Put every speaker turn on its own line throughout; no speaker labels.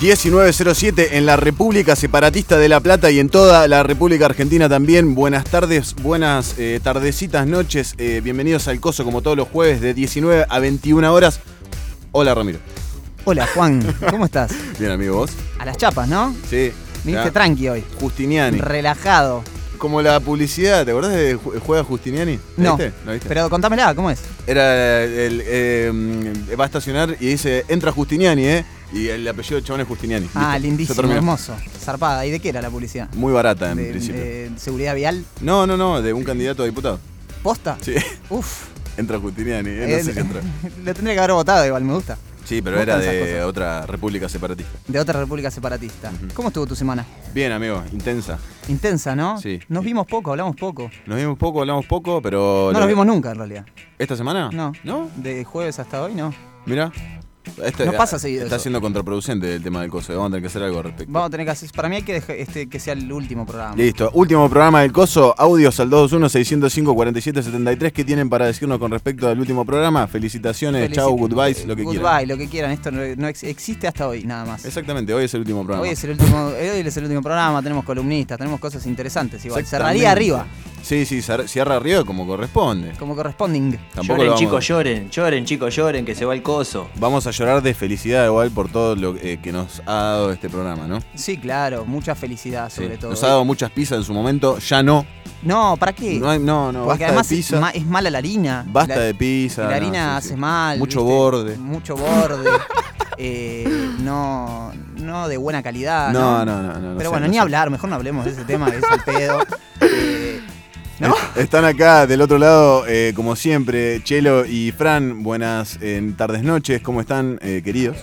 1907 en la República Separatista de La Plata y en toda la República Argentina también. Buenas tardes, buenas eh, tardecitas, noches. Eh, bienvenidos al Coso como todos los jueves de 19 a 21 horas. Hola Ramiro.
Hola Juan, ¿cómo estás?
Bien amigo, ¿vos?
A las chapas, ¿no?
Sí.
Viniste
ya.
tranqui hoy.
Justiniani.
Relajado.
Como la publicidad, ¿te acordás de Ju- Juega Justiniani? ¿La
No.
viste? ¿La viste?
Pero contámela, ¿cómo es?
Era el, eh, va a estacionar y dice, entra Justiniani, ¿eh? Y el apellido del chabón es Justiniani.
Ah,
Listo, se
lindísimo,
terminó.
hermoso. Zarpada. ¿Y de qué era la publicidad?
Muy barata en
De,
principio.
de seguridad vial.
No, no, no, de un candidato a diputado.
¿Posta?
Sí,
Uf.
entra Justiniani, eh, no
Eh,
sé si entra.
Lo tendría que haber votado igual, me gusta.
Sí, pero
¿Cómo
era
están
de
esas cosas?
otra república separatista.
De otra república separatista. ¿Cómo estuvo tu semana?
Bien, amigo, intensa.
Intensa, ¿no?
Sí.
Nos vimos poco, hablamos poco.
Nos vimos poco, hablamos poco, pero...
No nos vimos nunca en realidad.
¿Esta semana?
No.
Ah. ¿No?
De jueves hasta hoy, no.
Mira. Este,
No pasa seguido
Está
eso.
siendo contraproducente el tema del coso. eh, Vamos a tener que hacer algo al respecto.
Vamos a tener que hacer. Para mí hay que dejar este, que sea el último programa.
Listo, último programa del Coso, audios al 221-605-4773. ¿Qué tienen para decirnos con respecto al último programa? Felicitaciones,
Felici-
Eh, chau, goodbyes, lo que
Goodbye,
quieran.
lo que quieran. Esto no, no ex- existe hasta hoy, nada más.
Exactamente, hoy es el último programa.
Hoy es, el último, eh, hoy es el último programa, tenemos columnistas, tenemos cosas interesantes. Igual.
Exactamente.
Cerraría arriba,
Sí, sí, cer- cierra arriba como corresponde.
como corresponding.
Tampoco lo
Lloren,
vamos-
chicos, lloren, lloren, chicos, lloren, que se va el coso.
Vamos a llorar de felicidad igual por todo lo eh, que nos ha dado este programa, ¿no?
Sí, claro, mucha felicidad
Sí.
sobre todo.
Nos ha dado muchas pizzas en su momento, ya no.
No, ¿para qué?
No, hay- no, no,
Porque
basta
además
de
es,
pizza.
ma- es mala la harina.
Basta
La-
de pizza.
La
no,
harina
sí,
hace
sí.
mal.
Mucho
¿viste?
borde.
Mucho borde. eh, no, no de buena calidad.
No, no, no, no, no
Ah, Pero
sé,
bueno,
no
ni
sé.
hablar, mejor no hablemos de ese tema, que es el pedo. Eh, ¿No?
Est- Están acá del otro lado, eh, como siempre, Chelo y Fran. Buenas eh, tardes, noches. ¿Cómo están, eh, queridos?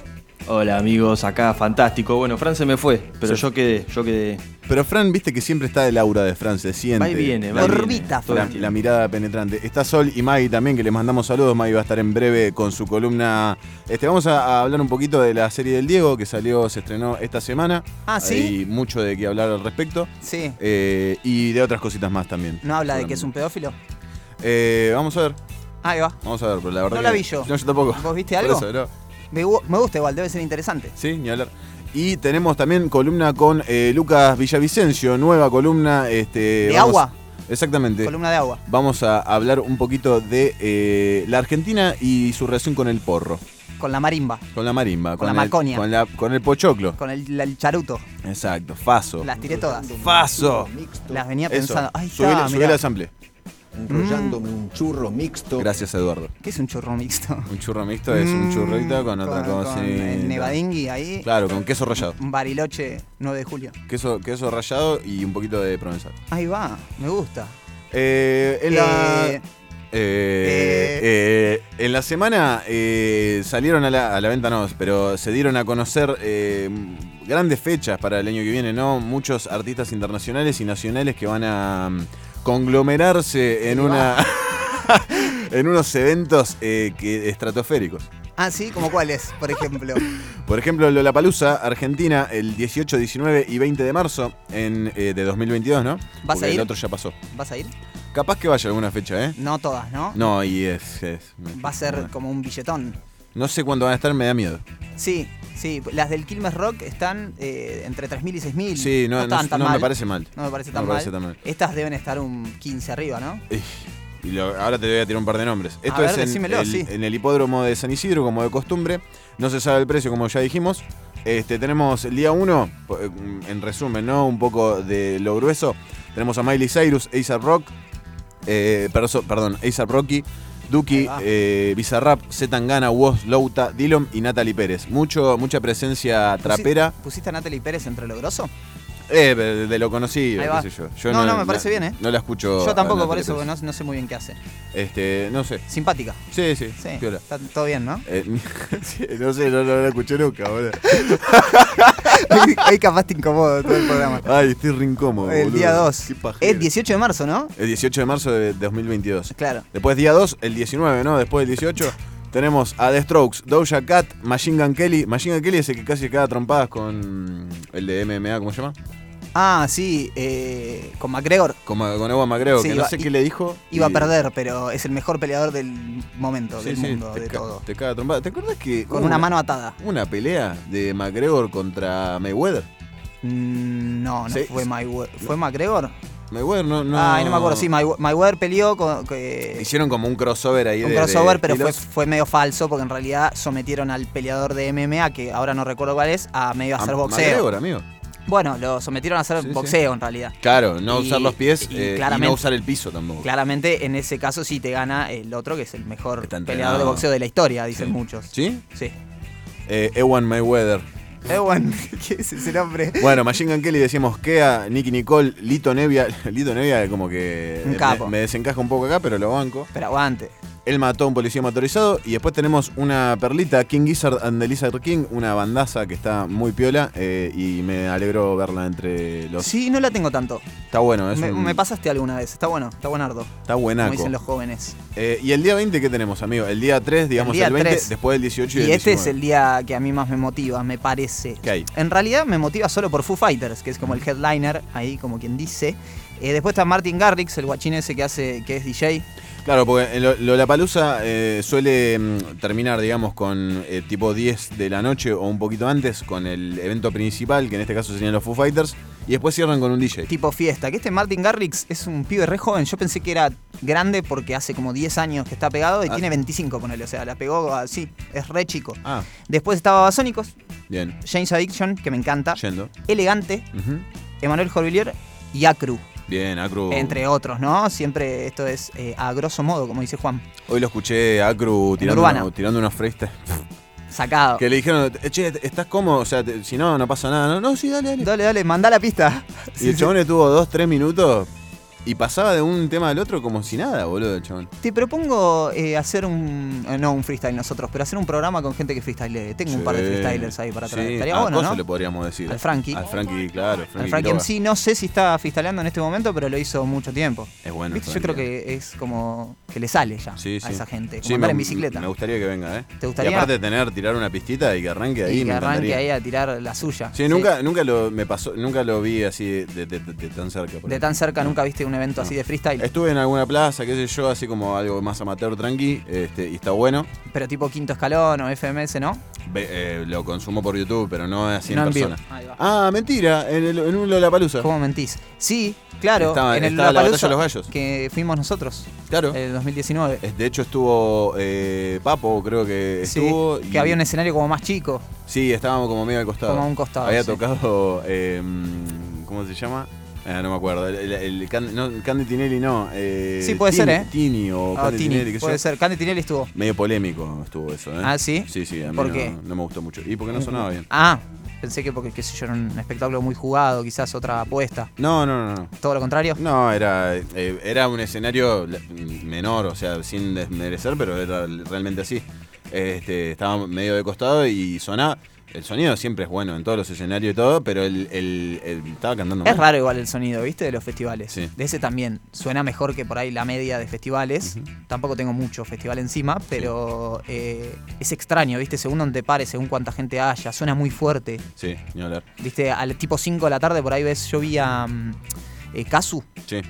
Hola, amigos, acá, fantástico. Bueno, Fran se me fue, pero
Sí.
yo quedé, yo quedé.
Pero Fran, viste que siempre está el aura de Fran, se siente.
Va y viene, va
la,
y viene.
Orbita,
todo el
la-
tiempo.
la mirada penetrante. Está Sol y Maggie también, que les mandamos saludos. Maggie va a estar en breve con su columna. Este, vamos a, a hablar un poquito de la serie del Diego, que salió, se estrenó esta semana.
Ah, ¿sí?
Hay mucho de qué hablar al respecto.
Sí.
Eh, y de otras cositas más también.
¿No habla de que es un pedófilo?
Eh, vamos a ver,
Ahí va.
vamos a ver, pero la verdad
No la
que-
vi yo.
No, yo tampoco.
¿Vos viste
Por
algo?
eso, no.
Me, gu- me gusta igual, debe ser interesante.
Sí, ni hablar. Y tenemos también columna con eh, Lucas Villavicencio, nueva columna. Este,
¿De
vamos-
agua?
Exactamente.
Columna de agua.
Vamos a hablar un poquito de eh, la Argentina y su relación con el porro,
Con la marimba.
con la marimba,
Con la
el,
maconia.
Con, la- con el pochoclo.
Con el, la- el charuto.
Exacto, faso.
Las tiré todas.
Faso.
Las venía
Oh, Eso.
pensando. Ay, está,
Subile- subile
mirá.
la sample.
enrollándome un churro mixto.
Gracias, Eduardo.
¿Qué es un churro mixto?
Un churro mixto es un
Mm,
churrito con otra cosa.
Con el Mm. nevadingui ahí.
Claro, con queso rallado.
Un bariloche 9 de julio.
Queso, queso rallado y un poquito de provenzal.
Ahí va, me gusta.
Eh, en la.
Eh,
Eh, eh, en la semana eh, salieron a la, a la venta, no, pero se dieron a conocer eh, grandes fechas para el año que viene, ¿no? Muchos artistas internacionales y nacionales que van a mm, conglomerarse en
Ahí
una. en unos eventos eh, que, estratosféricos.
Ah, sí, como cuál es, por ejemplo.
Por ejemplo, Lollapalooza, Argentina, el 18, 19 y 20 de marzo en, eh, de 2022, ¿no?
¿Vas a
Porque
ir?
el otro ya pasó.
¿Vas a ir?
Capaz que vaya alguna fecha, ¿eh?
No todas, ¿no?
No, y es. es-
Va a ser como un billetón.
No sé cuándo van a estar, me da miedo.
Sí, sí. Las del Quilmes Rock están eh, entre 3.000 y 6.000.
Sí, no, no,
estaban tan
no me
mal.
parece mal.
No me parece
No
tan
me
mal.
parece tan mal.
Estas deben estar un 15 arriba, ¿no?
Ey, Y lo- ahora te voy a tirar un par de nombres. Esto
ver,
es en,
decímelo,
el,
sí.
en el hipódromo de San Isidro, como de costumbre. No se sabe el precio, como ya dijimos. Este, tenemos el día 1, en resumen, ¿no? Un poco de lo grueso. Tenemos a Miley Cyrus, A$AP Rock, eh, perso- perdón, A$AP Rocky,
Ahí
Duki,
va.
eh, Bizarrap, Zetangana, Woz, Louta, Dillom y Natalie Pérez. Mucho, mucha presencia trapera.
Pusi- ¿Pusiste a Natalie Pérez entre lo grosso?
Eh, de de lo conocido,
Ahí va.
qué sé yo.
No, no, me parece bien, ¿eh?
No la escucho.
Yo tampoco,
a
por
Oh, Natalie
eso,
Pérez.
porque no, no sé muy bien qué hace.
Este, no sé.
Simpática.
Sí, sí,
Sí,
piola.
está todo bien, ¿no?
Eh, sí, no sé, no, no la escuché nunca, boludo.
Ahí capaz te incomodo todo el programa.
Ay, estoy re incómodo,
El
Oh, boludo.
día 2.
Qué pajero.
Es 18 de marzo, ¿no?
El 18 de marzo de 2022.
Claro.
Después día 2, el 19, ¿no? Después del 18 tenemos a The Strokes, Doja Cat, Machine Gun Kelly. Machine Gun Kelly es el que casi queda trompadas con el de MMA, ¿cómo se llama?
Ah, sí, eh, con McGregor.
Con con, Ma- con Ewan McGregor,
Sí,
que no
iba-
sé
i-
qué le dijo.
Iba a
y-
perder, pero es el mejor peleador del momento,
Sí,
del
sí,
mundo,
te
de
ca-
todo.
Te caga trompada. ¿Te acuerdas que
Con
hubo
una mano atada.
una pelea de McGregor contra Mayweather?
Mm, No, no
Sí,
fue
sí.
Mayweather. ¿Fue McGregor?
Mayweather no, no.
Ay, no me acuerdo. Sí, Maywe- Mayweather peleó con. que-
Hicieron como un crossover ahí
un
de- de
crossover, pero fue,
estilos.
fue medio falso porque en realidad sometieron al peleador de MMA, que ahora no recuerdo cuál es, a medio hacer
A-
boxeo.
McGregor, amigo.
Bueno, lo sometieron a hacer
Sí, sí.
boxeo en realidad.
Claro, no
Y-
usar los pies
y
eh, y, no
claramente-
usar el piso tampoco.
Claramente en ese caso sí te gana el otro, que es el mejor
Está
peleador de
entrenado.
boxeo de la historia, dicen
Sí.
muchos.
¿Sí?
Sí.
Eh, Ewan Mayweather.
Ewan, ¿qué es ese nombre?
Bueno, Machine Gun Kelly decíamos Kea, Nicky Nicole, Lito Nevia. Lito Nevia como que
Un
me-
capo.
Me, desencaja un poco acá, pero lo banco.
Pero aguante.
Él mató a un policía motorizado y después tenemos una perlita, King Gizzard and the Lizard King, una bandaza que está muy piola eh, y me alegro verla entre los...
Sí, no la tengo tanto.
Está bueno, es
Me,
un-
me pasaste alguna vez. Está bueno, está buenardo.
está
Como
buenaco.
dicen los jóvenes.
Eh, y el día 20 ¿qué tenemos, amigo? El día 3, digamos el,
día
20,
3.
después del 18 y,
Y
del
este es
19.
el día que a mí más me motiva, me parece.
¿Qué hay?
En realidad me motiva solo por Foo Fighters, que es como el headliner, ahí como quien dice. Eh, después está Martin Garrix, el guachín ese que hace, que es DJ.
Claro, porque la palusa suele mm, terminar, digamos, con eh, tipo 10 de la noche o un poquito antes, con el evento principal, que en este caso serían los Foo Fighters, y después cierran con un DJ.
Tipo fiesta. Que este Martin Garrix es un pibe re joven. Yo pensé que era grande porque hace como 10 años que está pegado y
Ah.
tiene 25, ponele. O sea, la pegó así. Es re chico.
Ah,
Después estaba Babasónicos,
bien,
James Addiction, que me encanta.
yendo.
Elegante,
Ujú.
Emanuel Jorvillier y Acru,
Bien, Acru.
entre otros, ¿no? Siempre esto es eh, a grosso modo, como dice Juan.
Hoy lo escuché a Acru tirando,
Urbana. Ah.
una- tirando unos freestyles.
Sacado.
Que le dijeron, "Eh, che, ¿estás cómodo? O sea, te- si no, no pasa nada. No, no, sí, dale, dale.
Dale, dale, manda la pista.
y el chabón estuvo dos, tres minutos y pasaba de un tema al otro como si nada, boludo, el chabón.
Te propongo eh, hacer un. eh, No un freestyle nosotros, pero hacer un programa con gente que freestyle. Tengo un par de
Sí.
freestylers ahí para traer.
Sí,
Estaría
a
bueno,
Coso
¿no?
le podríamos decir.
Al Frankie.
Al Frankie, claro. Frankie
Al Frankie
Quiroga.
en sí, no sé si está freestyleando en este momento, pero lo hizo mucho tiempo.
Es bueno.
¿Viste?
el
Yo creo
Frankie.
que es como que le sale ya
Sí,
a
sí.
esa gente. Como
Sí,
andar
me-
en bicicleta.
Me gustaría que venga, ¿eh?
¿Te gustaría?
Y aparte de tener, tirar una pistita y que arranque ahí.
y que
me
arranque
encantaría.
ahí a tirar la suya.
Sí, nunca, nunca lo me pasó, nunca lo vi así de, de- de- de tan cerca. por
De
ejemplo.
tan cerca nunca viste un evento
No.
así de freestyle.
Estuve en alguna plaza, qué sé yo, así como algo más amateur tranqui, este, y está bueno.
Pero tipo quinto escalón o FMS, ¿no?
Ve- eh, lo consumo por YouTube, pero no así
No
en
en vivo.
persona.
Ahí va.
Ah, mentira, en, el, en un Lollapalooza.
¿Cómo mentís? Sí, claro,
Estaba-
en el
estaba la batalla
Lollapalooza
de los gallos.
que fuimos nosotros,
Claro.
el 2019.
Es- Eh, De hecho estuvo eh, Papo, creo que
Sí,
Eh, estuvo. y-
que había un escenario como más chico.
Sí, estábamos como medio al costado.
Como a un costado,
Había
sí.
tocado. eh, mm, ¿Cómo se llama? Ah, no me acuerdo. El, el- el Can- no, Candy Tinelli no. eh,
Sí, puede
Tini-
ser, ¿eh?
Tini o
Ah,
Candy
Tini,
Tinelli, qué sé
puede
yo.
ser. Candy Tinelli estuvo.
Medio polémico estuvo eso, ¿eh?
¿Ah, sí?
Sí, sí, a mí
¿Por
no,
qué?
no me gustó mucho. Y porque no sonaba bien.
Ah, pensé que porque, qué sé yo, era un espectáculo muy jugado, quizás otra apuesta.
No, no, no, no.
Todo lo contrario.
No, era, eh, era un escenario la- menor, o sea, sin desmerecer, pero era realmente así. Este, estaba medio de costado y sonaba. El sonido siempre es bueno en todos los escenarios y todo, pero el, el- el- estaba cantando
Es
mal.
raro igual el sonido, ¿viste? De los festivales.
Sí.
De ese también. Suena mejor que por ahí la media de festivales. Tampoco tengo mucho festival encima, pero eh, es extraño, ¿viste? Según donde pares, según cuánta gente haya. Suena muy fuerte.
Sí, ni hablar.
¿Viste? Al tipo 5 de la tarde, por ahí ves, yo vi a mm, eh, Casu,
Sí.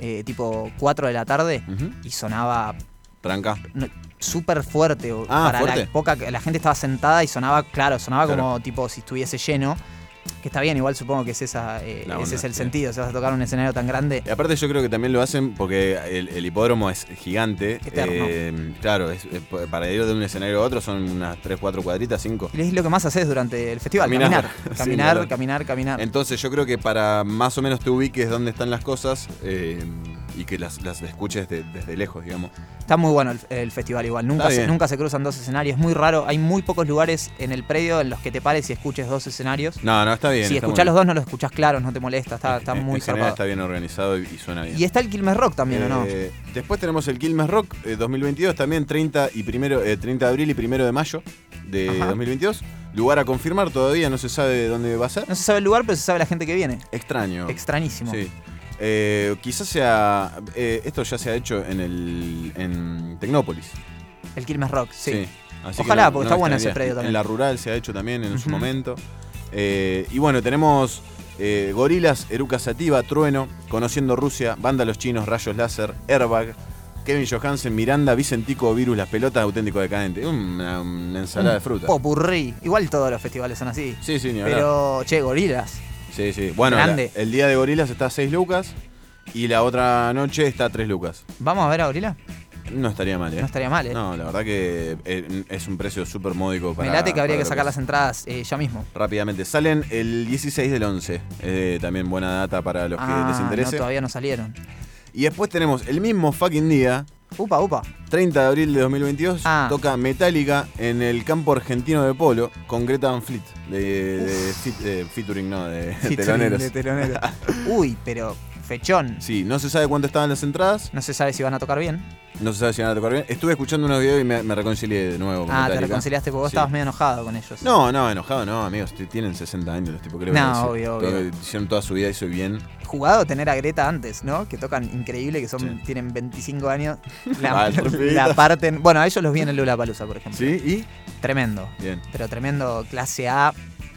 eh, tipo 4 de la tarde,
Ujú.
y sonaba
Tranca.
no, súper fuerte. o-
Ah,
para
fuerte.
la poca la gente estaba sentada y sonaba, claro, sonaba
Claro.
como tipo si estuviese lleno. Que está bien, igual supongo que es esa, eh,
La
ese
onda,
es el
sí.
sentido. Si vas a tocar un escenario tan grande,
Y aparte yo creo que también lo hacen porque el, el hipódromo es gigante.
Eterno.
Eh, claro, es- eh, para ir de un escenario a otro son unas 3, 4 cuadritas, 5.
Y es lo que más haces durante el festival,
Caminar.
caminar.
Sí,
Caminar,
claro.
caminar, caminar.
Entonces yo creo que para más o menos te ubiques dónde están las cosas eh, y que las, las escuches de- desde lejos, digamos.
Está muy bueno el, el festival igual. Nunca
Está
se,
bien.
nunca se cruzan dos escenarios. Es muy raro. Hay muy pocos lugares en el predio en los que te pares y escuches dos escenarios.
No, no, está bien.
si
está
escuchás
muy
los dos no los escuchás claros, no te molesta. Está,
bien.
está
este En-
muy
en general
zarpado.
está bien organizado y, y suena bien.
Y está el Quilmes Rock también, ¿o no?
Eh, Después tenemos el Quilmes Rock eh, 2022, también 30, y primero, eh, 30 de abril y primero de mayo de
Ajá.
2022. Lugar a confirmar todavía, no se sabe dónde va a ser.
No se sabe el lugar, pero se sabe la gente que viene.
Extraño.
Extrañísimo.
Sí. Eh, quizás sea. eh, esto ya se ha hecho en el. en Tecnópolis.
El Quilmes Rock, sí.
Así que
Ojalá, porque está
me
bueno ese
extrañaría.
predio también.
En la rural se ha hecho también en su
Ujú.
momento. Eh, y bueno, tenemos eh, Gorilas, Eruca Sativa, Trueno, Conociendo Rusia, Banda Los Chinos, Rayos Láser, Airbag, Kevin Johansen, Miranda, Vicentico, Virus, Las Pelotas, Auténtico Decadente. Una, una ensalada de fruta.
Popurrí. Igual todos los festivales son así.
Sí, sí, ni hablar.
Pero, che, gorilas.
Sí, sí. Bueno, la-
Grande.
el día de Gorilas está a 6 lucas y la otra noche está a 3 lucas.
¿Vamos a ver a gorila?
No estaría mal, ¿eh?
No estaría mal, ¿eh?
No, la verdad que eh, es un precio súper módico para.
Me late que habría
para
que
lo
sacar
es.
las entradas eh, ya mismo.
Rápidamente. Salen el 16 del 11. eh, también buena data para los que
Ah,
les interese.
No, todavía no salieron.
y después tenemos el mismo fucking día,
Upa, upa.
30 de abril de 2022.
Ah.
Toca Metallica en el campo argentino de polo con Greta Van Fleet. De, de fit- eh, featuring, no, de teloneros.
De teloneros. Uy, pero fechón.
Sí, no se sabe cuánto estaban las entradas.
No se sabe si van a tocar bien.
No se sabe si van a tocar bien. Estuve escuchando unos videos y me, me reconcilié de nuevo. Con
ah, te
Metallica.
reconciliaste porque vos
Sí.
estabas medio enojado con ellos.
No, no, enojado no, amigos. t- Tienen 60 años los tipos, creo que
No,
sí.
obvio,
Todo-
obvio.
Hicieron toda su vida y soy bien.
Jugado tener a Greta antes, ¿no? Que tocan increíble, que son tienen 25 años. La,
Vale, repita.
la parten. Bueno, a ellos los vi en el Lula Palusa, por ejemplo.
Ah, ¿Sí?
Tremendo.
¿Y? Bien.
Pero tremendo, clase A.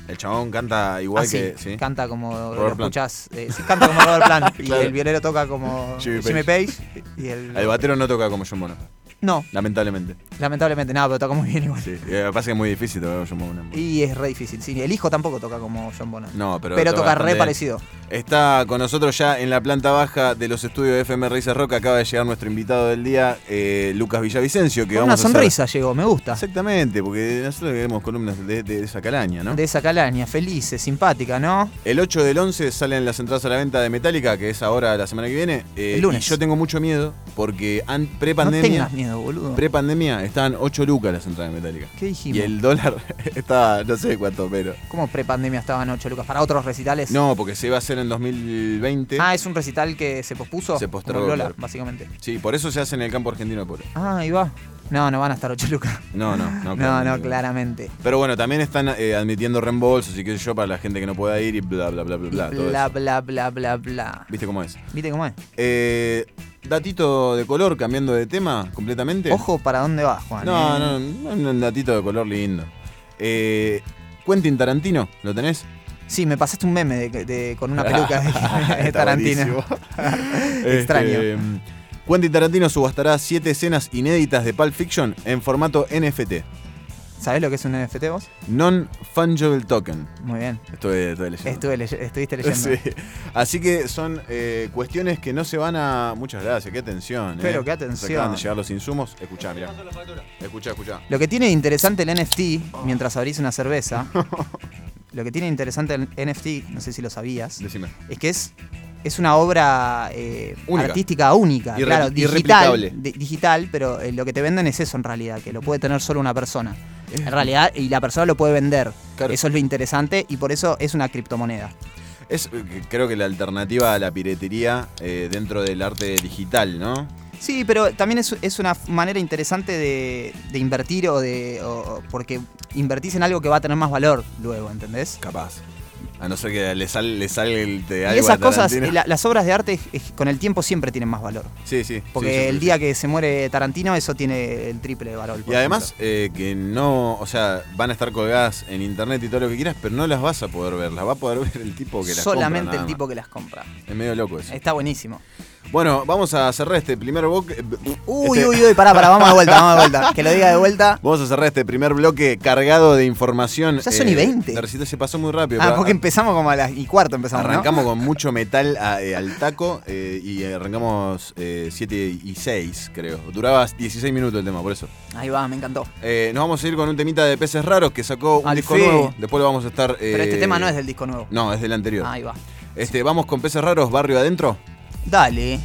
El chabón canta igual
así,
que. Sí.
Ah, Canta como
Robert
lo
Plant.
escuchás. eh, sí, canta como Robert Plant. Y
Claro.
el violero toca como
Jimmy
Jimmy
Page.
Page. y el,
El batero no toca como John Bono,
No,
lamentablemente.
lamentablemente, no, pero toca muy bien igual.
Sí. Eh, pasa que es muy difícil tocar como John Bonham.
Y es re difícil. Sí, el hijo tampoco toca como John Bonham.
No, pero.
pero toca re
bastante bien.
parecido.
Está con nosotros ya en la planta baja de los estudios de FM Risas Rock. Acaba de llegar nuestro invitado del día, eh, Lucas Villavicencio. Que
Con una
vamos a hacer-
sonrisa llegó, me gusta.
Exactamente, porque nosotros queremos columnas de, de esa calaña, ¿no?
De esa calaña, feliz, simpática, ¿no?
El 8 del 11 salen las entradas a la venta de Metallica, que es ahora la semana que viene. Eh,
El lunes.
y yo tengo mucho miedo porque an-
No
pre-pandemia,
tengas miedo, boludo.
pre-pandemia estaban 8 lucas las entradas de Metallica.
¿Qué dijimos?
Y el dólar estaba, no sé cuánto, pero...
¿Cómo prepandemia estaban 8 lucas? ¿Para otros recitales?
No, porque se iba a hacer en 2020.
Ah, es un recital que se pospuso.
Se postergó,
Como el Lola,
claro.
básicamente.
Sí, por eso se hace en el campo argentino de Polo.
Ah, ahí va. No, no van a estar 8 lucas.
No, no, no.
No, no,
claramente.
claramente.
Pero bueno, también están eh, admitiendo reembolsos y qué sé yo para la gente que no pueda ir y bla, bla, bla, bla, bla.
Y
todo
bla,
eso.
bla, bla, bla, bla.
¿Viste cómo es?
¿Viste cómo es?
Eh, datito de color, cambiando de tema completamente.
Ojo para dónde va, Juan.
No,
eh.
no, no, un datito de color lindo. Eh, Quentin Tarantino, ¿lo tenés?
Sí, me pasaste un meme de, de- con una peluca de, de Tarantino.
Este,
Extraño.
Quentin Tarantino subastará siete escenas inéditas de Pulp Fiction en formato NFT,
¿Sabés lo que es un NFT vos?
Non-Fungible Token.
Muy bien.
Estoy, estoy leyendo.
Estuve leye- estuviste leyendo.
Sí. Así que son eh, cuestiones que no se van a. Muchas gracias, qué atención.
Pero
eh. Nos
qué
acaban de
atención.
llegar los insumos. Escuchá, mirá. Escuchá, escuchá.
Lo que tiene de interesante el NFT, mientras abrís una cerveza, lo que tiene de interesante el NFT, no sé si lo sabías,
Decime.
es que es, es una obra eh,
Única.
artística única,
Irre-
claro, digital,
irreplicable.
di- digital, pero eh, lo que te venden es eso en realidad, que lo puede tener solo una persona. En realidad, y la persona lo puede vender.
Claro.
Eso es lo interesante y por eso es una criptomoneda.
Es eh, que creo que la alternativa a la piratería eh, dentro del arte digital, ¿no?
Sí, pero también es, es una f- manera interesante de, de invertir o de. o- o- porque invertís en algo que va a tener más valor luego, ¿entendés?
Capaz. A no ser que le sale le sale el de
Y
algo a
esas cosas,
Tarantino.
y la- las obras de arte eh, con el tiempo siempre tienen más valor.
Sí, sí.
Porque
sí, sí,
el
sí.
día que se muere Tarantino, eso tiene el triple de valor. por
Y además,
ejemplo.
eh, que no, o sea, van a estar colgadas en internet y todo lo que quieras, pero no las vas a poder ver, las va a poder ver el tipo que las compra,
solamente
nada
el
más.
tipo que las compra.
Es medio loco eso.
Está buenísimo.
Bueno, vamos a cerrar este primer bloque.
Uy,
este-
uy, uy, pará, pará, vamos de vuelta, vamos de vuelta. Que lo diga de vuelta.
Vamos a cerrar este primer bloque cargado de información. eh,
Ya son y 20.
La receta se pasó muy rápido.
Ah,
pero-
porque empezamos como a las y cuarto empezamos. ¿no?
Arrancamos con mucho metal a- eh, al taco eh, y arrancamos 7 y 6, creo. Duraba 16 minutos el tema, por eso.
Ahí va, me encantó.
Eh, nos vamos a ir con un temita de peces raros que sacó un
Al
disco
fin.
nuevo. Después lo vamos a estar.
Pero este
eh,
tema no es del disco nuevo.
No, es del anterior.
Ahí va.
Este, vamos con peces raros, barrio adentro.
Dale.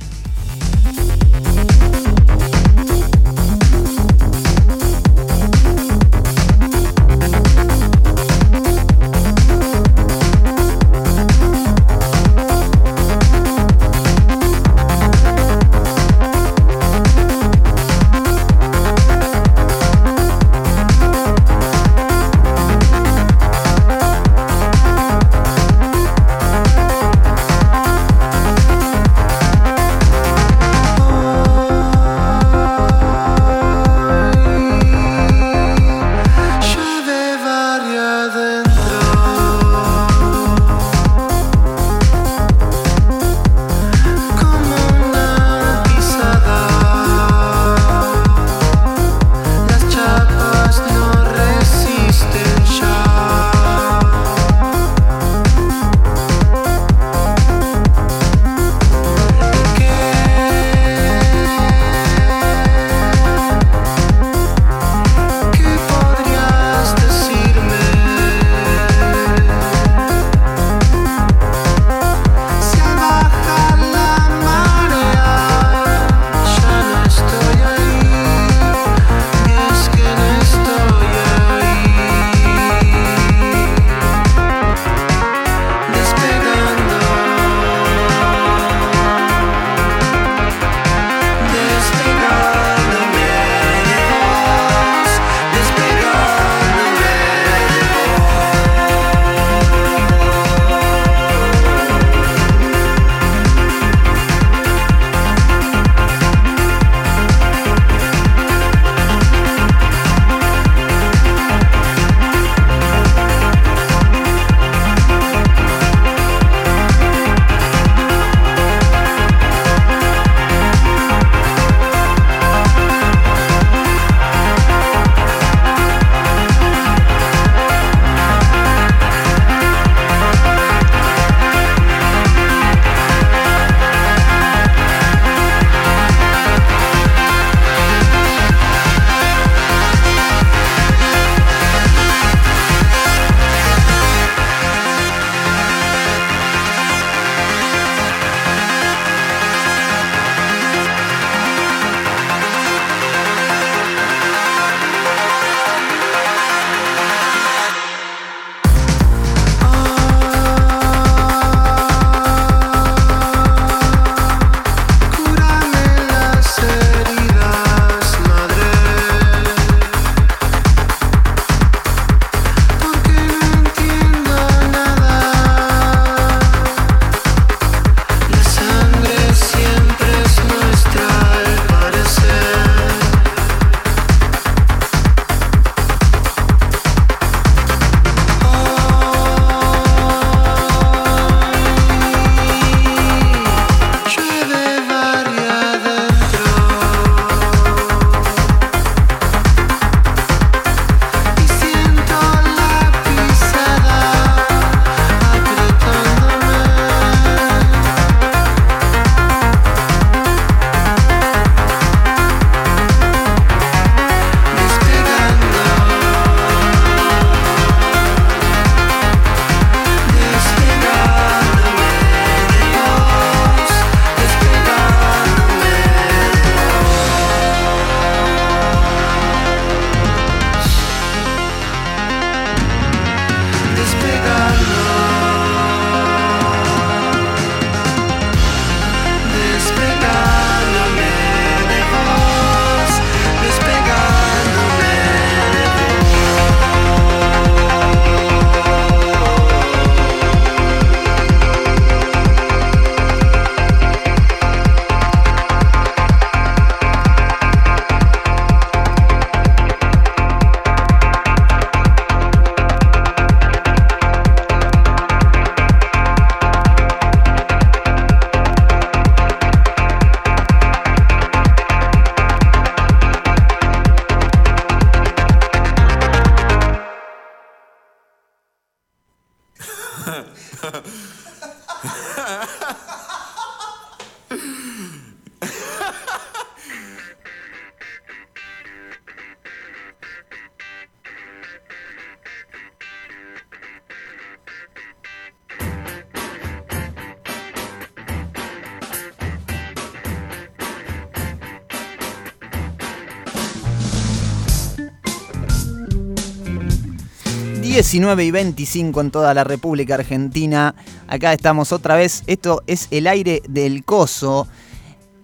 19 y 25 en toda la República Argentina. Acá estamos otra vez. Esto es el aire del coso.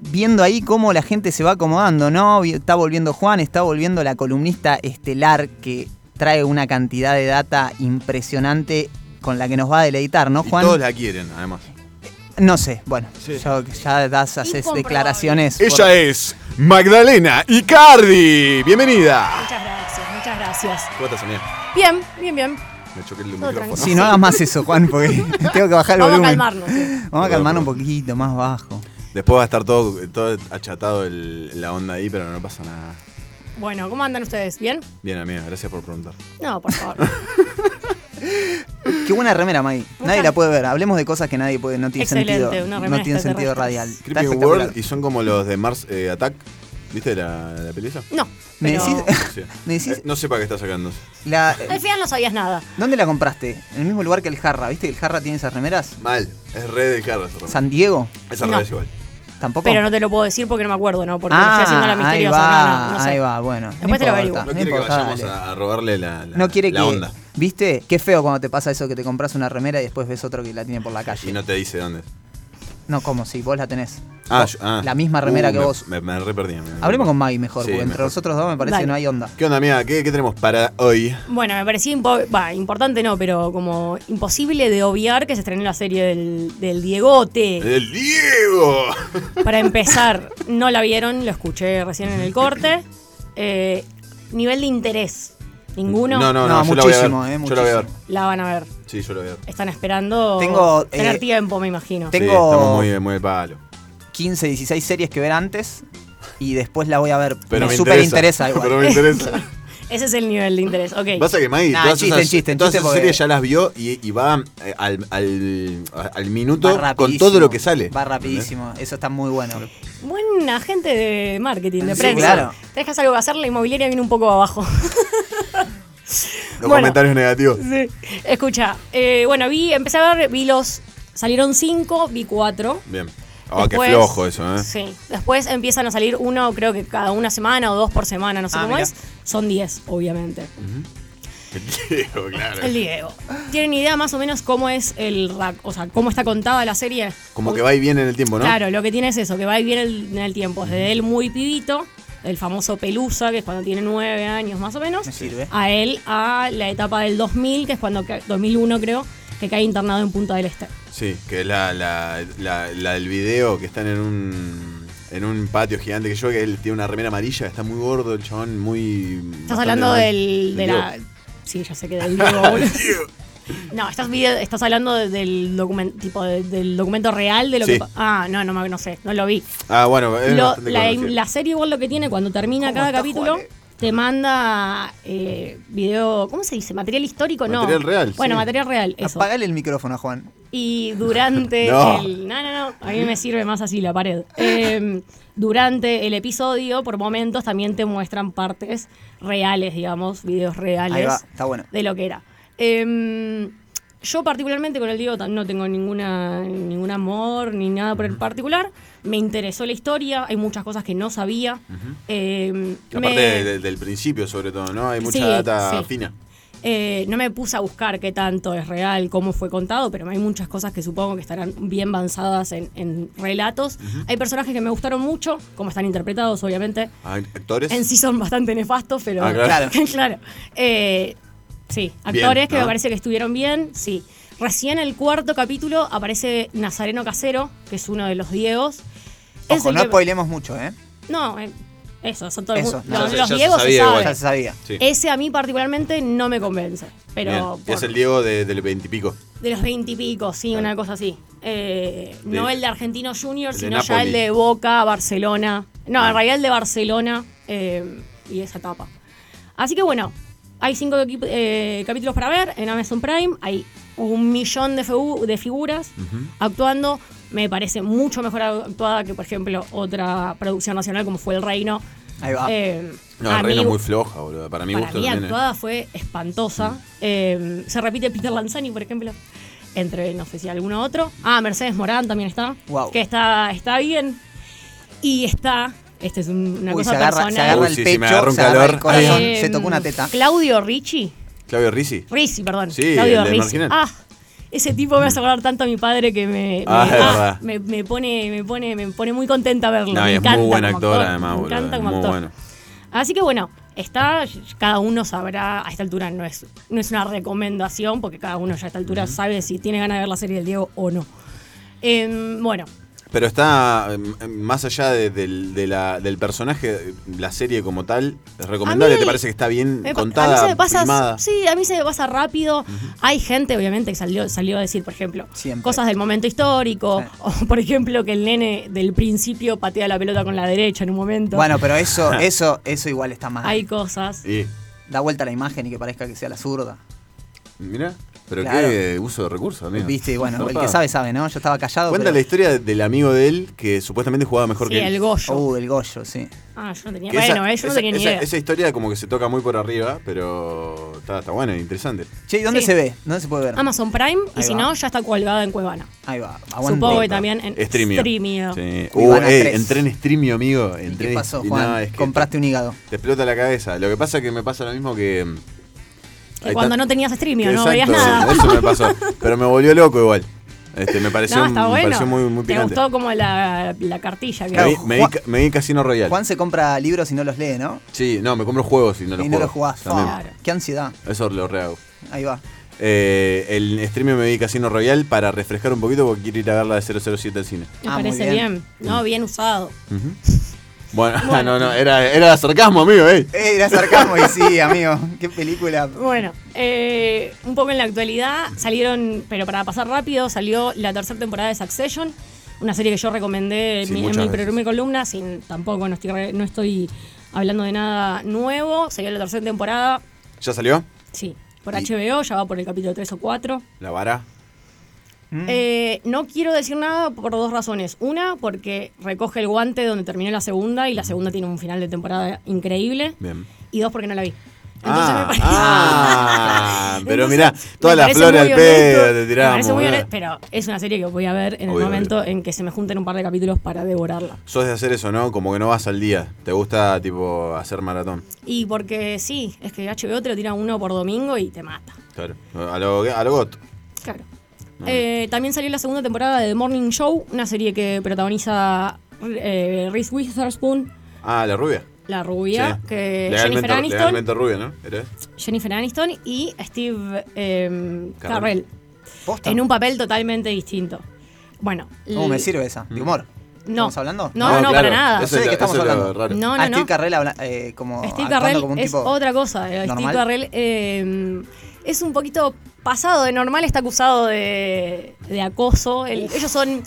Viendo ahí cómo la gente se va acomodando, ¿no? Está volviendo Juan, está volviendo la columnista estelar que trae una cantidad de data impresionante con la que nos va a deleitar, ¿no,
Y
Juan?
todos la quieren, además.
No sé, bueno,
Sí.
ya, ya das, haces
Incomprobable.
declaraciones. por-
Ella es Magdalena Icardi. Bienvenida.
Muchas gracias, muchas gracias.
¿Cómo estás, Sonia?
Bien, bien, bien.
Me choqué el
Todo
micrófono.
tranquilo.
Sí, no hagas más eso, Juan, porque tengo que bajar el
Vamos a
volumen.
calmarnos. eh. sí.
Vamos a calmarnos un poquito, más bajo.
Después va a estar todo, todo achatado el- la onda ahí, pero no pasa nada.
Bueno, ¿cómo andan ustedes? ¿Bien?
Bien, amiga, gracias por preguntar.
No, por favor.
Qué buena remera, May. Nadie la puede ver. Hablemos de cosas que nadie puede. No tiene
Excelente,
sentido.
una remera
no tiene sentido
extraterrestre.
radial. Está
Creepy
espectacular.
World y son como los de Mars eh, Attack. ¿Viste la, la peli esa?
No.
¿Me
pero-
decís?
Sí.
¿Me decís?
Eh, no sé para qué está sacando.
La-
Al final no sabías nada.
¿Dónde la compraste? En el mismo lugar que el Jarra. ¿Viste que el Jarra tiene esas remeras?
Mal. Es re del carro esa remera.
¿San Diego?
Esa
No.
remera es igual.
¿Tampoco?
Pero no te lo puedo decir porque no me acuerdo, ¿no? Porque me
ah,
estoy haciendo la misteriosa.
Ahí va,
no, no, no sé.
ahí va, bueno.
Después te lo averiguo.
No
No
quiere que
importa,
vayamos
dale.
a, a robarle la, la-
No quiere
la
que.
onda.
¿Viste? Qué feo cuando te pasa eso que te compras una remera y después ves otro que la tiene por la calle.
Y no te dice dónde.
No, ¿cómo? Si vos la tenés.
Ah,
Vos,
yo- ah.
La misma remera
Uh,
que
me-
vos.
Me, me re perdí. amiga.
Hablemos con Maggie mejor,
Sí,
porque entre
mejor.
nosotros dos me parece
Dale.
que no hay onda.
¿Qué onda, amiga? ¿Qué, qué tenemos para hoy?
Bueno, me parecía impo- bah, importante, no, pero como imposible de obviar que se estrenó la serie del, del Diegote.
¡El Diego!
Para empezar, no la vieron, lo escuché recién en el corte. Eh, nivel de interés, ninguno
No, no, no.
No,
yo la voy a ver.
muchísimo, eh,
Yo la voy a ver.
muchísimo.
la van a ver.
Sí, yo la voy a ver.
Están esperando
Tengo,
tener
eh,
tiempo, me imagino.
Tengo-
Sí, estamos muy, muy de palo.
15, 16 series que ver antes y después la voy a ver.
Pero me,
súper interesa igual.
Pero me interesa.
Ese es el nivel de interés. Ok.
Pasa que Maggie,
Nah,
todas
chiste,
esas,
chiste,
todas
chiste,
esas
porque-
series ya las vio y, y va eh, al, al, al minuto
Va
con
rapidísimo,
todo lo que sale.
Va rapidísimo, eso está muy bueno.
Buen agente de marketing, de
Sí,
prensa.
claro.
Te dejas algo que hacer, la inmobiliaria viene un poco abajo.
Los
Bueno.
comentarios negativos.
Sí. Escucha, eh, bueno, vi, empecé a ver, vi los. Salieron cinco, vi cuatro.
Bien. Ah,
Después-
qué flojo eso, ¿eh?
Sí. Después empiezan a salir uno, creo que cada una semana o dos por semana, no sé
Ah,
cómo
mira.
es. Son diez, obviamente.
Diego, claro.
El Diego. ¿Tienen idea más o menos cómo es el rack? O sea, cómo está contada la serie.
Como que va y viene en el tiempo, ¿no?
Claro, lo que tiene es eso, que va y viene el- en el tiempo. Desde él muy pibito, el famoso Pelusa, que es cuando tiene nueve años más o menos,
Me sirve.
a él a la etapa del 2000, que es cuando, ca- 2001 creo, que cae internado en Punta del Este.
Sí, que es la, la, la, la del video que están en un, en un patio gigante que yo que él tiene una remera amarilla, está muy gordo, el chabón muy...
Estás
bastante
hablando
mal.
del, de
Diego.
la... Sí, ya sé que del Diego. boludo. No, estás, vide- estás hablando de- del, documen- tipo, de- del documento real de lo
Sí.
que... pa- Ah, no, no, me- no sé, no lo vi.
Ah, bueno, es
Lo-
bastante
la,
conocido.
la serie igual lo que tiene cuando termina
¿Cómo
cada
está,
capítulo
Juanes?
te manda eh, video, ¿cómo se dice? Material histórico, no.
Material real, sí.
Bueno, material real, eso.
Apagale el micrófono, Juan.
Y durante
No.
el. No, no, no. A mí me sirve más así la pared. Eh, durante el episodio, por momentos, también te muestran partes reales, digamos, videos reales
Ahí va, está bueno.
de lo que era. Eh, yo particularmente con el Diego tan- no tengo ninguna, ningún amor ni nada
Mm.
por el particular. Me interesó la historia, hay muchas cosas que no sabía. Eh,
La
me-
parte de- de- del principio, sobre todo, ¿no? Hay mucha
Sí,
data
sí.
fina.
eh, no me puse a buscar qué tanto es real, cómo fue contado, pero hay muchas cosas que supongo que estarán bien avanzadas en, en relatos. Hay personajes que me gustaron mucho, como están interpretados, obviamente.
Ah, ¿Actores?
En sí son bastante nefastos, pero
Ah, claro.
claro. Eh, sí, actores que me
¿no?
parece que estuvieron bien, sí. Recién el cuarto capítulo aparece Nazareno Casero, que es uno de los Diegos. Es
Ojo,
el
no
que-
spoilemos mucho, ¿eh?
no, eh, eso, son todos
Eso,
los,
no.
los
Ya se- ya se
Diegos se,
sabía igual.
sabe.
Ya se sabía.
Sí.
Ese a mí particularmente no me convence, pero...
Bien.
por-
Es el Diego de- del veintipico.
de los veintipico, sí, una cosa así. Eh,
De-
no el de Argentino Junior,
el de
sino ya
Napoli. Ah.
el de Boca, Barcelona. No, en realidad el de Barcelona eh, y esa etapa. Así que bueno, hay cinco equi- eh, capítulos para ver en Amazon Prime. Hay un millón de, fegu- de figuras actuando. Me parece mucho mejor actuada que, por ejemplo, otra producción nacional como fue El Reino.
Ahí va.
Eh,
Ah. No,
a
el reino
mí-
muy floja, boludo. Para mi
para
gusto
mí
también. eh.
actuada fue espantosa. Eh, se repite Peter Lanzani, por ejemplo, entre, no sé si alguno otro. Ah, Mercedes Morán también está.
Guau.
Que está, está bien. Y está, este es un- una
Uy,
cosa
se agarra, se
personal.
agarra
Uy,
el
sí, sí, me
pecho,
agarró un
se agarra el
calor.
corazón,
Eh,
se tocó una teta.
Claudio Ricci,
Claudio Rizzi.
Rizzi, perdón.
Sí,
Claudio
el de
Rizzi.
Marginal.
Ah, ese tipo me hace acordar tanto a mi padre que me, me-
Ah, es
ah,
verdad.
me- me pone, me, pone, me pone muy contenta verlo.
No, y
me
es
encanta
muy buen
como
actor, además,
Me
boludo,
encanta
es
como
muy
actor.
bueno.
Así que bueno, está, cada uno sabrá, a esta altura no es, no es una recomendación, porque cada uno ya a esta altura sabe si tiene ganas de ver la serie del Diego o no. Em, bueno,
Pero está mm, más allá de- del, de la- del personaje, la serie como tal, ¿es recomendable?
mí-
¿Te parece que está bien
Me pa-
contada?
a mí se me pasa,
filmada?
Sí, a mí se me pasa rápido. Hay gente, obviamente, que salió, salió a decir, por ejemplo,
Siempre.
cosas del momento histórico.
Sí.
O, por ejemplo, que el nene del principio patea la pelota con la derecha en un momento.
Bueno, pero eso,
Ah.
eso, eso igual está mal.
Hay cosas.
Y,
Da vuelta la imagen y que parezca que sea la zurda.
mira, pero
Claro.
qué uso de recursos, amigo.
Viste, bueno, el
Zarpado.
que sabe, sabe, ¿no? Yo estaba callado.
Cuenta la
pero-
historia del amigo de él que supuestamente jugaba mejor
Sí,
que él.
el Goyo.
Uh, el Goyo, sí.
Ah, yo no tenía.
Que
Bueno, eh, yo no
esa-
tenía ni
esa-
idea.
esa historia como que se toca muy por arriba, pero está, está buena, interesante.
Che, ¿y dónde
Sí.
se ve? ¿Dónde se puede ver?
Amazon Prime, y
Ahí
si
va.
no, ya está colgada en Cuevana.
Ahí va, aguante.
Supongo que también en
Streamio.
Streamio.
Sí.
Y
Uh,
van a
eh,
tres.
entré en streamio, amigo.
¿Y
Entré
¿Qué
en-
pasó,
y
Juan?
nada, es que
Compraste un hígado.
Te explota la cabeza. Lo que pasa es que me pasa lo mismo que. mm,
Que cuando no tenías Streamio, no
Exacto,
veías nada.
Eso me pasó. Pero me volvió loco igual. Este, me pareció,
no, está
me
bueno.
pareció muy, muy
Te
picante.
gustó como la, la cartilla. que
Me, vi,
Claro,
me vi
Juan-
ca- me vi Casino Royal.
Juan se compra libros y no los lee, ¿no?
Sí, no, me compro juegos y no los
y
juego.
no los jugás.
También.
Fa,
Claro.
Qué ansiedad.
Eso lo rehago.
Ahí va.
Eh, el streaming me vi Casino Royal para refrescar un poquito porque quiero ir a ver la de 007 al cine.
Me
Ah, muy
parece
bien.
bien. No,
Mm.
bien usado.
Bueno, no, no, era, era sarcasmo, amigo, eh.
Eh, era sarcasmo y sí, amigo. Qué película.
Bueno, eh, un poco en la actualidad salieron, pero para pasar rápido, salió la tercera temporada de Succession, una serie que yo recomendé en
Sí,
mi- en mi,
muchas veces.
primer columna, sin, tampoco no estoy, re- no estoy hablando de nada nuevo. Salió la tercera temporada,
¿Ya salió?
sí, por
Y-
HBO, ya va por el capítulo 3 o 4.
La vara. Mm.
Eh, no quiero decir nada por dos razones. Una, porque recoge el guante donde terminó la segunda y la segunda tiene un final de temporada increíble.
Mm. Bien.
Y dos, porque no la vi. Entonces me
Ah,
parece-
ah, pero
Entonces,
mirá,
me
toda la
parece
flor
muy
al
honesto,
pedo te
me
tiramos.
parece muy
boludo.
honesto, Pero es una serie que voy a ver en
Obvio,
el momento
obvio.
en que se me junten un par de capítulos para devorarla.
Sos de hacer eso, ¿no? Como que no vas al día. Te gusta, tipo, hacer maratón.
Y porque sí, es que HBO te lo tira uno por domingo y te mata.
Claro. A lo, a lo got.
Claro. Eh, también salió la segunda temporada de The Morning Show, una serie que protagoniza eh, Reese Witherspoon,
Ah, la rubia.
la rubia,
Sí.
que
legalmente,
Jennifer Aniston,
legalmente rubia, ¿no? ¿Era?
Jennifer Aniston y Steve eh,
Carell.
Carell,
Posta.
en un papel totalmente distinto. Bueno,
No,
l-
me sirve esa.
Mm.
¿De humor?
No.
¿Estamos hablando?
No, no, no, para nada.
Ah, Eso
No sé
es
de
lo-
qué estamos
eso es lo
hablando.
raro.
No,
Ah,
no,
Steve
no.
Carrell habla eh, como
Steve
actuando
Carrell
como un
es
tipo...
otra cosa. Eh, Steve
normal.
Carrell eh, es un poquito pasado de normal, está acusado de, de acoso. El- ellos son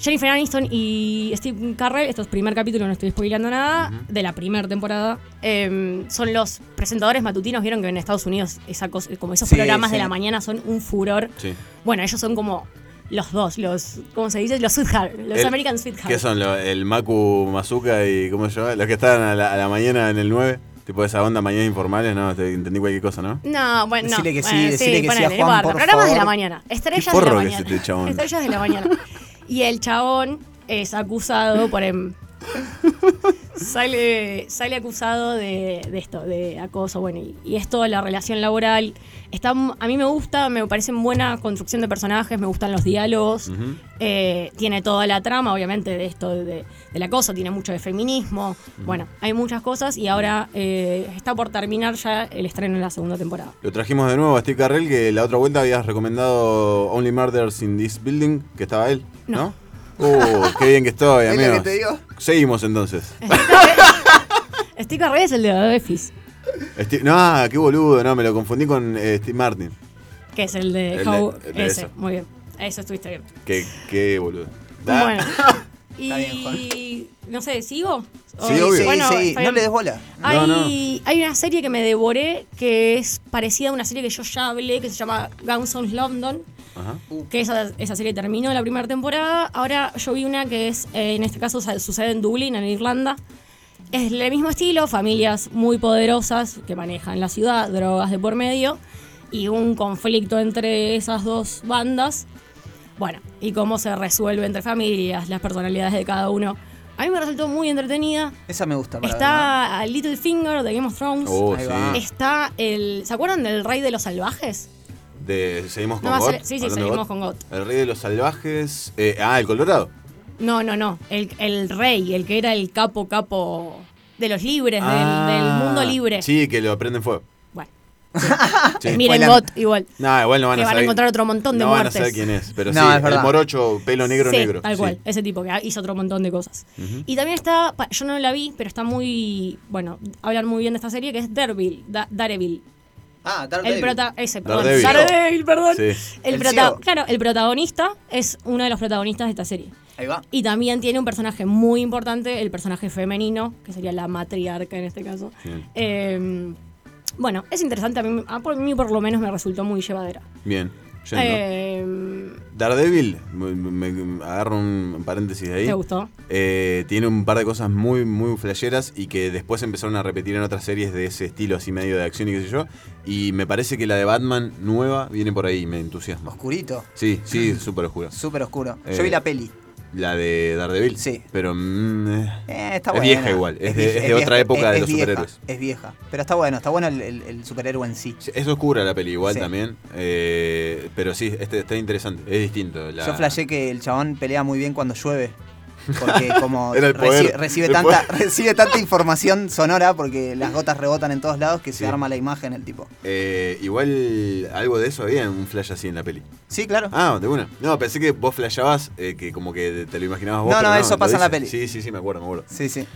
Jennifer Aniston y Steve Carrell. Esto es primer capítulo, no estoy spoileando nada, de la primera temporada. Eh, son los presentadores matutinos. Vieron que en Estados Unidos esa cosa- como esos
Sí,
programas
sí.
de la mañana son un furor.
Sí.
Bueno, ellos son como los dos, los, ¿cómo se dice? Los Sweetheart, los
El-
American Sweetheart.
¿Qué son? lo- el Macu Mazuka y ¿cómo se llama? Los que estaban a la, a la mañana en el 9. Tipo esa onda mañana informales, ¿no? Te- entendí cualquier cosa, ¿no?
No, bueno, no.
Decile que sí,
Bueno,
decile que sí a
ponele,
Juan,
guarda.
por
Programas de la
favor.
mañana.
Qué
Estrellas de la
forro que es
mañana.
este chabón.
Estrellas de la mañana. Y el chabón es acusado por. em, sale, sale acusado de, de esto, de acoso. Bueno, y, y esto, la relación laboral. Está, a mí me gusta, me parece buena construcción de personajes, me gustan los diálogos. Eh, tiene toda la trama, obviamente, de esto de, del acoso, tiene mucho de feminismo. Bueno, hay muchas cosas y ahora eh, está por terminar ya el estreno de la segunda temporada.
Lo trajimos de nuevo a Steve Carrell, que la otra vuelta habías recomendado Only Murders in This Building, que estaba él, ¿no? Uh, qué bien que estoy,
¿Ves lo
amigo.
que te digo?
Seguimos entonces.
Steve Carell es el de Adefis,
Steve- no, ah, qué boludo, no, me lo confundí con eh, Steve Martin.
que es el
El
de
de-
How.
el de
ese,
eso.
muy bien. Eso estuviste bien.
Qué, qué boludo. Ah,
Bueno.
Está bien, Juan.
Y no sé, ¿sigo? O-
Sí, obvio.
sí,
bueno,
sí. No
está bien.
le des bola.
Hay,
No, no.
hay una serie que me devoré que es parecida a una serie que yo ya hablé que se llama Guns of London.
Ajá.
Que esa, esa serie terminó la primera temporada. Ahora yo vi una que es, eh, en este caso, sa- sucede en Dublín, en Irlanda. Es el mismo estilo, familias muy poderosas que manejan la ciudad, drogas de por medio y un conflicto entre esas dos bandas. Bueno, y cómo se resuelve entre familias, las personalidades de cada uno. A mí me resultó muy entretenida.
Esa me gusta. para verla.
Está a Littlefinger de Game of Thrones.
Oh,
Ahí
sí.
va.
Está el. ¿Se acuerdan del Rey de los Salvajes?
De, ¿Seguimos con
No,
Got?
hace- sí, sí,
¿Hablando de
seguimos
Got?
con Got.
El rey de los salvajes. eh, ah, el Colorado.
No, no, no. El, el rey, el que era el capo, capo de los libres, del-
Ah,
del, mundo libre.
Sí, que lo prenden fuego.
Bueno,
Sí.
miren
Spoiler.
Got igual.
No, igual no van
Que
a
van a
saber-
encontrar otro montón de
no
muertes.
No van a saber quién es, pero
No,
sí,
es
el
verdad.
morocho, pelo negro,
Sí,
negro.
Tal
sí.
cual, ese tipo que hizo otro montón de cosas. Y también está, pa- yo no la vi, pero está muy, bueno, hablan muy bien de esta serie, que es Daredevil. Da- Daredevil.
Ah,
El
Daredevil.
prota ese, perdón.
Daredevil.
Daredevil, perdón.
Sí.
El
El
prota-
ciego.
claro, el protagonista es uno de los protagonistas de esta serie.
Ahí va.
Y también tiene un personaje muy importante, el personaje femenino, que sería la matriarca en este caso.
Bien.
Eh, bueno, es interesante, a mí, a por mí por lo menos me resultó muy llevadera.
Bien. yendo.
Eh,
Daredevil, me, me- me agarro un paréntesis de ahí.
¿Te gustó?
Eh, tiene un par de cosas muy, muy flasheras y que después empezaron a repetir en otras series de ese estilo, así medio de acción y qué sé yo. Y me parece que la de Batman nueva viene por ahí, me entusiasma.
Oscurito.
Sí, sí, súper oscura.
Súper oscuro.
Eh,
Yo vi la peli.
La de Daredevil.
Sí.
Pero. mm, eh.
Eh,
es
está buena.
vieja igual, es de-
vie-
es de otra época de los
vieja,
superhéroes.
Es vieja. Pero está bueno, está bueno el, el- el superhéroe en sí.
Es oscura la peli igual
Sí.
también. eh, pero sí, este está interesante. Es distinto. la-
Yo flashé que el chabón pelea muy bien cuando llueve. Porque como
Era el
reci-
poder,
recibe,
el
tanta,
poder.
recibe tanta información sonora porque las gotas rebotan en todos lados que
Sí.
se arma la imagen el tipo.
Eh, igual algo de eso había en un flash así en la peli.
Sí, claro.
Ah, de una. No, pensé que vos flasheabas, eh, que como que te lo imaginabas vos.
No,
pero
no, eso
lo
pasa en la
dice. Sí,
peli.
sí, sí, me acuerdo, me acuerdo.
Sí, sí.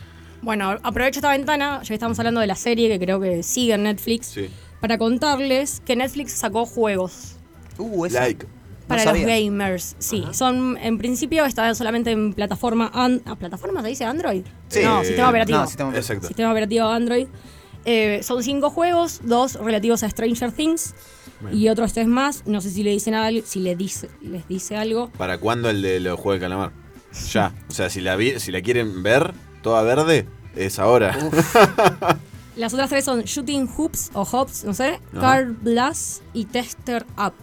Bueno, aprovecho esta ventana, ya que estamos hablando de la serie que creo que sigue en Netflix,
Sí.
para contarles que Netflix sacó juegos
Uh, esa.
Like.
No
para los
sabía.
gamers. Sí, son en principio está solamente en plataforma an- ¿a plataforma se dice Android.
Sí.
No,
Eh,
sistema operativo.
no, sistema-
Exacto.
Sistema operativo Android. Eh, son cinco juegos, dos relativos a Stranger Things y otros tres más. No sé si le dicen algo, si le dice, les dice algo.
¿Para cuándo el de los Juegos de Calamar? Ya. O sea, si la, vi- si la quieren ver toda verde, es ahora.
Las otras tres son Shooting Hoops o Hops, no sé,
Ajá.
Card Blast y Tester Up.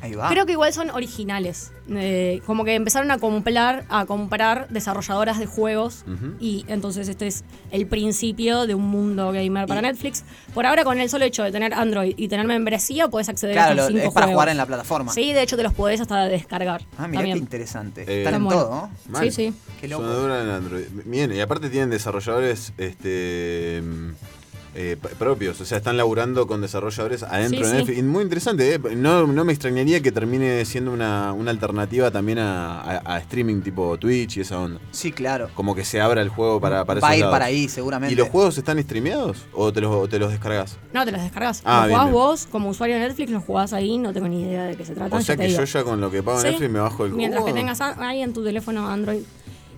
Ahí va.
Creo que igual son originales. Eh, como que empezaron a comprar, a comprar desarrolladoras de juegos.
Ujú.
Y entonces este es el principio de un mundo gamer para Netflix. Por ahora, con el solo hecho de tener Android y tener membresía, puedes acceder a
claro,
estos
lo- es
cinco
para
juegos.
jugar en la plataforma.
Sí, de hecho te los podés hasta descargar.
Ah, mira qué
también.
interesante.
Eh,
Están en
Está bueno.
todo, ¿no?
Mal.
Sí, sí.
Qué loco.
Sonadora en Android. Bien, y aparte tienen desarrolladores este mm, eh, p- propios, o sea, están laburando con desarrolladores adentro
Sí,
de
sí.
Netflix. Y Muy interesante, ¿eh? no, no me extrañaría que termine siendo una, una alternativa también a, a- a streaming tipo Twitch y esa onda.
Sí, claro.
Como que se abra el juego para, para
Va a
esos
ir
lados.
para ahí, seguramente.
¿Y los juegos están streameados o te los, o te los descargas?
No, te los descargas.
Ah,
los
bien,
jugás
bien.
vos, como usuario de Netflix, los jugás ahí, no tengo ni idea de qué se trata.
O sea
te
que
digo.
yo ya con lo que pago en
Sí.
Netflix me bajo el juego.
Mientras que tengas a- ahí en tu teléfono Android.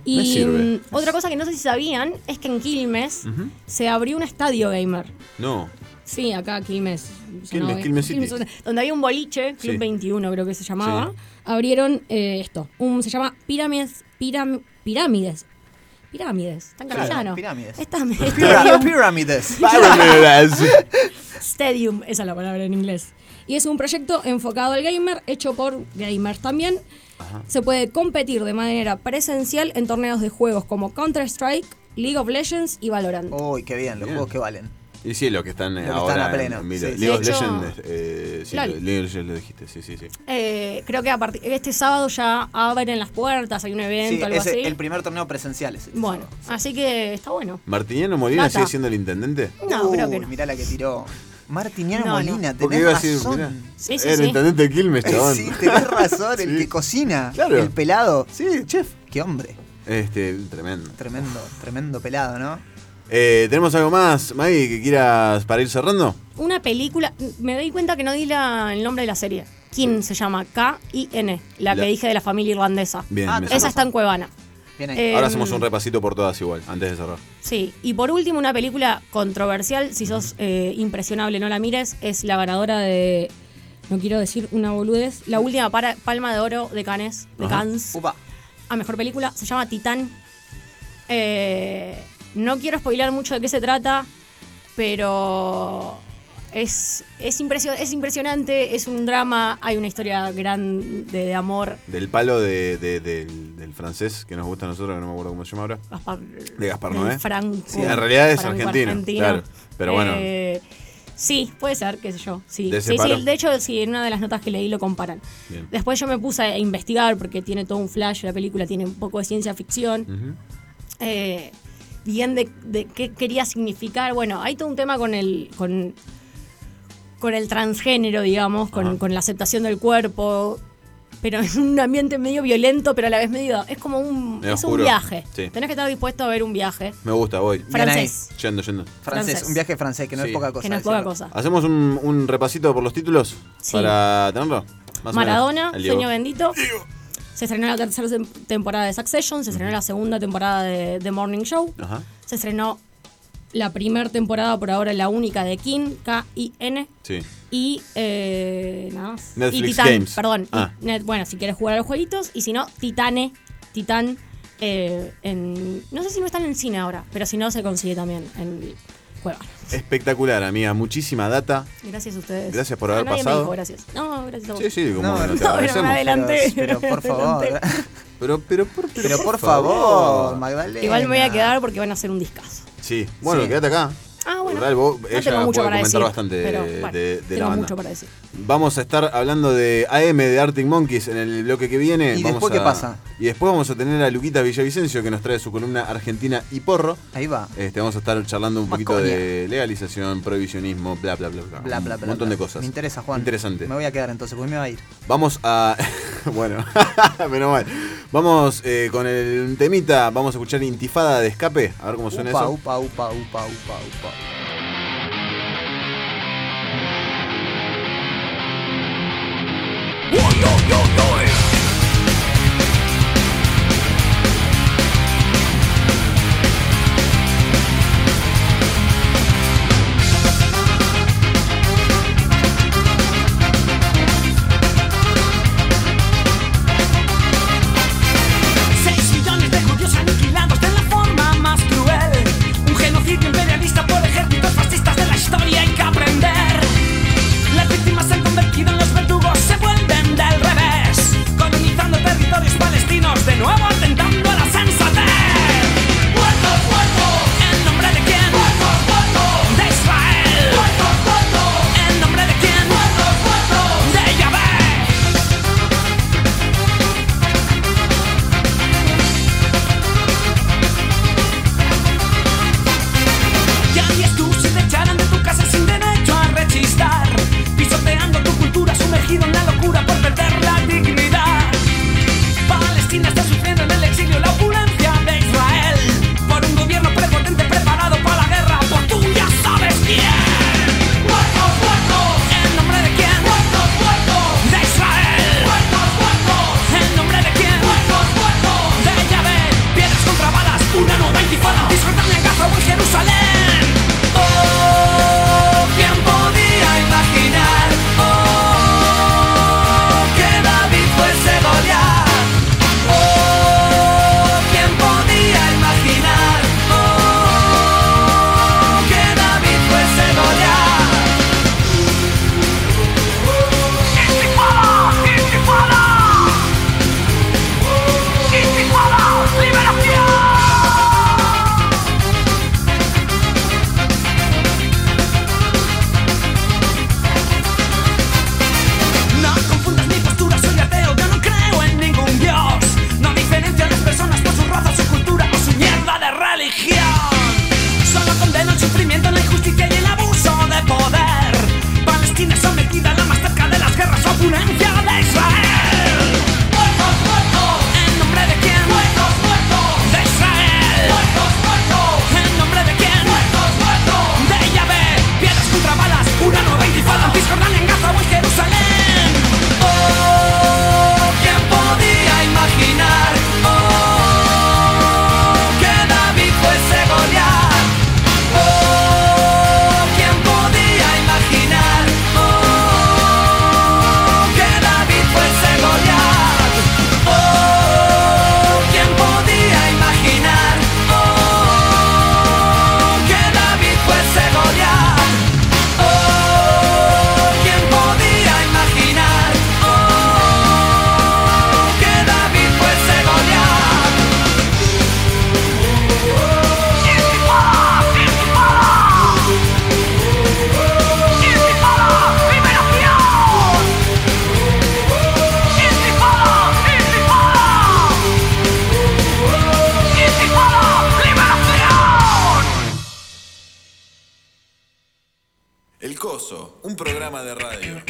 Me
Y
sirve.
mm, otra cosa que no sé si sabían es que en Quilmes
Ujú.
se abrió un estadio gamer.
No,
Sí, acá Quilmes.
Quilmes,
Sonaba-
Quilmes City.
donde había un boliche, Club
Sí.
21 creo que se llamaba.
Sí.
Abrieron eh, esto. Un, se llama Pirámides. piram- pirámides. Pirámides. Está en
Claro,
castellano.
pirámides.
Esta-
Pira-
Stadium,
Pyramides.
stadium, esa es la palabra en inglés. Y es un proyecto enfocado al gamer, hecho por gamers también. Se puede competir de manera presencial en torneos de juegos como Counter-Strike, League of Legends y Valorant.
Uy, qué bien, los
Bien.
juegos que valen.
Y sí, los que están eh,
Los que
ahora.
están a pleno,
en- en
sí,
League
sí.
of
De hecho-
Legends. eh, sí,
Claro.
League of Legends lo dijiste, sí, sí, sí.
Eh, creo que a partir este sábado ya abren las puertas, hay un evento,
Sí,
algo
es
así.
el primer torneo presencial. ese.
Bueno, así que está bueno.
¿Martiniano Molina
Plata.
sigue siendo el intendente?
No,
Uy,
creo que no.
Mirá la que tiró. Martiniano
No, no.
Molina,
Porque
tenés
iba a decir,
razón. Eh,
mirá,
Sí, sí,
era
sí.
intendente de Quilmes, chabón.
sí, tenés razón, el
Sí.
que cocina,
Claro.
el pelado.
Sí, chef.
Qué hombre,
Este, tremendo.
tremendo, tremendo pelado, ¿no?
Eh, ¿Tenemos algo más, Maggie, que quieras para ir cerrando?
Una película, me doy cuenta que no di la- el nombre de la serie. Kin se llama K-I-N, la,
La-
que dije de la familia irlandesa.
Bien,
Ah,
me
Esa
cerró.
está en Cuevana.
Bien ahí.
Eh,
Ahora hacemos un repasito por todas igual, antes de cerrar.
Sí, y por último, una película controversial, si sos eh, impresionable no la mires, es la ganadora de, no quiero decir una boludez, la última para- palma de oro de Cannes, de
Ajá.
Cannes,
Upa,
a mejor película, se llama Titán. Eh, no quiero spoilear mucho de qué se trata, pero Es, es, impresio- es impresionante, es un drama, hay una historia grande de amor.
Del palo de, de- del- del francés que nos gusta a nosotros, que no me acuerdo cómo se llama ahora.
Gaspar-
De Gaspar Noé.
Franco.
Sí, en realidad es
Franco
argentino, claro. Pero bueno.
Eh, sí, puede ser, qué sé yo. Sí,
De ese
sí, sí,
palo.
de hecho, sí, en una de las notas que leí lo comparan.
Bien.
Después yo me puse a investigar porque tiene todo un flash, la película tiene un poco de ciencia ficción.
Ujú.
eh, bien de, de qué quería significar. Bueno, hay todo un tema con el, con, con el transgénero, digamos, con,
Ajá.
con la aceptación del cuerpo. Pero es un ambiente medio violento, pero a la vez medio. Es como un,
Medio
es un
oscuro.
viaje.
Sí.
Tenés que estar dispuesto a ver un viaje.
Me gusta, voy.
ahí.
Francés.
Yendo, yendo.
Francés,
Francés.
un viaje francés, que no
Sí.
es poca cosa.
Que no es poca
decirlo.
cosa.
¿Hacemos un, un repasito por los títulos?
Sí.
Para tenerlo. Más o menos.
Maradona,
El Diego.
Sueño Bendito. Se estrenó la tercera tem- temporada de Succession, se estrenó la segunda temporada de The Morning Show.
Ajá.
Se estrenó la primera temporada, por ahora la única de Kin, K-I-N.
Sí.
Y. eh, nada más.
Netflix
y Titán,
Games.
Perdón.
Ah.
Y Net- bueno, si quieres jugar a los jueguitos. Y si no, Titane. Titán. eh, en, no sé si no están en cine ahora, pero si no, se consigue también en Cueva.
Espectacular, amiga. Muchísima data.
Gracias a ustedes. Ah,
Gracias por haber
nadie me
pasado.
dijo gracias. No, gracias a vos.
Sí, sí, como
No,
no, te
no,
agradecemos.
no,
Pero-
Adelante.
Pero, por favor.
Adelante.
pero, pero, por- pero
Pero por favor, Magdalena.
Igual me voy a quedar porque van a hacer un discazo.
Sí. Bueno,
Sí.
quédate acá.
Ah, bueno.
Total, vos-
no
ella
tengo mucho
puede
para
comentar
decir.
bastante de-
pero, bueno,
de- de la
tengo
banda.
mucho para decir.
Vamos a estar hablando de AM de Arctic Monkeys en el bloque que viene.
¿Y
Vamos
después qué
a-
pasa?
Y después vamos a tener a Luquita Villavicencio que nos trae su columna Argentina y Porro.
Ahí va.
Este, vamos a estar charlando un poquito
Maconia.
de legalización, prohibicionismo, bla, bla, bla, bla.
Bla, bla, bla.
Un montón
bla.
de cosas.
Me interesa, Juan.
Interesante.
Me voy a quedar entonces, porque me va a ir.
Vamos a. bueno, menos mal. Vamos eh, con el temita. Vamos a escuchar Intifada de Escape. A ver cómo suena
Upa,
eso.
upa, upa, upa, upa, upa.
Seis millones de judíos aniquilados de la forma más cruel. Un genocidio imperialista por ejércitos fascistas de la historia hay que aprender. Las víctimas se han convertido en los verdugos, se vuelven del revés.
pues Oh, Oh, Oh, Oh, Oh, Oh, Oh, Oh,
El Coso, un programa de radio.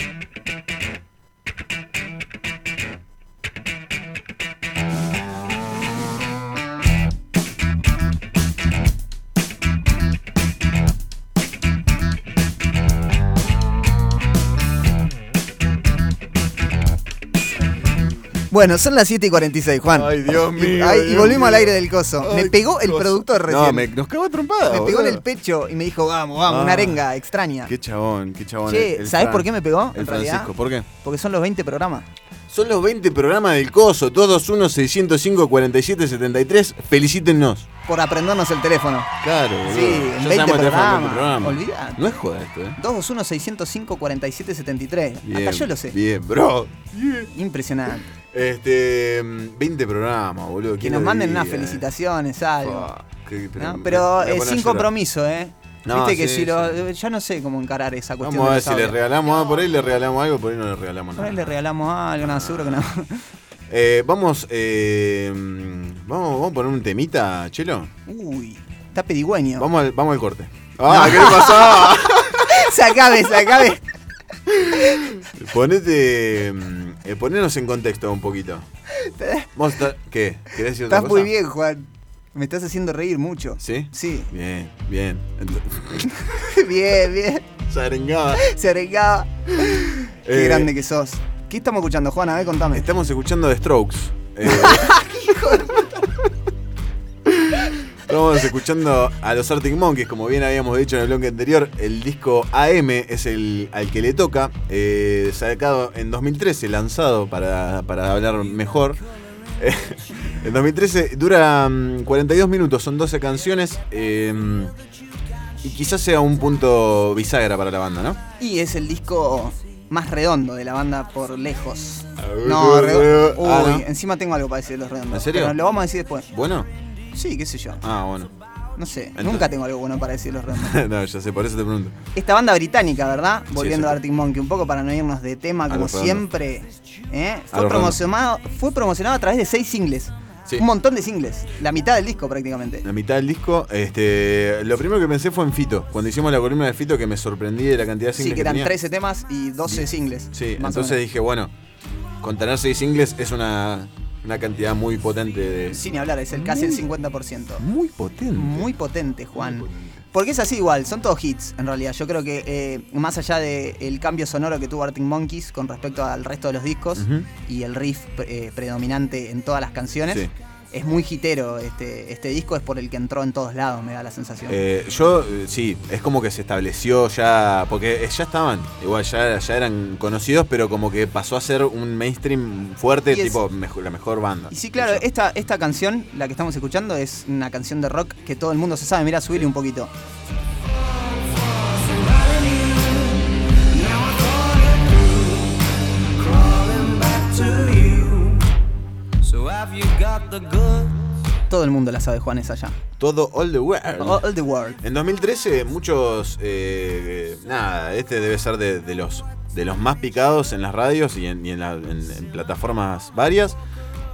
Bueno, son las 7 y 46, Juan.
Ay, Dios mío,
Y, ay, y
Dios
volvimos al
mío.
aire del coso.
Ay,
me pegó el
coso.
productor recién.
No, me,
me,
nos cagó a trompada.
pegó en
boludo.
el pecho y me dijo, vamos, vamos,
Ah.
una arenga extraña.
Qué chabón, qué chabón.
Che,
el- el
¿sabés
Fran-
por qué me pegó,
El
en realidad?
Francisco, ¿por qué?
Porque son los 20 programas.
Son los 20 programas del Coso, 221-605-4773. Felicítennos.
Por aprendernos el teléfono.
Claro, boludo. Ya
Sí, en 20
sabemos el teléfono de
programas.
tu programa.
Olvidate.
No es joda esto, ¿eh?
221-605-4773.
Bien,
Hasta yo lo sé.
Bien, bro.
Impresionante.
Este. mm, 20 programas, boludo.
Que
¿quién
nos
lo
manden
diría, eh?
unas felicitaciones, algo.
Fua, qué-
¿no?
me-
Pero
me voy a
es
poner
sin
a llorar.
compromiso, ¿eh?
No,
Viste que
sí,
si lo. Yo no sé cómo encarar esa cuestión.
Vamos a
de
ver
los
si le
audios.
regalamos. ah, por ahí le regalamos algo, por ahí no le regalamos
Por
nada.
ahí le regalamos algo, no, seguro que no.
Eh, vamos, eh, mm, vamos, vamos a poner un temita, Chelo.
Uy, está pedigüeño.
Vamos al, vamos al corte. Ah, ¿qué le pasaba?
Sacame, sacame.
Ponete. mm, eh, ponenos en contexto un poquito. Vamos a estar- ¿Qué? ¿Querés decir otra
Estás muy
cosa?
bien, Juan. Me estás haciendo reír mucho.
¿Sí?
Sí.
Bien, bien. Ent-
bien, bien.
Se arengaba.
Se arengaba. Qué
Eh,
grande que sos. ¿Qué estamos escuchando, Juan? A ver, contame.
Estamos escuchando The Strokes. Eh, Estamos escuchando a los Arctic Monkeys, como bien habíamos dicho en el bloque anterior, el disco AM es el al que le toca, eh, sacado en 2013, lanzado para, para hablar mejor. Eh, en 2013 dura mm, 42 minutos, son 12 canciones eh, y quizás sea un punto bisagra para la banda, ¿no?
Y es el disco más redondo de la banda por lejos. No, redondo. Uy,
Ah, ¿no?
encima tengo algo para decir de los redondos.
¿En serio?
Pero lo vamos a decir después.
Bueno,
Sí, qué sé yo.
ah, bueno.
No sé.
Entonces-
Nunca tengo algo bueno para decir de los redondos.
no, ya sé, por eso te pregunto.
Esta banda británica, ¿verdad? Volviendo
sí.
a Arctic Monkey, un poco para no irnos de tema,
A
como
los redondos.
siempre. ¿eh?
A
Fue,
los
promocionado, fue promocionado a través de seis singles.
Sí.
Un montón de singles. La mitad del disco prácticamente.
La mitad del disco, este, lo primero que pensé fue en Fito. Cuando hicimos la columna de Fito, que me sorprendí de la cantidad de
Sí,
singles
que eran
tenía.
13 temas y 12 singles.
Sí,
más o
entonces
menos.
dije, bueno, con tener seis singles es una, una cantidad muy potente de.
Sin hablar, es el casi
"Mm".
el 50%.
Muy potente.
Muy potente, Juan. Porque es así igual, son todos hits en realidad. Yo creo que eh, más allá del cambio sonoro que tuvo Arctic Monkeys con respecto al resto de los discos
Ujú.
y el riff eh, predominante en todas las canciones,
Sí.
es muy hitero este, este disco, es por el que entró en todos lados, me da la sensación.
Eh, yo, eh, sí, es como que se estableció ya, porque eh, ya estaban, igual ya, ya eran conocidos, pero como que pasó a ser un mainstream fuerte,
Y es-
tipo mejo- la mejor banda.
y sí, claro,
Eso.
esta, esta canción, la que estamos escuchando, es una canción de rock que todo el mundo se sabe. Mira, subirle un poquito. Todo el mundo la sabe, Juan, es allá.
Todo All the World.
All, all the world.
En 2013 muchos, eh, nada, este debe ser de, de los de los más picados en las radios y en, y en la- en- en plataformas varias,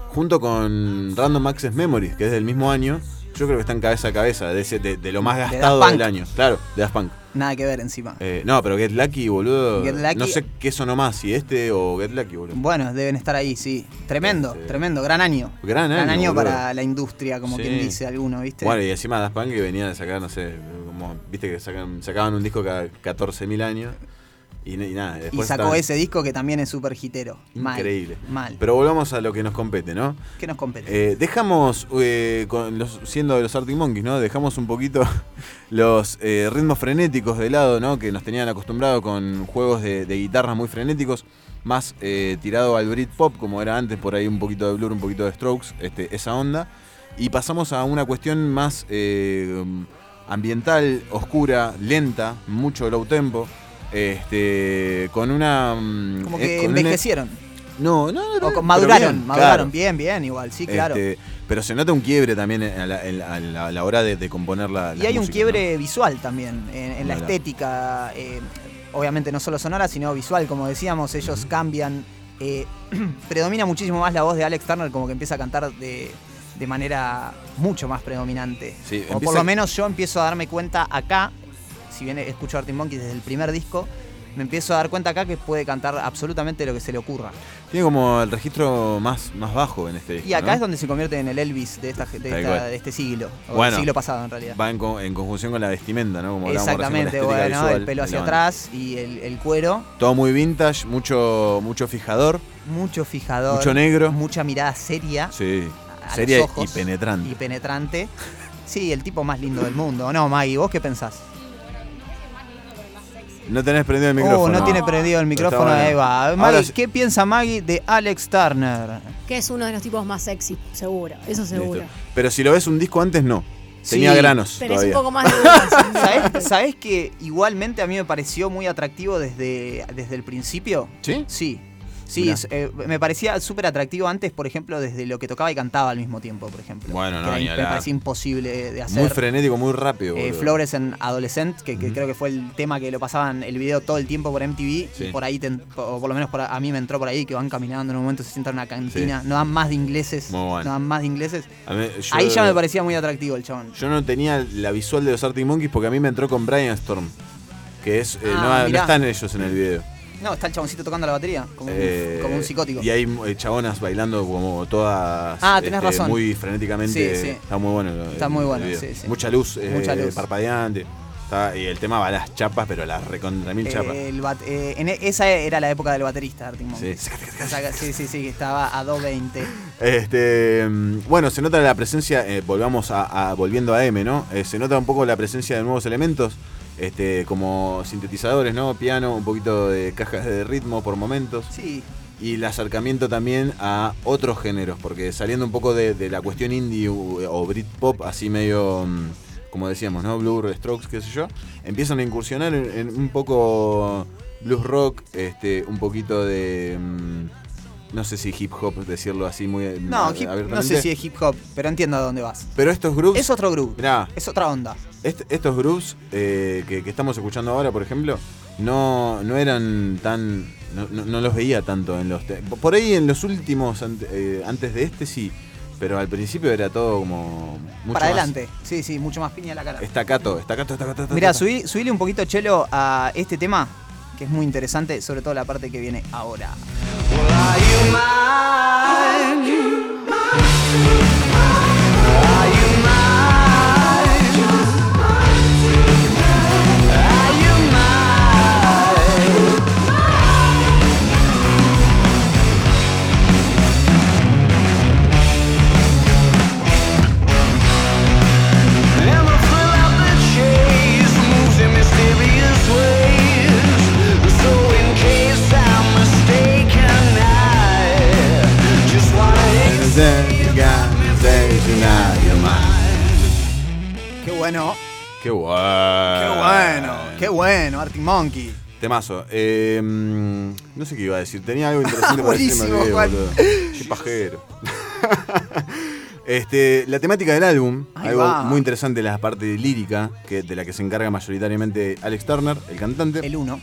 junto con Random Access Memories, que es del mismo año. Yo creo que están cabeza a cabeza de, ese- de- de lo más
De Daft
gastado del
Punk.
año. Claro, de Daft Punk.
Nada que ver encima.
Eh, no, pero Get Lucky, boludo.
Get Lucky-
No sé qué sonó más, si este o Get Lucky, boludo.
Bueno, deben estar ahí, sí. Tremendo,
Sí.
tremendo, gran año.
Gran año, boludo.
para la industria, como
Sí.
quien dice alguno, ¿viste?
Bueno, y encima Daft Punk que venía de sacar, no sé, como, viste que sacan- sacaban un disco cada 14.000 años. Y, y nada,
y
después
sacó
estaban-
ese disco que también es súper hitero. Mal,
Increíble.
Mal.
Pero volvamos a lo que nos compete, ¿no?
¿Qué nos compete?
Eh, dejamos, eh, con los, siendo de los Arctic Monkeys, ¿no? Dejamos un poquito los eh, ritmos frenéticos de lado, ¿no? Que nos tenían acostumbrado con juegos de, de guitarras muy frenéticos, más eh, tirado al Britpop, como era antes, por ahí un poquito de Blur, un poquito de Strokes, este, esa onda. Y pasamos a una cuestión más eh, ambiental, oscura, lenta, mucho low tempo. Este, con una. mm,
como
eh,
que
con una-
envejecieron.
no, no, no.
o
no,
con- maduraron,
pero bien,
maduraron.
claro.
Bien, bien, igual, sí, claro.
Este, pero se nota un quiebre también a la, en la- a la- a la hora de, de componer la.
y
las
hay un
músicas,
quiebre visual también, en, en la
Claro.
estética, eh, obviamente no solo sonora, sino visual, como decíamos, ellos cambian, eh, predomina muchísimo más la voz de Alex Turner, como que empieza a cantar de, de manera mucho más predominante.
Sí,
o por
empieza-
lo menos yo empiezo a darme cuenta acá, si bien escucho Arctic Monkeys desde el primer disco, me empiezo a dar cuenta acá que puede cantar absolutamente lo que se le ocurra.
Tiene como el registro más, más bajo en este disco.
Y acá
¿no?
es donde se convierte en el Elvis de, esta, de,
Tal
esta-
cual.
de este siglo, o
Bueno.
del siglo pasado en realidad.
Va en, co- en conjunción con la vestimenta, ¿no? Como hablábamos recién, con la
Exactamente,
estética
bueno,
visual
el pelo
de la
hacia
banda.
atrás y el, el cuero,
Todo muy vintage, mucho, mucho fijador.
mucho fijador,
Mucho negro.
mucha mirada seria,
Sí.
a los
Seria y
ojos,
penetrante.
y penetrante. Sí, el tipo más lindo del mundo. No, Maggie, ¿vos qué pensás?
No tenés prendido el micrófono.
Oh, no tiene prendido el micrófono,
Está bueno.
ahí va.
Ahora
Maggie,
sí-
¿qué piensa Maggie de Alex Turner?
Que es uno de los tipos más sexy, seguro. Eso seguro.
Listo. Pero si lo ves un disco antes, no. Tenía
Sí,
granos.
Tenés
todavía.
un poco más de dudas.
¿Sabés, sabés que igualmente a mí me pareció muy atractivo desde, desde el principio?
¿Sí?
Sí. Sí,
Mirá.
es- eh, me parecía súper atractivo antes, por ejemplo, desde lo que tocaba y cantaba al mismo tiempo, por ejemplo.
Bueno,
Que
no,
era
ni
im- Me
hablar.
parecía imposible de hacer.
Muy frenético, muy rápido.
Eh,
boludo.
Flores en Adolescent, que, que creo que fue el tema que lo pasaban el video todo el tiempo por MTV.
Sí.
Y por ahí, te en- o por lo menos por a, a mí me entró por ahí, que van caminando en un momento, se sientan en una cantina. No dan más de ingleses.
Muy bueno.
No dan más de ingleses.
A mí- yo-
Ahí ya me parecía muy atractivo el chabón.
Yo no tenía la visual de los Arctic Monkeys porque a mí me entró con Brian Storm. Que es. eh,
Ah,
no- no,
mirá.
están ellos en el video.
No, está el chaboncito tocando la batería, como, un-
Eh,
como un psicótico.
Y hay eh, chabonas bailando como todas. este,
Ah, tenés razón.
Muy frenéticamente.
Sí, sí.
Está muy bueno. lo-
Está
el-
muy
el
bueno,
video.
sí, sí.
Mucha luz, eh,
Mucha luz.
parpadeante. Está- y el tema va a las chapas, pero las recontra mil chapas.
Eh, el bat- eh, en e- esa era la época del baterista, Arctic Monkeys.
Sí.
O sea, que- sí, sí, sí, que estaba a 220.
Este, mm, bueno, se nota la presencia, eh, volvamos a, a- volviendo a M, ¿no? Eh, se nota un poco la presencia de nuevos elementos, este, como sintetizadores, ¿no? Piano, un poquito de cajas de ritmo por momentos.
Sí,
Y el acercamiento también a otros géneros, porque saliendo un poco de, de la cuestión indie u- o Britpop, así medio, mm, como decíamos, ¿no? Blur, Strokes, qué sé yo, empiezan a incursionar en, en un poco blues rock, este, un poquito de... mm, no sé si hip hop, decirlo así muy
No,
ab-
hip- no
abiertamente.
sé si es hip hop, pero entiendo a dónde vas.
Pero estos grooves...
Es otro groove.
Mirá,
Es otra onda.
est- estos grooves eh, que, que estamos escuchando ahora, por ejemplo, no, no eran tan. No, no- no los veía tanto en los. te- Por ahí en los últimos, ante- eh, antes de este sí, pero al principio era todo como. mucho
Para
más
adelante. Sí, sí, mucho más piña en la cara.
Estacato, estacato, estacato. estacato.
Mira, subí, subile un poquito chelo a este tema, que es muy interesante, sobre todo la parte que viene ahora. Qué bueno,
Qué bueno.
qué bueno, qué bueno, Arctic Monkey.
Temazo. Eh, mm, no sé qué iba a decir. Tenía algo interesante para decirme
Buenísimo, Juan.
Qué pajero. este, la temática del álbum,
Ahí
algo
va.
muy interesante, la parte lírica, que, de la que se encarga mayoritariamente Alex Turner, el cantante.
El 1.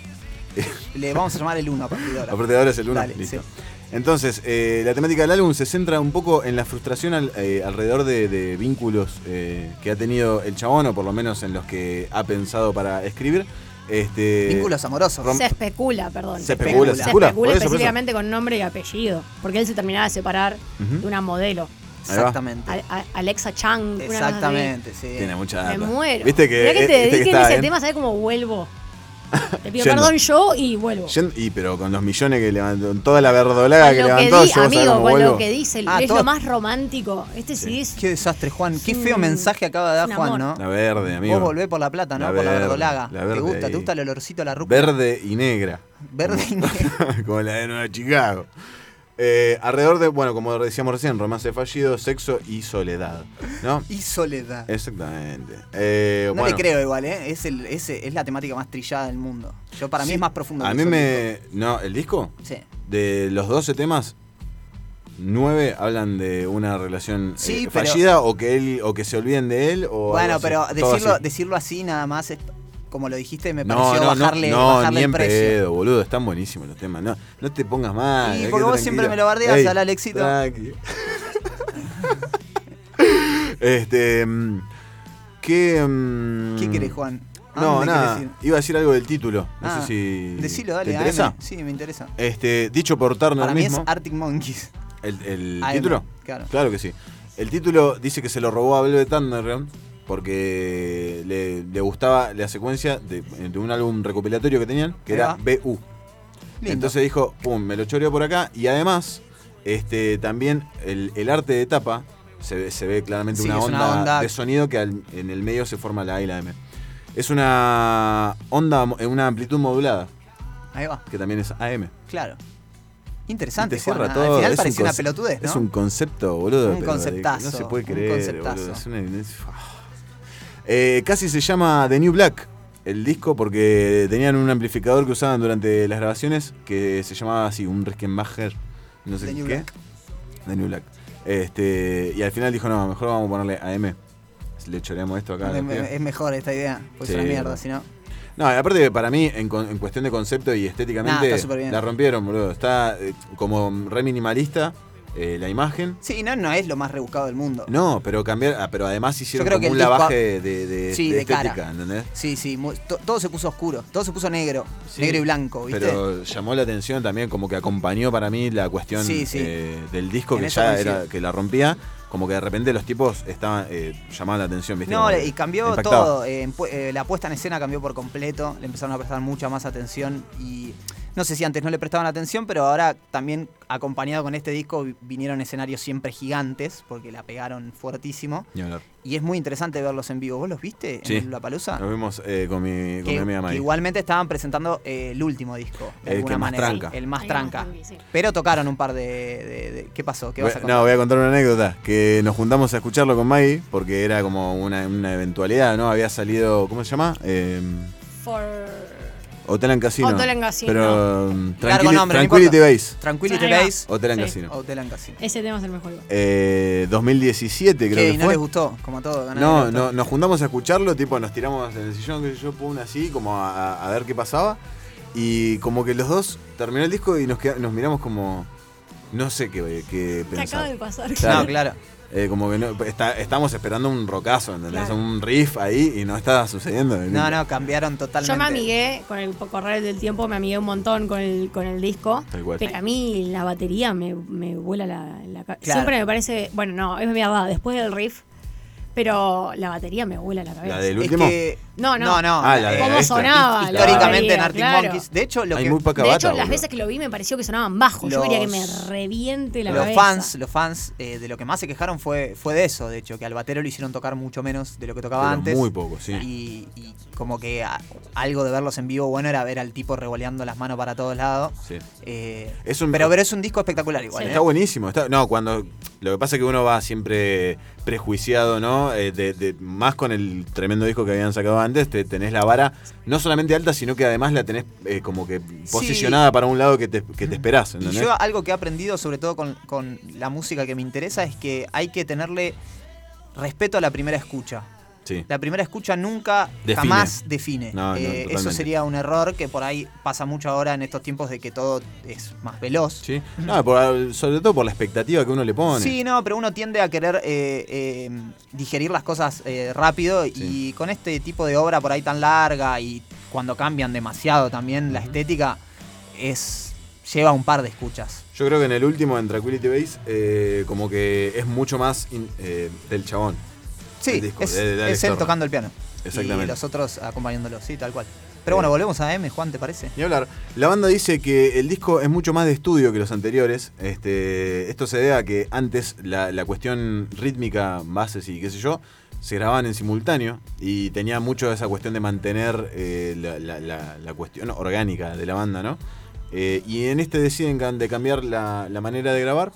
Le vamos a llamar el 1 a partir de ahora.
A partir de ahora es el uno.
Dale,
Listo.
sí.
Entonces, eh, la temática del álbum se centra un poco en la frustración al- eh, alrededor de, de vínculos eh, que ha tenido el chabón, o por lo menos en los que ha pensado para escribir. Este,
Vínculos amorosos.
rom-
Se especula, perdón.
Se especula,
se
se
especula, por
especula.
eso, por eso.
específicamente con nombre y apellido. Porque él se terminaba de separar
Ujú.
de una modelo.
Exactamente.
A- a- Alexa Chang. una cosa así.
Exactamente, sí.
Tiene mucha data.
Me muero.
Viste que,
Mirá
eh,
que te
viste que
dediquen
está,
ese
¿eh?
tema, ¿sabes cómo vuelvo? Te pido
Yendo.
perdón yo y vuelvo.
Yendo- y pero con los millones que levantó, con toda la verdolaga que
Con lo que
levantó,
di-
yo, ¿sabes
amigo,
cómo
con
vuelvo?
lo que dice,
Ah,
es
todo-
lo más romántico. Este sí, es
Qué desastre, Juan. Qué
Sí.
feo mensaje acaba de dar
Un
Juan,
amor.
¿no?
La verde, amigo.
Vos volvés por la plata, ¿no?
La
por la
verde,
verdolaga.
la verde
¿Te gusta?
ahí.
¿Te gusta el olorcito a la rúcula?
Verde y negra.
Verde y negro.
como la de Nueva Chicago. Eh, alrededor de, bueno, como decíamos recién, romance fallido, sexo y soledad. ¿No?
Y soledad.
Exactamente. Eh,
No
bueno,
le creo igual, ¿eh? Es, el, es, es la temática más trillada del mundo. Yo para mí
sí,
es más profundo.
A
que
mí
eso,
me. No, el disco,
Nico. Sí.
de los 12 temas. Nueve hablan de una relación eh,
Sí, pero-
fallida o que él o que se olviden de él o
Bueno,
algo
pero
así. Oh, Todo
decirlo
así.
así. decirlo así nada más, es, como lo dijiste, me pareció bajarle,
no,
bajarle
ni
el
en
precio.
pedo, boludo, están buenísimos los temas. No, no te pongas mal.
Y
hay que
porque vos
tranquilo.
siempre me lo bardeás
Ey,
al Alexito.
tranqui. este. mm, ¿Qué. mm,
¿Qué querés, Juan? Ah,
No,
¿qué
nada.
querés decir?
Iba a decir algo del título. No
Ah,
sé si.
Decilo, dale.
¿Te
AM.
interesa?
Sí, me interesa.
Este, dicho por Turner
Para mí es
mismo.
Arctic Monkeys.
¿El, el
AM,
título?
claro.
que sí. El título dice que se lo robó a Velvet Underground porque le, le gustaba la secuencia de, de un álbum recopilatorio que tenían, que
Ahí
era
va.
BU.
Lindo.
Entonces dijo, pum, me lo choreo por acá. Y además, este, también el, el arte de tapa, se ve, se ve claramente
Sí,
una,
es
onda
una onda-
de sonido que al- en el medio se forma la A y la M. Es una onda mo- en una amplitud modulada,
Ahí va,
que también es AM.
claro.
Y
Interesante.
te cierra
Juan.
todo.
Al final
es
pareció
un
una
conce-
pelotudez, ¿no?
Es un concepto, boludo.
Un
pero de-
conceptazo,
No se puede
un
creer.
conceptazo.
boludo, es una- es- ah. Eh, casi se llama The New Black el disco porque tenían un amplificador que usaban durante las grabaciones que se llamaba así, un Rickenbacker, no sé
The New
qué.
Black.
The New Black. Este, y al final dijo, no, mejor vamos a ponerle AM. Le choreamos esto acá. a los
Es-
pibes.
es, mejor esta idea. Pues
Sí,
es una mierda,
no.
si no.
No, y aparte para mí, en, con- en cuestión de concepto y
Nah,
estéticamente,
está súper bien.
la rompieron, boludo. Está eh, como re minimalista eh, la imagen.
Sí, no, no es lo más rebuscado del mundo.
No, pero cambiar, ah, pero además hicieron
Yo creo
como
que el
un
disco-
lavaje de, de-
Sí,
de
de cara.
estética, ¿entendés?
Sí, sí, mu- to- todo se puso oscuro, todo se puso negro,
Sí,
negro y blanco, ¿viste?
Pero llamó la atención también, como que acompañó para mí la cuestión
Sí, sí.
eh, del disco
En
que
eso
ya
coincido.
era, que la rompía, como que de repente los tipos estaban eh, llamaban la atención, ¿viste?
No,
Como
y cambió
impactaba.
todo. eh, en pu- eh, la puesta en escena cambió por completo. Le empezaron a prestar mucha más atención. Y no sé si antes no le prestaban atención, pero ahora también, acompañado con este disco, vi- vinieron escenarios siempre gigantes, porque la pegaron fuertísimo.
Ni hablar.
Y es muy interesante verlos en vivo. ¿Vos los viste
Sí.
en La Palusa?
Nos vimos eh, con mi, con mi
Ah. Que,
amiga
que
May.
igualmente estaban presentando eh, el último disco, de
El
alguna
que más
manera.
tranca.
El más
El más
tranca.
tranqui, sí.
Pero tocaron un par de, de- de- ¿Qué pasó? ¿Qué vas a
Voy-
contar?
No, voy a contar una anécdota. Que nos juntamos a escucharlo con Maggie, porque era como una, una eventualidad, ¿no? Había salido, ¿cómo se llama? Eh,
For...
Hotel and Casino.
Hotel and Casino.
Pero um,
Largo
Tranquili-
nombre, no
Tranquility
importa.
Base. Oh,
Tranquility
Ahí va.
Base Oh,
Hotel and
Sí.
Casino.
o Telan Casino.
Ese tema es el mejor. igual.
Eh, 2017 creo
Que
que
no
fue.
les gustó, como todo. ganar el
No,
otro.
no, nos juntamos a escucharlo, tipo nos tiramos en el sillón, que yo pum así, como a, a ver qué pasaba. Y como que los dos terminó el disco y nos, queda- nos miramos como. No sé qué, qué
Te
pensar.
acaba de pasar.
Claro.
No, claro.
Eh, como que no, está- estamos esperando un rocazo, ¿entendés?
Claro.
Un riff ahí y no está sucediendo.
No, no, cambiaron totalmente.
Yo me amigué con el correr del tiempo, me amigué un montón con el, con el disco.
Tal cual.
Pero a mí la batería me, me vuela la, la cabeza.
Claro.
Siempre me parece. Bueno, no, es mi verdad, después del riff. Pero la batería me vuela la cabeza.
La del
Es
último.
que-
No, no.
No, no.
Ah, la de
¿Cómo
este.
esta.
sonaba? la
Históricamente
batería,
en Arctic
claro.
Monkeys. De hecho, lo
Hay
que
muy poca
De
bata,
hecho, las
boludo.
veces que lo vi me pareció que sonaban bajos. Yo
Los-
quería que me reviente la
los
cabeza.
fans, los fans eh, de lo que más se quejaron fue, fue de eso, de hecho, que al batero lo hicieron tocar mucho menos de lo que tocaba
Pero
antes.
muy poco, sí.
Y, y como que a- algo de verlos en vivo bueno era ver al tipo revoleando las manos para todos lados.
Sí.
Eh,
Es un-
pero, pero es un disco espectacular igual. ¿eh?
Está buenísimo. Está, no, cuando. Lo que pasa es que uno va siempre prejuiciado, ¿no? Eh, de- de- más con el tremendo disco que habían sacado antes, te, tenés la vara no solamente alta, sino que además la tenés eh, como que posicionada para un lado que te, que te esperás,
Y
¿entendés?
yo algo que he aprendido, sobre todo con, con la música que me interesa, es que hay que tenerle respeto a la primera escucha.
Sí.
La primera escucha nunca,
Define.
jamás define.
No, no,
Eh, eso
totalmente.
sería un error que por ahí pasa mucho ahora en estos tiempos de que todo es más veloz.
Sí. No, por- sobre todo por la expectativa que uno le pone.
Sí, no, pero uno tiende a querer eh, eh, digerir las cosas eh, rápido y
Sí.
con este tipo de obra por ahí tan larga y cuando cambian demasiado también la estética, es lleva un par de escuchas.
Yo creo que en el último, en Tranquility Base, eh, como que es mucho más in- eh, del chabón.
Sí,
El disco
es,
de- de Alex
es él
Turner.
tocando el piano.
Exactamente. Eh.
Y los otros acompañándolo, sí, tal cual.
Sí.
Pero bueno, volvemos a M, Juan, ¿te parece?
Ni hablar. La banda dice que el disco es mucho más de estudio que los anteriores. Este, esto se debe a que antes la, la cuestión rítmica, bases y qué sé yo, se grababan en simultáneo y tenía mucho esa cuestión de mantener eh, la, la- la- la cuestión orgánica de la banda, ¿no? Eh, y en este deciden can- de cambiar la, la manera de grabar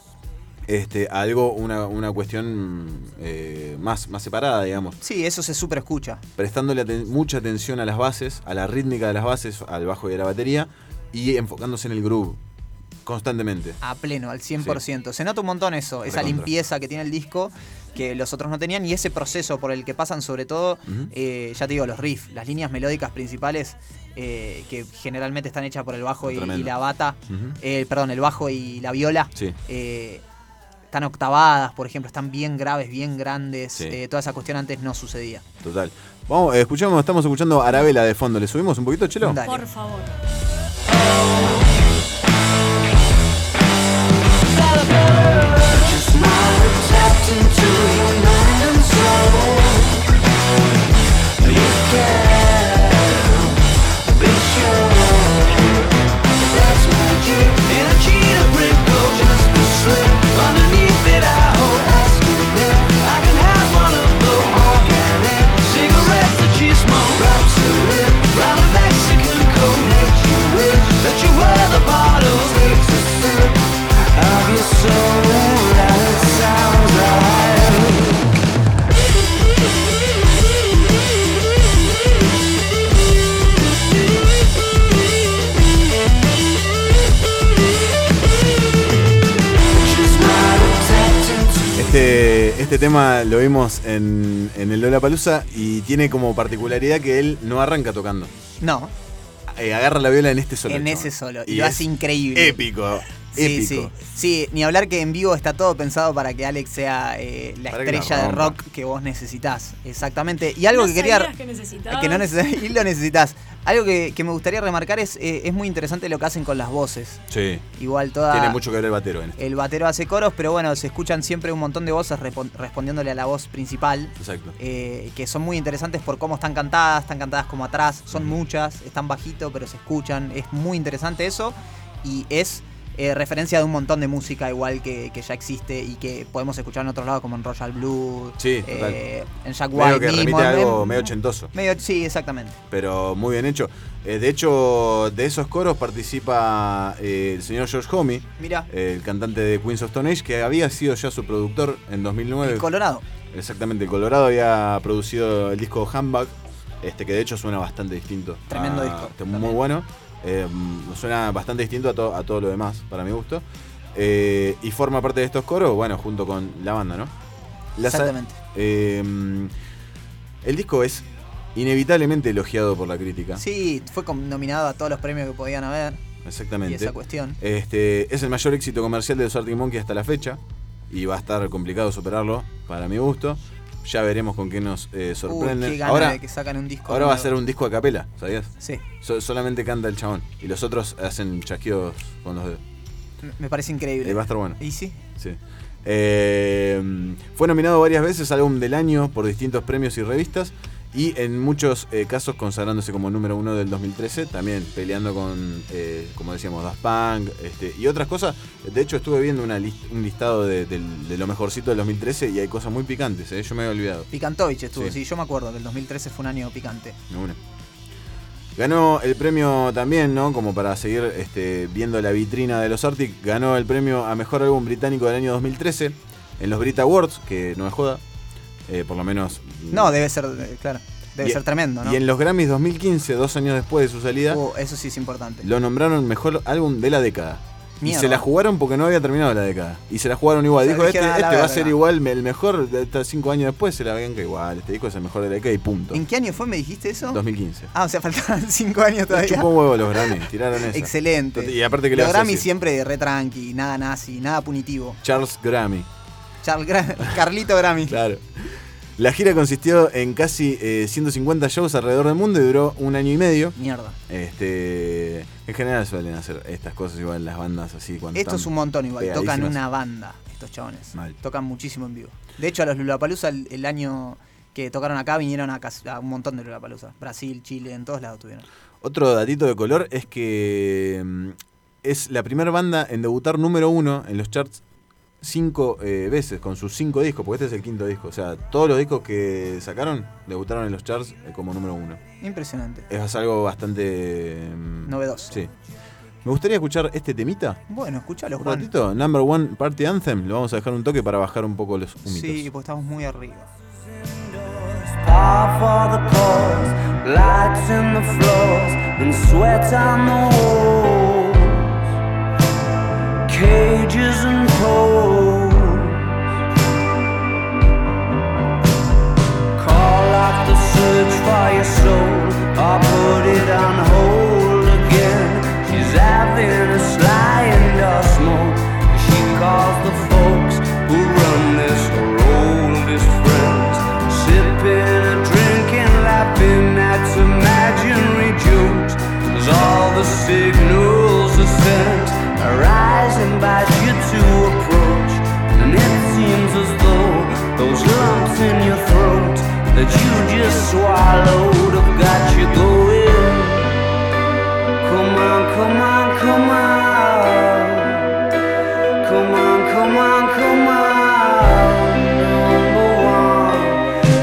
este, a algo, una, una cuestión eh, más, más separada, digamos
Sí, eso se super escucha.
prestándole aten- mucha atención a las bases, a la rítmica de las bases, al bajo y a la batería, y enfocándose en el groove constantemente.
A pleno, al 100%. Se nota un montón eso, esa
Recontra.
limpieza que tiene el disco que los otros no tenían y ese proceso por el que pasan sobre todo, eh, ya te digo, los riffs, las líneas melódicas principales eh, que generalmente están hechas por el bajo y,
Tremendo.
y la bata,
Ujú.
eh, perdón, el bajo y la viola.
Sí.
eh, están octavadas, por ejemplo, están bien graves, bien grandes.
Sí.
Eh, toda esa cuestión antes no sucedía.
Total. Vamos, eh, escuchamos, estamos escuchando Arabela de fondo. ¿Le subimos un poquito, Chelo?
Dale.
Por favor.
Este, este tema lo vimos en, en el Lola Palusa y tiene como particularidad que él no arranca tocando.
No,
Eh, agarra la viola en este solo.
en
chabón.
ese solo. Y, lo
es
hace increíble.
Épico.
Sí,
épico.
sí. Sí, ni hablar que en vivo está todo pensado para que Alex sea eh, la
Para que la
estrella de
rompa.
rock que vos necesitás. Exactamente. Y algo
No
que quería.
sabías que necesitabas.
que no neces- y lo necesitas. Algo que, que me gustaría remarcar es, eh, es muy interesante lo que hacen con las voces.
Sí.
Igual toda.
Tiene mucho que ver el batero en este.
El batero hace coros, pero bueno, se escuchan siempre un montón de voces repon- respondiéndole a la voz principal.
Exacto.
eh, que son muy interesantes por cómo están cantadas, están cantadas como atrás, son muchas, están bajito, pero se escuchan. Es muy interesante eso. Y es eh, referencia de un montón de música igual que, que ya existe y que podemos escuchar en otros lados, como en Royal Blue,
Sí, total.
eh, en Jack
Medio
White
que remite
mismo,
a algo
en-
medio ochentoso,
medio- sí, exactamente.
pero muy bien hecho. Eh, de hecho, de esos coros participa eh, el señor George Homie,
Mira,
el cantante de Queens of Stone Age, que había sido ya su productor en 2009.
el Colorado.
Exactamente, el Colorado había producido el disco Handbag, este que de hecho suena bastante distinto.
Tremendo
a-
disco,
este, muy
también.
bueno. eh, suena bastante distinto a, to- a todo lo demás, para mi gusto. Eh, y forma parte de estos coros, bueno, junto con la banda, ¿no? La sa-
Exactamente.
eh, el disco es inevitablemente elogiado por la crítica.
Sí, fue com- nominado a todos los premios que podían haber y
Exactamente.
esa cuestión.
Este, es el mayor éxito comercial de los Arctic Monkeys hasta la fecha. Y va a estar complicado superarlo, para mi gusto. Ya veremos con qué nos eh, sorprende.
Uy, Uh, qué gana
ahora
de que sacan un disco.
ahora va a
nuevo.
ser un disco a capela, ¿sabías?
Sí,
So- solamente canta el chabón. Y los otros hacen chasquidos con los dedos.
me- me parece
Eh,
increíble.
va a estar bueno.
Y sí,
Sí. Eh, fue nominado varias veces álbum del año por distintos premios y revistas y en muchos eh, casos consagrándose como número uno del 2013, también peleando con, eh, como decíamos, Daft Punk este, y otras cosas. De hecho, estuve viendo una lis- un listado de, del- de lo mejorcito del 2013 y hay cosas muy picantes, eh, yo me había olvidado.
Picantovich estuvo,
Sí.
sí. yo me acuerdo que el 2013 fue un año picante.
Me une. Ganó el premio también, ¿no? Como para seguir este, viendo la vitrina de los Arctic, ganó el premio a Mejor Álbum Británico del año 2013 en los Brit Awards, que no me joda, eh, por lo menos...
No, debe ser, eh, claro, debe
Y-
ser tremendo, ¿no?
Y en los Grammys 2015, dos años después de su salida,
Uh, eso sí es importante.
lo nombraron Mejor Álbum de la Década. Y
Mierda.
se la jugaron porque no había terminado la década. Y se la jugaron igual.
Se
Dijo,
la
este,
dijeron a la
este va a
verga".
ser igual, el mejor, de hasta cinco años después se la venga igual. Este disco es el mejor de la década y punto.
¿En qué año fue? ¿Me dijiste eso?
2015.
Ah, o sea, faltaban 5 años
Les
todavía.
chupó un huevo los Grammys, tiraron eso.
Excelente.
Y aparte que le
Los
vas a
Grammy
decir?
siempre re tranqui, nada nazi, nada punitivo.
Charles Grammy.
Charles Gra- Carlito Grammy.
Claro. La gira consistió en casi eh, 150 shows alrededor del mundo y duró un año y medio.
Mierda.
Este, en general suelen hacer estas cosas igual las bandas así cuando
Esto
están
es un montón igual, tocan
pegadísimas.
una banda estos chabones.
Mal.
Tocan muchísimo en vivo. De hecho, a los Lulapalooza el, el año que tocaron acá vinieron a, casi- a un montón de Lulapalooza. Brasil, Chile, en todos lados tuvieron.
Otro datito de color es que mm, es la primera banda en debutar número uno en los charts cinco eh, veces con sus cinco discos, porque este es el quinto disco. O sea, todos los discos que sacaron debutaron en los charts eh, como número uno.
Impresionante.
Es algo bastante. mm,
Novedoso.
Sí. Me gustaría escuchar este temita.
Bueno, escúchalo,
Un
Juan.
ratito. Number One Party Anthem. Lo vamos a dejar un toque para bajar un poco los humitos.
Sí, pues estamos muy arriba.
Lights in the floors and sweat on the walls. Cages and poles. Call off the search for your soul. Or put it on hold again. She's having a sly and a smoke. She calls the folks who
signals are sent, arise invite you to approach. And it seems as though those lumps in your throat that you just swallowed have got you going. Come on, come on, come on. Come on, come on, come on. Number one,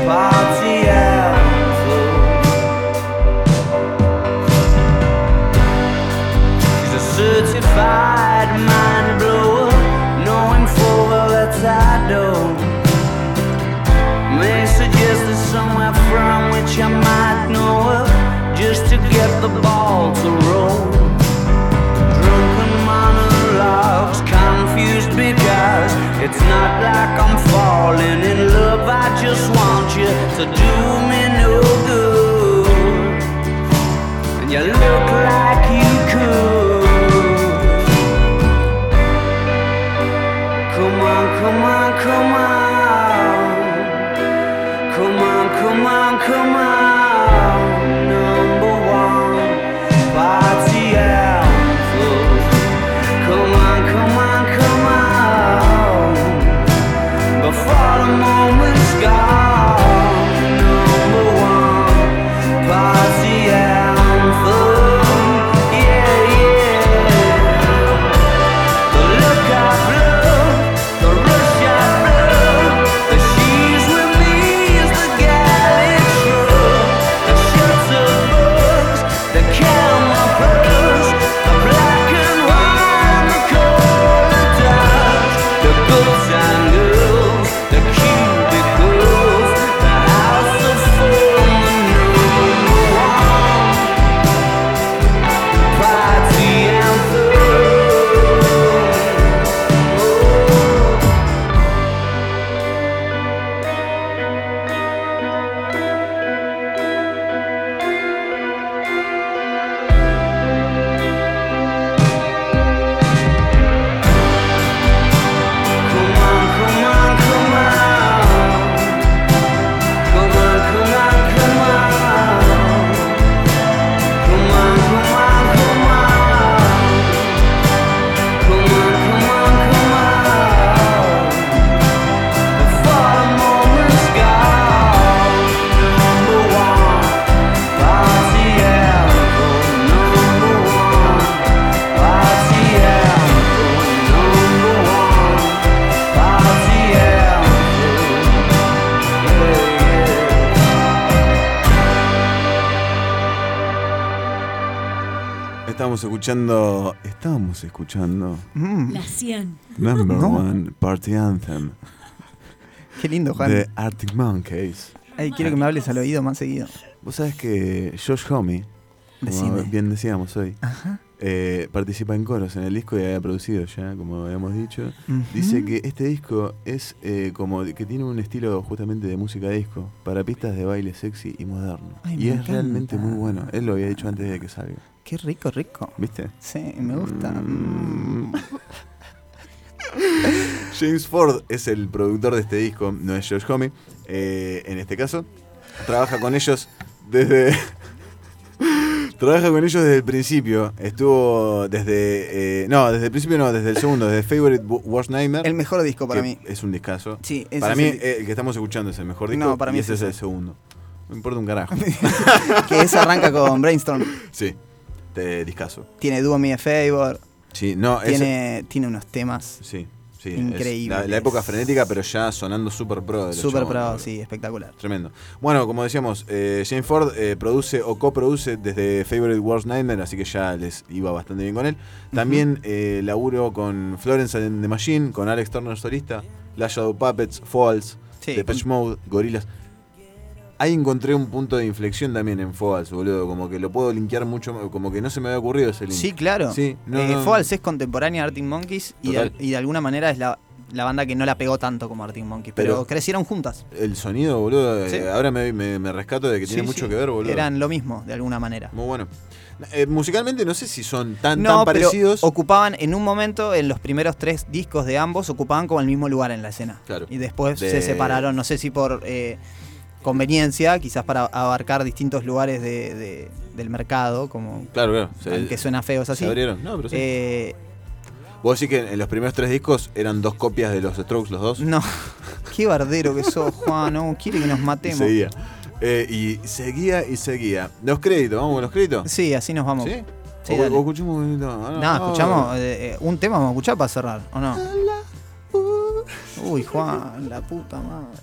party animal. He's a certified mind blower, knowing full well that I don't. May suggest that somewhere from which I might know her, just to get the ball to roll. Drunken monologues, confused because it's not like I'm falling in love. I just want you to do me no good. And you look like you could. Come on, come on, come on. Come on, come on, come on. Number one, party anthem. Come on, come on, come on. Before the moment's gone. Number one. Party anthem, yeah, yeah. The look I blow, the rush I blow, the she's with me is the galaxy, the shots of bugs, the camera pose, the black and white, the color dark, the girls I girls, the cubicles, the house of form, the party anthem. Come on, come on, come on. Come on, come on, come on. Come on, come on, come on. Come on, come on, come on. Before the moment's gone. Number one, party anthem. Number one, party anthem. Number one, party anthem. Yeah, yeah.
Estábamos escuchando. Estábamos escuchando. Mm.
La 100.
Number One Party Anthem
Qué lindo, Juan.
de Arctic Monkeys.
Ay, quiero que me hables al oído más seguido.
Vos sabés que Josh Homme,
Decime.
como bien decíamos hoy, eh, participa en coros en el disco y había producido ya, como habíamos dicho. Dice que este disco es eh, como de- que tiene un estilo justamente de música disco para pistas de baile sexy y moderno.
Ay, me
y es
encanta.
realmente muy bueno. Él lo había dicho antes de que salga.
Qué rico, rico.
¿Viste?
Sí, me gusta.
Mm. James Ford es el productor de este disco, no es George Homme, eh, en este caso. Trabaja con ellos desde. Trabaja con ellos desde el principio. Estuvo desde. eh, no, desde el principio no, desde el segundo, desde Favorite Wo- Worst Nightmare.
El mejor disco para
que
mí.
Es un discazo.
Sí, ese
para
es
mí, eh,
el-
el... que estamos escuchando es el mejor disco.
No, para mí
y
es
ese es
ese.
el segundo. No importa un carajo.
que ese arranca con Brainstorm.
sí, te discazo.
Tiene Do Me a Favor.
Sí, no, Ah, ese-
Tiene, tiene unos temas
Sí, sí. es
Increíble.
la, la época frenética, pero ya sonando super pro. de los
super
chabones,
pro,
boludo.
sí, espectacular.
Tremendo. Bueno, como decíamos, eh, Jane Ford eh, produce o coproduce desde Favorite Worst Nightmare, así que ya les iba bastante bien con él. También eh, laburo con Florence and the Machine, con Alex Turner solista, La Shadow Puppets, Falls,
Sí,
Depeche Mode, Gorillaz. Ahí encontré un punto de inflexión también en Falls, boludo. Como que lo puedo linkear mucho, más- como que no se me había ocurrido ese link.
Sí, claro.
Sí, no,
Eh,
no, no.
Falls es contemporánea a Arctic Monkeys y de,
Total.
y de alguna manera es la, la banda que no la pegó tanto como Arctic Monkeys, pero,
Pero-
crecieron juntas.
El sonido, boludo. eh,
Sí.
ahora me, me- me rescato de que tiene
Sí,
mucho
sí.
que ver, boludo.
Eran lo mismo, de alguna manera.
Muy bueno. Eh, musicalmente no sé si son tan,
No,
tan
pero
parecidos.
ocupaban en un momento, en los primeros tres discos de ambos, ocupaban como el mismo lugar en la escena.
Claro.
Y después
De-
se separaron, no sé si por eh, conveniencia, quizás para abarcar distintos lugares de- de- del mercado, como
Claro, claro.
aunque suena feo, es así.
Se abrieron. No, pero sí.
Eh,
Vos decís que en los primeros tres discos eran dos copias de los Strokes, los dos.
no, qué bardero que sos, Juan, no, quiere que nos
y
matemos.
seguía. Eh, y seguía y seguía. Los créditos, vamos con los créditos.
Sí, así nos vamos.
¿Sí?
Sí,
o,
dale.
o escuchamos un minutito más. Ah,
Nada,
no,
escuchamos eh, eh, un tema, vamos a escuchar para cerrar, ¿o no?
uh.
Uy, Juan, la puta madre.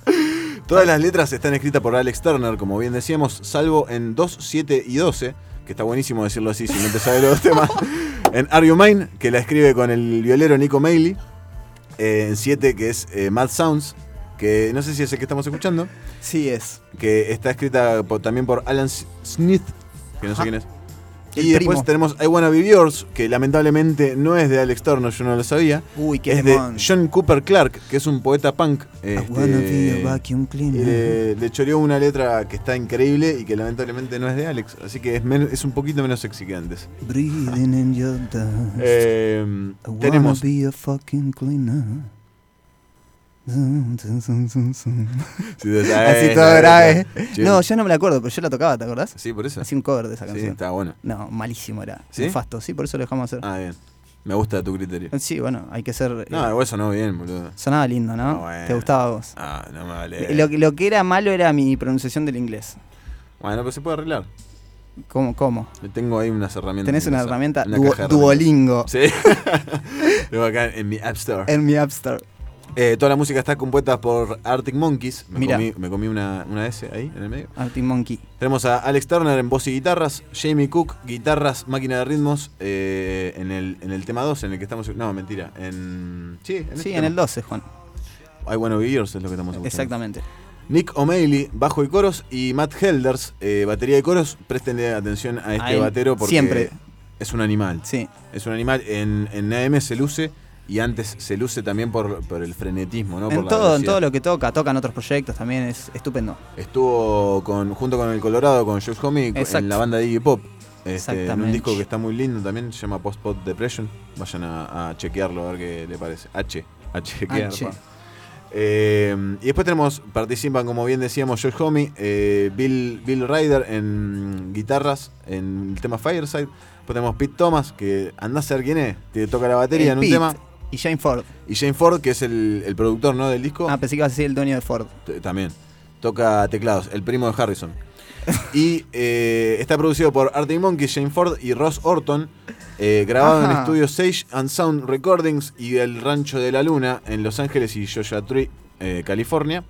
Todas las letras están escritas por Alex Turner, como bien decíamos, salvo en 2, 7 y 12, que está buenísimo decirlo así si no te sabes los temas. En Are You Mine, que la escribe con el violero Nico Mailey. Eh, en 7, que es eh, Mad Sounds, que no sé si es el que estamos escuchando,
Sí es.
que está escrita por- también por Alan S- Smith, que no sé
Ajá.
quién es.
El
Y después
primo.
tenemos I Wanna Be Yours, que lamentablemente no es de Alex Turner, yo no lo sabía.
Uy, qué
es de
temón.
John Cooper Clark, que es un poeta punk. este, eh, y le, le choreó una letra que está increíble y que lamentablemente no es de Alex, así que es, men- es un poquito menos sexy que antes. Eh, tenemos Sí, de-
Así
eh,
todo
la-
grave.
Sí.
No, yo no me la acuerdo, pero yo la tocaba, ¿te acordás?
Sí, por eso.
Hacía un cover de esa
Sí,
canción.
está bueno.
No, malísimo era.
¿Sí?
Nefasto, sí, por eso lo dejamos hacer.
Ah, bien. Me gusta tu criterio.
Sí, bueno, hay que ser. eh,
No, igual sonó bien, boludo.
sonaba lindo, ¿no?
Ah, bueno.
Te gustaba a vos.
Ah, no me vale.
Lo, que- lo que era malo era mi pronunciación del inglés.
Bueno, pero se puede arreglar.
¿Cómo? cómo?
Yo Tengo ahí unas herramientas.
Tenés
en
una
casa,
herramienta
una
Duo-
caja de
Duolingo
herramientas. Sí. Tengo acá en mi App Store.
en mi App Store.
Eh, toda la música está compuesta por Arctic Monkeys. Me
Mirá.
comí, me comí una, una S ahí en el medio.
Artie Monkey.
Tenemos a Alex Turner en voz y guitarras, Jamie Cook, guitarras, máquina de ritmos, eh, en, el, en el tema 2, en el que estamos... No, mentira, en... este Sí, en,
Sí, en el 12, Juan.
I Wanna Be Yours es lo que estamos escuchando.
Exactamente.
Nick O'Malley, bajo y coros, y Matt Helders, eh, batería y coros. Préstenle atención a este
él,
batero porque
siempre.
es un animal.
Sí.
Es un animal, en, en AM se luce... Y antes se luce también por, por el frenetismo, ¿no? por
en
la
todo, en
velocidad.
todo lo que toca, tocan otros proyectos también, es estupendo.
Estuvo con, junto con el Colorado, con Josh Homme,
Exacto.
en la banda de Iggy Pop. Este, en un
Exactamente.
disco que está muy lindo también, se llama Post Pop Depression. Vayan a, a chequearlo a ver qué le parece. H, a chequear.
H.
pa. Eh, y después tenemos, participan, como bien decíamos, Josh Homme, eh, Bill, Bill Ryder en guitarras, en el tema Fireside. Después tenemos Pete Thomas, que andás a ver quién es, te toca la batería
El
en un
Pete
tema.
Y Jane Ford.
Y Jane Ford, que es el, el productor ¿no? del disco.
Ah, pensé que ibas a decir el dueño de Ford.
T- También. Toca teclados, el primo de Harrison. Y eh, está producido por Artie Monkey, Jane Ford y Ross Orton. eh, grabado en
Ajá.
estudio Sage and Sound Recordings y El Rancho de la Luna en Los Ángeles y Joshua Tree, eh, California.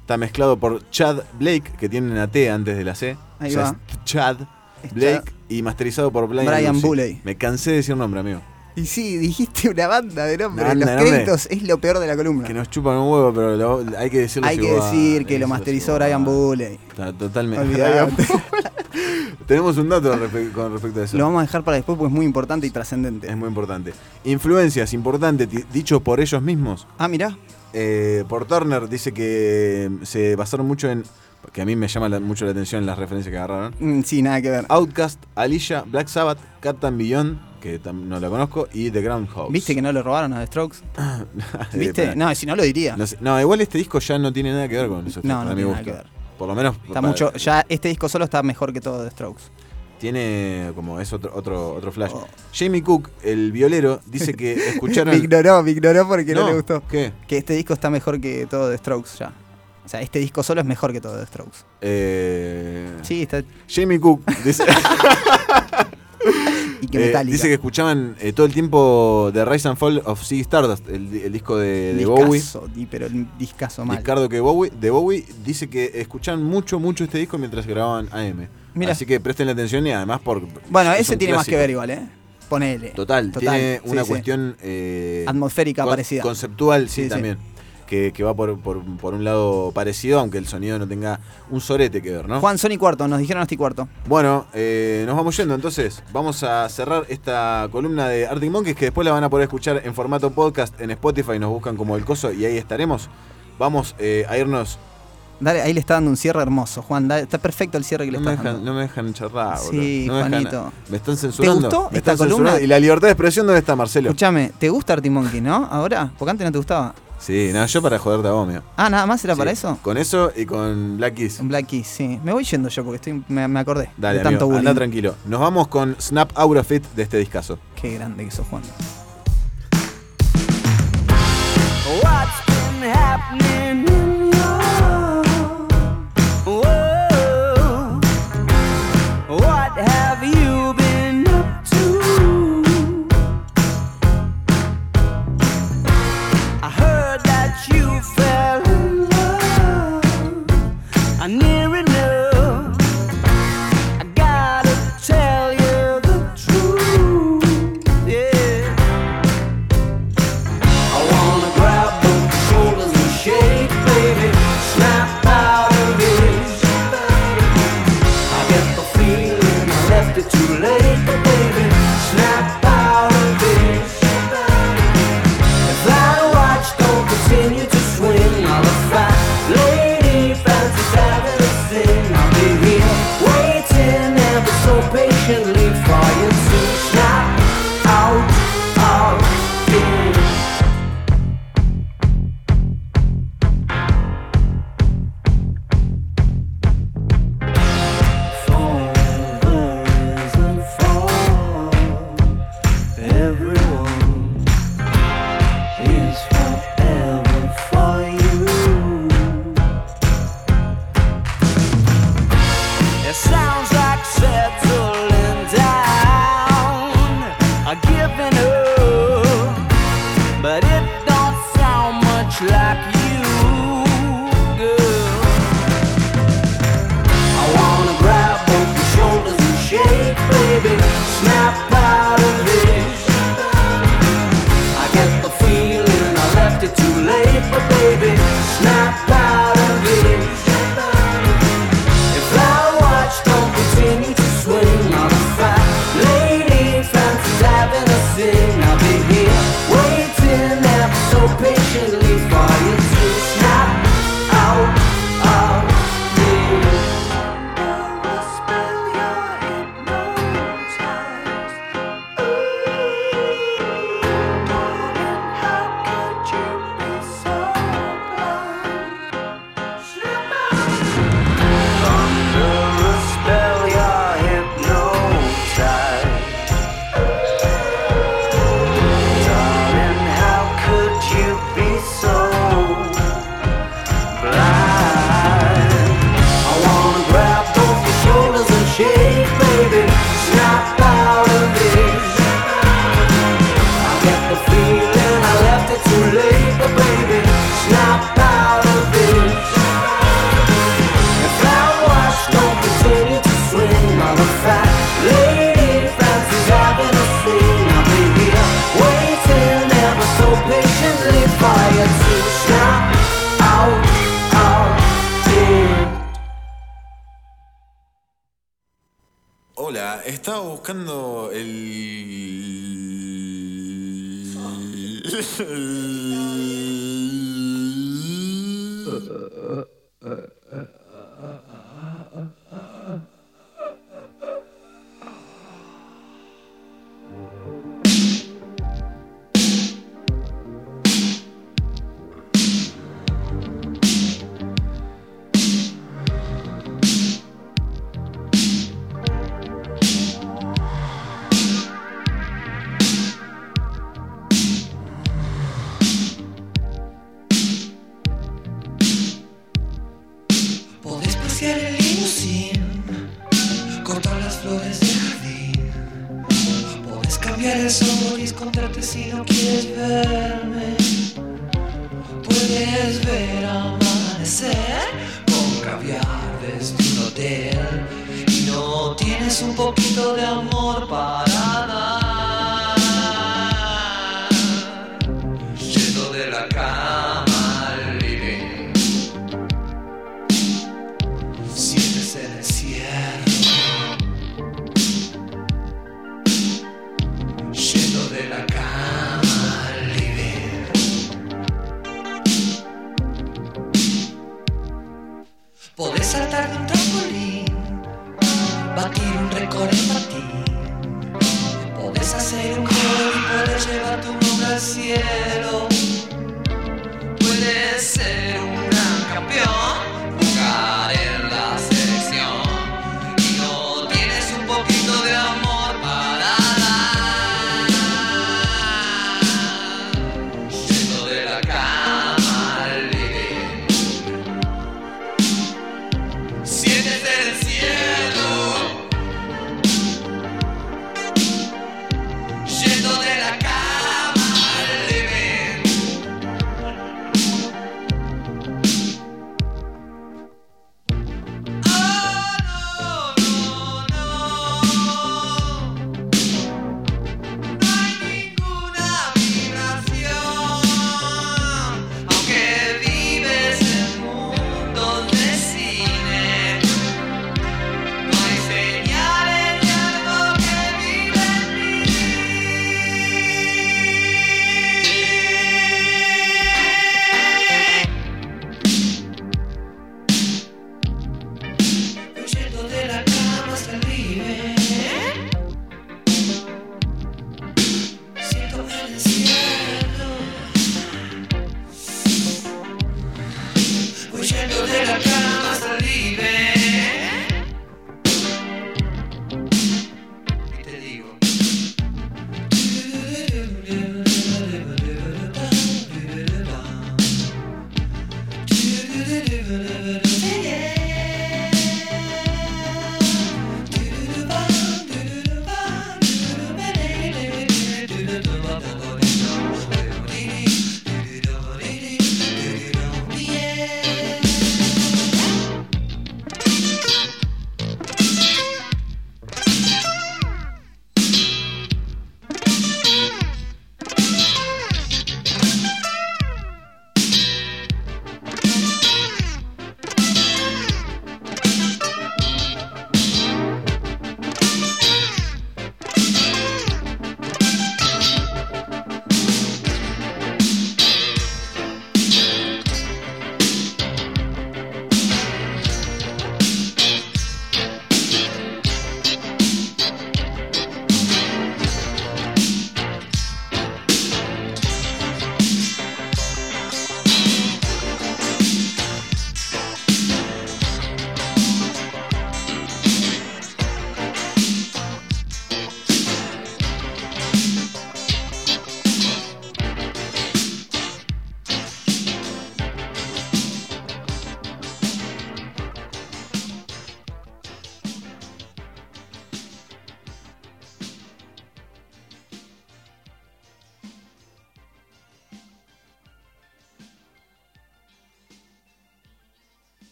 Está mezclado por Chad Blake, que tiene una T antes de la C.
Ahí
O sea,
va.
es Chad
Es
Blake
Chad.
y masterizado por Brian,
Brian
Lucy.
Bulley.
Me cansé de decir nombre, amigo.
Y sí, dijiste una banda de nombre.
Una
Los
banda de nombre.
créditos es lo peor de la columna.
Que nos chupan un huevo, pero lo- hay que decirlo
Ah. Hay que
igual,
decir que
hay
lo
decirlos
masterizó
igual.
Brian Bulley.
Ta- Totalmente.
Olvidate.
Tenemos un dato respe- con respecto a eso.
Lo vamos a dejar para después porque es muy importante y trascendente.
Es muy importante. Influencias, importante, ti- dicho por ellos mismos.
Ah, mirá.
Eh, por Turner dice que em, se basaron mucho en. que a mí me llama la- mucho la atención las referencias que agarraron.
Mm, Sí, nada que ver.
Outcast, Alicia, Black Sabbath, Captain Beyond, que tam- no la conozco, y The Groundhog.
¿Viste que no lo robaron a The Strokes? ¿Viste?
no.
No, si no lo diría.
sé- no, igual este disco ya no tiene nada que ver con eso.
No,
para
no
mi
tiene nada
gusto.
que
Por lo menos.
Está
para-
mucho, ya este disco solo está mejor que todo de Strokes.
Tiene como es otro otro, otro flash.
Oh.
Jamie Cook, el violero, dice que escucharon.
Me ignoró, me ignoró porque no, le gustó.
¿Qué?
Que este disco está mejor que todo de Strokes ya. O sea, este disco solo es mejor que todo de Strokes.
Eh,
Sí, está.
Jamie Cook dice,
Y que
eh,
Metallica.
dice que escuchaban eh, todo el tiempo The Rise and Fall of Ziggy Stardust, el, di- el disco de, de Bowie.
Discazo, di, pero un discazo mal.
Ricardo que Bowie, de Bowie dice que escuchan mucho, mucho este disco mientras grababan AM.
Mirá.
Así que presten atención y además por.
bueno,
es
ese
un
tiene más que
clásico.
ver igual, ¿eh? Ponele.
Total, tiene
sí,
una
sí.
cuestión eh,
Atmosférica
con-
parecida.
Conceptual, sí,
Sí, sí.
también. Que, que va por, por, por un lado parecido, aunque el sonido no tenga un sorete que ver, ¿no?
Juan, Sony Cuarto, nos dijeron Sony Cuarto.
Bueno, eh, nos vamos yendo entonces. Vamos a cerrar esta columna de Arctic Monkeys que después la van a poder escuchar en formato podcast en Spotify. Nos buscan como El Coso y ahí estaremos. Vamos eh, a irnos.
Dale, ahí le está dando un cierre hermoso, Juan. dale, está perfecto el cierre que le
No me,
está
dejan,
dando.
no me dejan charlar, boludo.
Sí,
No me dejan-
Juanito.
me están censurando.
gustó
Me
esta
están censurando.
columna?
¿Y la libertad de expresión dónde está, Marcelo?
Escúchame, ¿te gusta Artie Monkey, no? Ahora, porque antes no te gustaba.
Sí, nada, yo para joderte a vos, mío.
Ah, nada más era para eso.
Con eso y con Black Keys.
Un Black Keys, sí. Me voy yendo yo porque estoy, me, me acordé
Dale,
de tanto
amigo,
bullying.
anda tranquilo. Nos vamos con Snap Aura Fit de este discazo.
Qué grande que sos, Juan.
What's been happening in your world? What have you been up to? I heard that you fell in love. I near enough. I gotta tell you the truth. Yeah. I wanna grab both shoulders and shake, baby. Snap out of it. I get the feeling I left it too late, but baby. Snap out of it. If that watch don't continue to swing, I'll have fat lady fancy having a thing. I'll be here waiting ever so patiently for you to snap out of it. Sounds like settling down, a giving up but it don't sound much like you, girl. I wanna grab both your shoulders and shake, baby. Snap out of it. I get the feeling I left it too late, but baby, snap out of it. If our watch don't continue to swing, I'm a fat lady fancies having a sing. I'll be here waiting ever so patiently for you to snap out of me. Spell your hypnotized. Darling, how could you be so blind? I wanna grab both your shoulders and shake, baby. Snap out of it. I get the feeling I left it too late, but baby, snap out of it. If that watch don't continue to swing, I'm a fat lady fancies having a fling. I'll be here waiting ever so patiently for you to snap out of it.
Hola, estaba buscando el.
Podés pasear el limusín, cortar las flores del jardín. Podés cambiar el sonrisa, contarte si no quieres verme. Puedes ver amanecer con caviar desde un hotel. Y no tienes un poquito de amor para dar. Yendo de la cama al living. Sientes el encierro Yendo de la cama al living Podés saltar de un trampolín Batir un récord en patín Podés hacer un juego y podés llevar tu mundo al cielo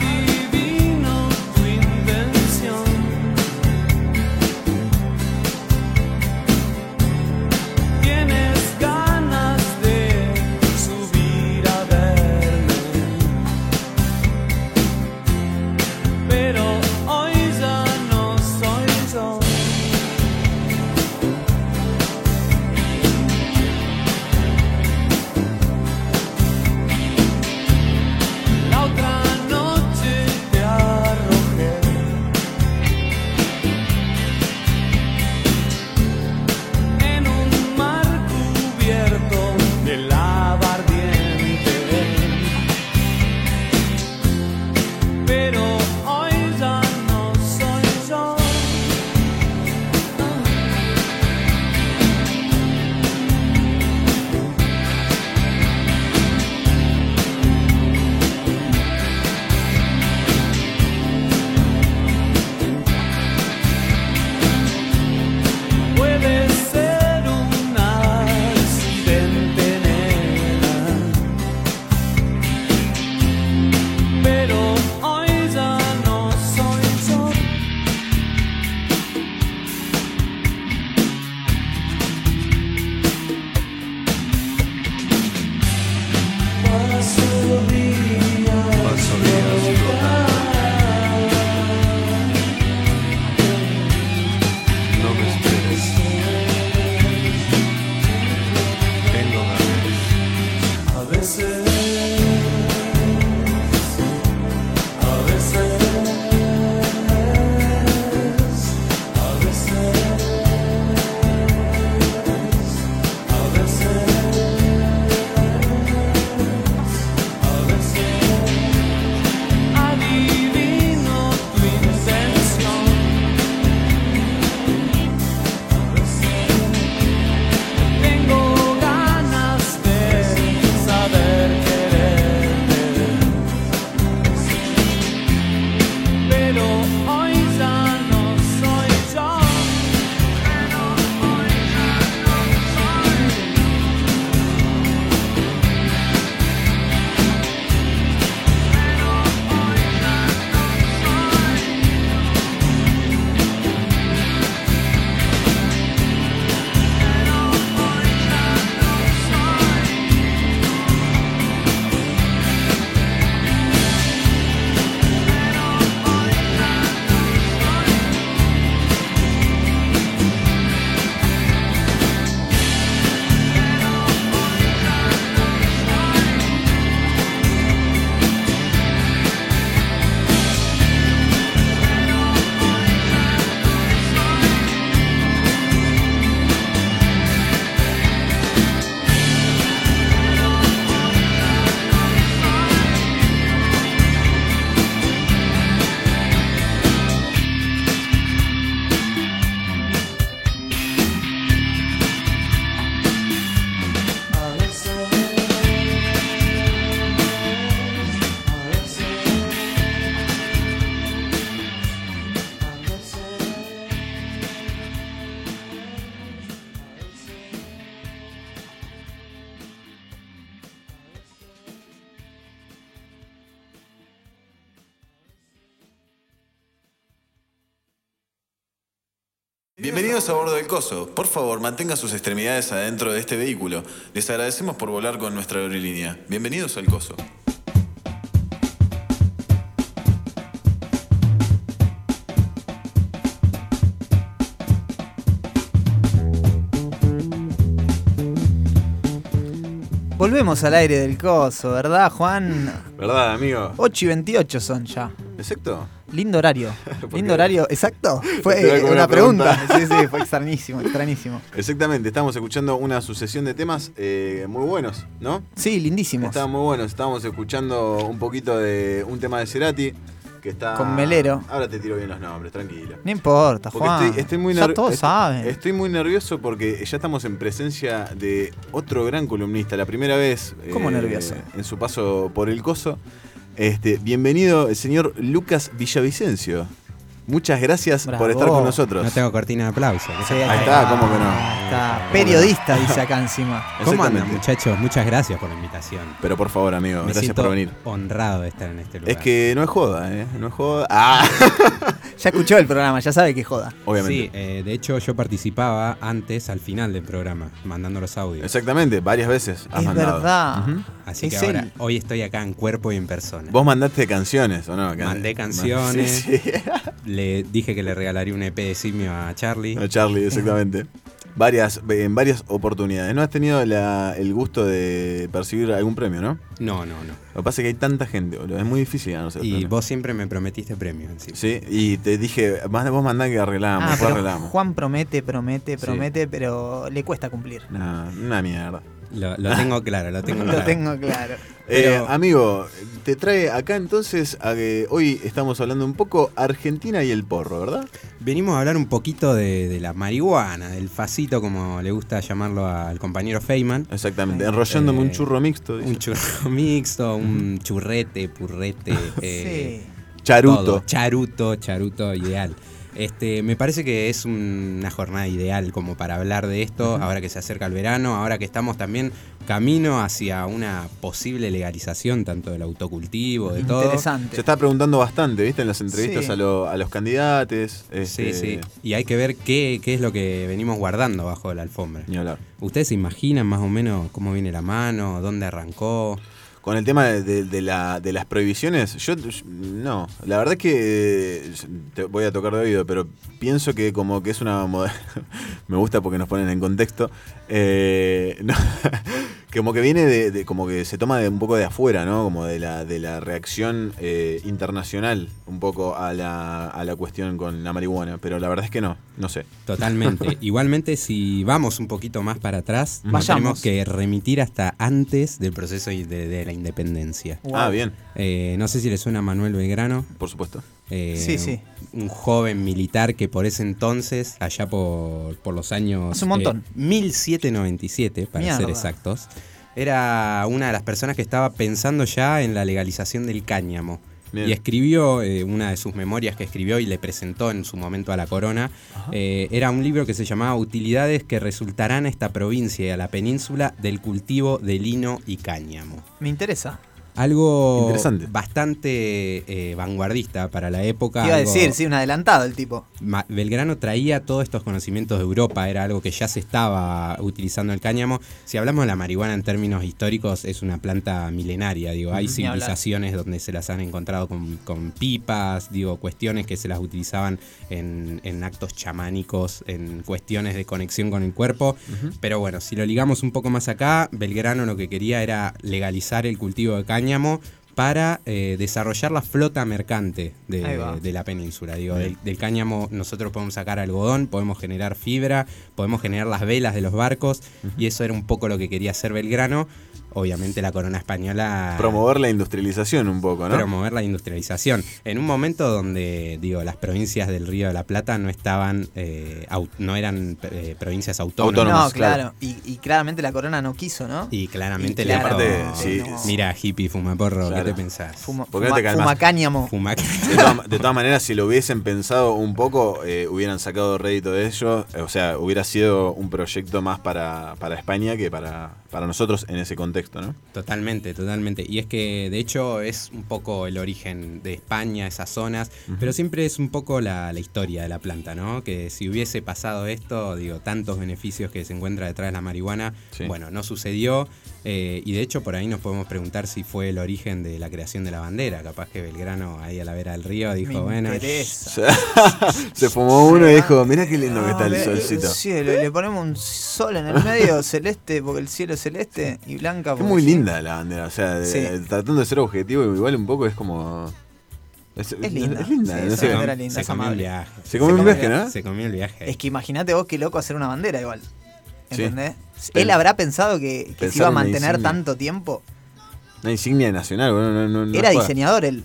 adivino tu invención. Tienes ganas de subir a verme, pero hoy ya no soy yo. La otra noche te arrojé en un mar cubierto de lava ardiente, pero hoy ya no soy yo. Puede ser un accidente, nena. Pero hoy ya no soy yo.
Paso días
No me esperes. Tengo ganas.
A veces, a veces, a veces, a veces, a veces.
Adivino tu intención. Tengo ganas de saber quererte, pero hoy ya no soy yo. Pero hoy ya no soy yo.
Bienvenidos a bordo del Coso. Por favor, mantenga sus extremidades adentro de este vehículo. Les agradecemos por volar con nuestra aerolínea. Bienvenidos al Coso.
Volvemos al aire del coso, ¿verdad, Juan?
¿Verdad, amigo?
8 y 28 son ya.
¿Exacto?
Lindo horario. Lindo horario, exacto. Fue
Era
eh,
como
una,
una
pregunta.
pregunta.
Sí, sí, fue extrañísimo, extrañísimo.
Exactamente, estamos escuchando una sucesión de temas eh, muy buenos, ¿no?
Sí, lindísimos.
Estaban muy buenos, estábamos escuchando un poquito de un tema de Cerati que está...
Con Melero.
Ahora te tiro bien los nombres, tranquila.
No importa,
Porque
Juan.
estoy, estoy muy
ya
nerv-
todos
est-
saben.
Estoy muy nervioso porque ya estamos en presencia de otro gran columnista. La primera vez. eh,
¿Cómo nervioso?
En su paso por el coso. Este, bienvenido, el señor Lucas Villavicencio. Muchas gracias por estar con nosotros.
No tengo cortina de aplauso.
Ahí está, ¿cómo que no?
Está periodista, dice acá encima.
¿Cómo
Exactamente.
andan, muchachos? Muchas gracias por la invitación.
Pero por favor, amigo,
Me
gracias
siento
por venir.
honrado de estar en este lugar.
Es que no es joda, ¿eh? No es joda. Ah,
Ya escuchó el programa, ya sabe que joda.
Sí, eh, de hecho yo participaba antes, al final del programa, mandando los audios.
Exactamente, varias veces has
Es
mandado.
verdad.
Ujú.
Así
Es
que ahora,
él.
hoy estoy acá en cuerpo y en persona.
Vos mandaste canciones, ¿o no? Can-
Mandé
man-
canciones.
Sí, sí.
Le dije que le regalaría un EP de simio a Charlie.
A Charlie, exactamente. Varias, en varias oportunidades. ¿No has tenido la- el gusto de percibir algún premio, no?
No, no, no.
Lo que pasa es que hay tanta gente, boludo. Es muy difícil ganarse los
Y
premios.
vos siempre me prometiste premio. encima.
Sí, y te dije, más vos mandá que arreglamos,
Ah,
después
pero
arreglamos.
Juan promete, promete,
Sí.
promete, pero le cuesta cumplir.
Nah, una mierda.
Lo, lo
Ah.
tengo claro, lo tengo claro.
Lo tengo claro.
Eh, amigo, te trae acá entonces a que hoy estamos hablando un poco Argentina y el porro, ¿verdad?
Venimos a hablar un poquito de, de la marihuana, del facito, como le gusta llamarlo al compañero Feynman.
Exactamente, enrollándome un churro mixto. dice.
eh, Un churro mixto, un churrete, purrete. eh,
Charuto.
todo. Charuto, charuto ideal. Este, me parece que es un- una jornada ideal como para hablar de esto, ahora que se acerca el verano, ahora que estamos también camino hacia una posible legalización tanto del
pues
autocultivo, de todo.
Interesante.
Se está preguntando bastante, ¿viste? En las entrevistas
Sí.
a, lo- a los candidatos.
Sí,
este,
sí. Y hay que ver qué, qué es lo que venimos guardando bajo la alfombra.
Ni hablar.
¿Ustedes se imaginan más o menos cómo viene la mano, dónde arrancó?
Con el tema de, de- de la- de las prohibiciones, yo yo- no. La verdad es que eh, te voy a tocar de oído, pero pienso que como que es una moda. Me gusta porque nos ponen en contexto. Eh, no, como que viene de, de- como que se toma de un poco de afuera, ¿no? Como de la, de la reacción eh, internacional un poco a la, a la cuestión con la marihuana. Pero la verdad es que no, no sé.
Totalmente. Igualmente, si vamos un poquito más para atrás, nos
Vayamos.
tenemos que remitir hasta antes del proceso de, de la independencia.
Wow.
Ah, bien,
Eh, no sé si le suena a Manuel Belgrano.
por supuesto.
eh,
Sí, sí.
Un joven militar que por ese entonces, allá por, por los años.
Hace un montón.
eh, 1797, para ser
Mierda.
exactos. Era una de las personas que estaba pensando ya en la legalización del cáñamo.
Bien.
Y escribió, eh, una de sus memorias que escribió y le presentó en su momento a la corona, eh, era un libro que se llamaba Utilidades que resultarán a esta provincia y a la península del cultivo de lino y cáñamo.
Me interesa.
Algo
Interesante.
bastante eh, vanguardista para la época.
Te iba a
algo-
decir, sí, un adelantado el tipo.
Ma- Belgrano traía todos estos conocimientos de Europa, era algo que ya se estaba utilizando el cáñamo. Si hablamos de la marihuana en términos históricos, es una planta milenaria, digo, hay
Ujú. Ni hablar.
civilizaciones donde se las han encontrado con, con pipas, digo, cuestiones que se las utilizaban en, en actos chamánicos, en cuestiones de conexión con el cuerpo. Pero bueno, si lo ligamos un poco más acá, Belgrano lo que quería era legalizar el cultivo de cáñamo para eh, desarrollar la flota mercante de,
Ahí va.
de la península. Digo,
Bien.
del, del cáñamo nosotros podemos sacar algodón, podemos generar fibra, podemos generar las velas de los barcos y eso era un poco lo que quería hacer Belgrano. Obviamente la corona española
Promover la industrialización un poco, ¿no?
promover la industrialización. En un momento donde, digo, las provincias del Río de la Plata no estaban, eh, au- no eran eh, provincias autónomas.
Autónomas,
no, claro. Y, y claramente la corona no quiso, ¿no?
Y claramente
Y
le
claramente
dijo,
sí,
no.
mira, hippie, fumaporro,
Claro.
¿qué te pensás?
Fuma,
¿Por qué no te
fuma-
calmás?
fuma cáñamo.
Fuma-
De todas, de todas maneras, si lo hubiesen pensado un poco, eh, hubieran sacado rédito de ello. Eh, O sea, hubiera sido un proyecto más para, para España que para, para nosotros en ese contexto, ¿no?
Totalmente, totalmente. Y es que de hecho es un poco el origen de España, esas zonas, pero siempre es un poco la, la historia de la planta, ¿no? Que si hubiese pasado esto, digo, tantos beneficios que se encuentra detrás de la marihuana,
Sí.
bueno, no sucedió. eh, y de hecho por ahí nos podemos preguntar si fue el origen de la creación de la bandera. Capaz que Belgrano ahí a la vera del río dijo,
Me
bueno,
interesa.
Se fumó uno y dijo, mirá qué lindo que está
Ah,
el
ve-
solcito.
el cielo, y le ponemos un sol en el medio celeste, porque el cielo es celeste y blanca.
Es
porque
muy
sí.
linda la bandera, o sea, de-
Sí.
tratando de ser objetivo, igual un poco es como... Es,
Es linda.
es linda,
Sí,
no
es
se,
sé.
una
com-
bandera linda,
se
es
comió el
amable.
viaje.
Se comió un
come-
viaje, ¿no?
Se comió el viaje.
Es que imagínate vos qué loco hacer una bandera igual.
Sí.
¿Entendés?
Pen-
Él habrá pensado que, que se
Pensar
iba a
en la
mantener
insignia.
tanto tiempo.
Una insignia nacional, bueno, no, no- no
Era
joda.
diseñador él.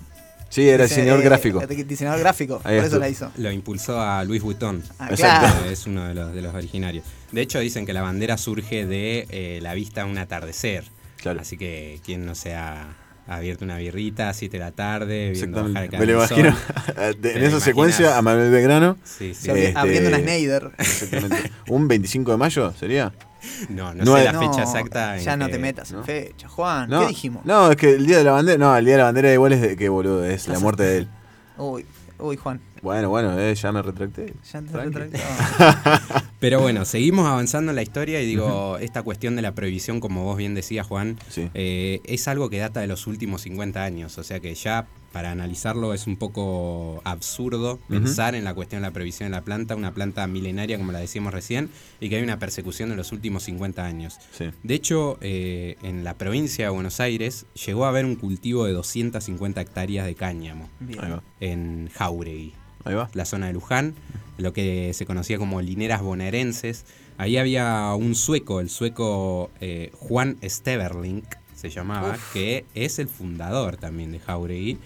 Sí, era
Dise-
diseñador
eh,
gráfico.
eh, Diseñador gráfico,
Ahí
por eso
estu-
la hizo.
Lo impulsó a Luis Butón.
Ah,
Exacto.
claro.
Eh, Es uno de los, de los originarios. De hecho, dicen que la bandera surge de eh, la vista a un atardecer.
Claro.
Así que quien no sea abierto una birrita, 7 de la tarde, viendo bajar
Exactamente.
el
Me lo
camisón.
imagino. eh,
Te
en
lo
esa
imaginas.
secuencia, a Mabel Belgrano.
Sí, sí.
Este,
Abriendo una Snyder.
Exactamente. ¿Un 25 de mayo sería?
No,
no sé la fecha No, exacta en ya no que- te metas en fecha, Juan, ¿qué dijimos?
No, es que el día de la bandera. No, el día de la bandera igual es de que boludo, es la muerte de él.
Uy, uy, Juan.
Bueno, bueno, eh, ya me retracté.
Ya te
Tranqui.
retractaba.
Pero bueno, seguimos avanzando en la historia y digo, esta cuestión de la prohibición, como vos bien decías, Juan, eh, es algo que data de los últimos 50 años. O sea que ya para analizarlo es un poco absurdo pensar en la cuestión de la prohibición de la planta, una planta milenaria, como la decíamos recién, y que hay una persecución de los últimos 50 años.
Sí.
De hecho, eh, en la provincia de Buenos Aires llegó a haber un cultivo de 250 hectáreas de cáñamo
Bien. Ahí va.
en Jauregui,
Ahí va.
la zona de Luján, lo que se conocía como lineras bonaerenses. Ahí había un sueco, el sueco eh, Juan Steverling, se llamaba,
Uf.
que es el fundador también de Jauregui.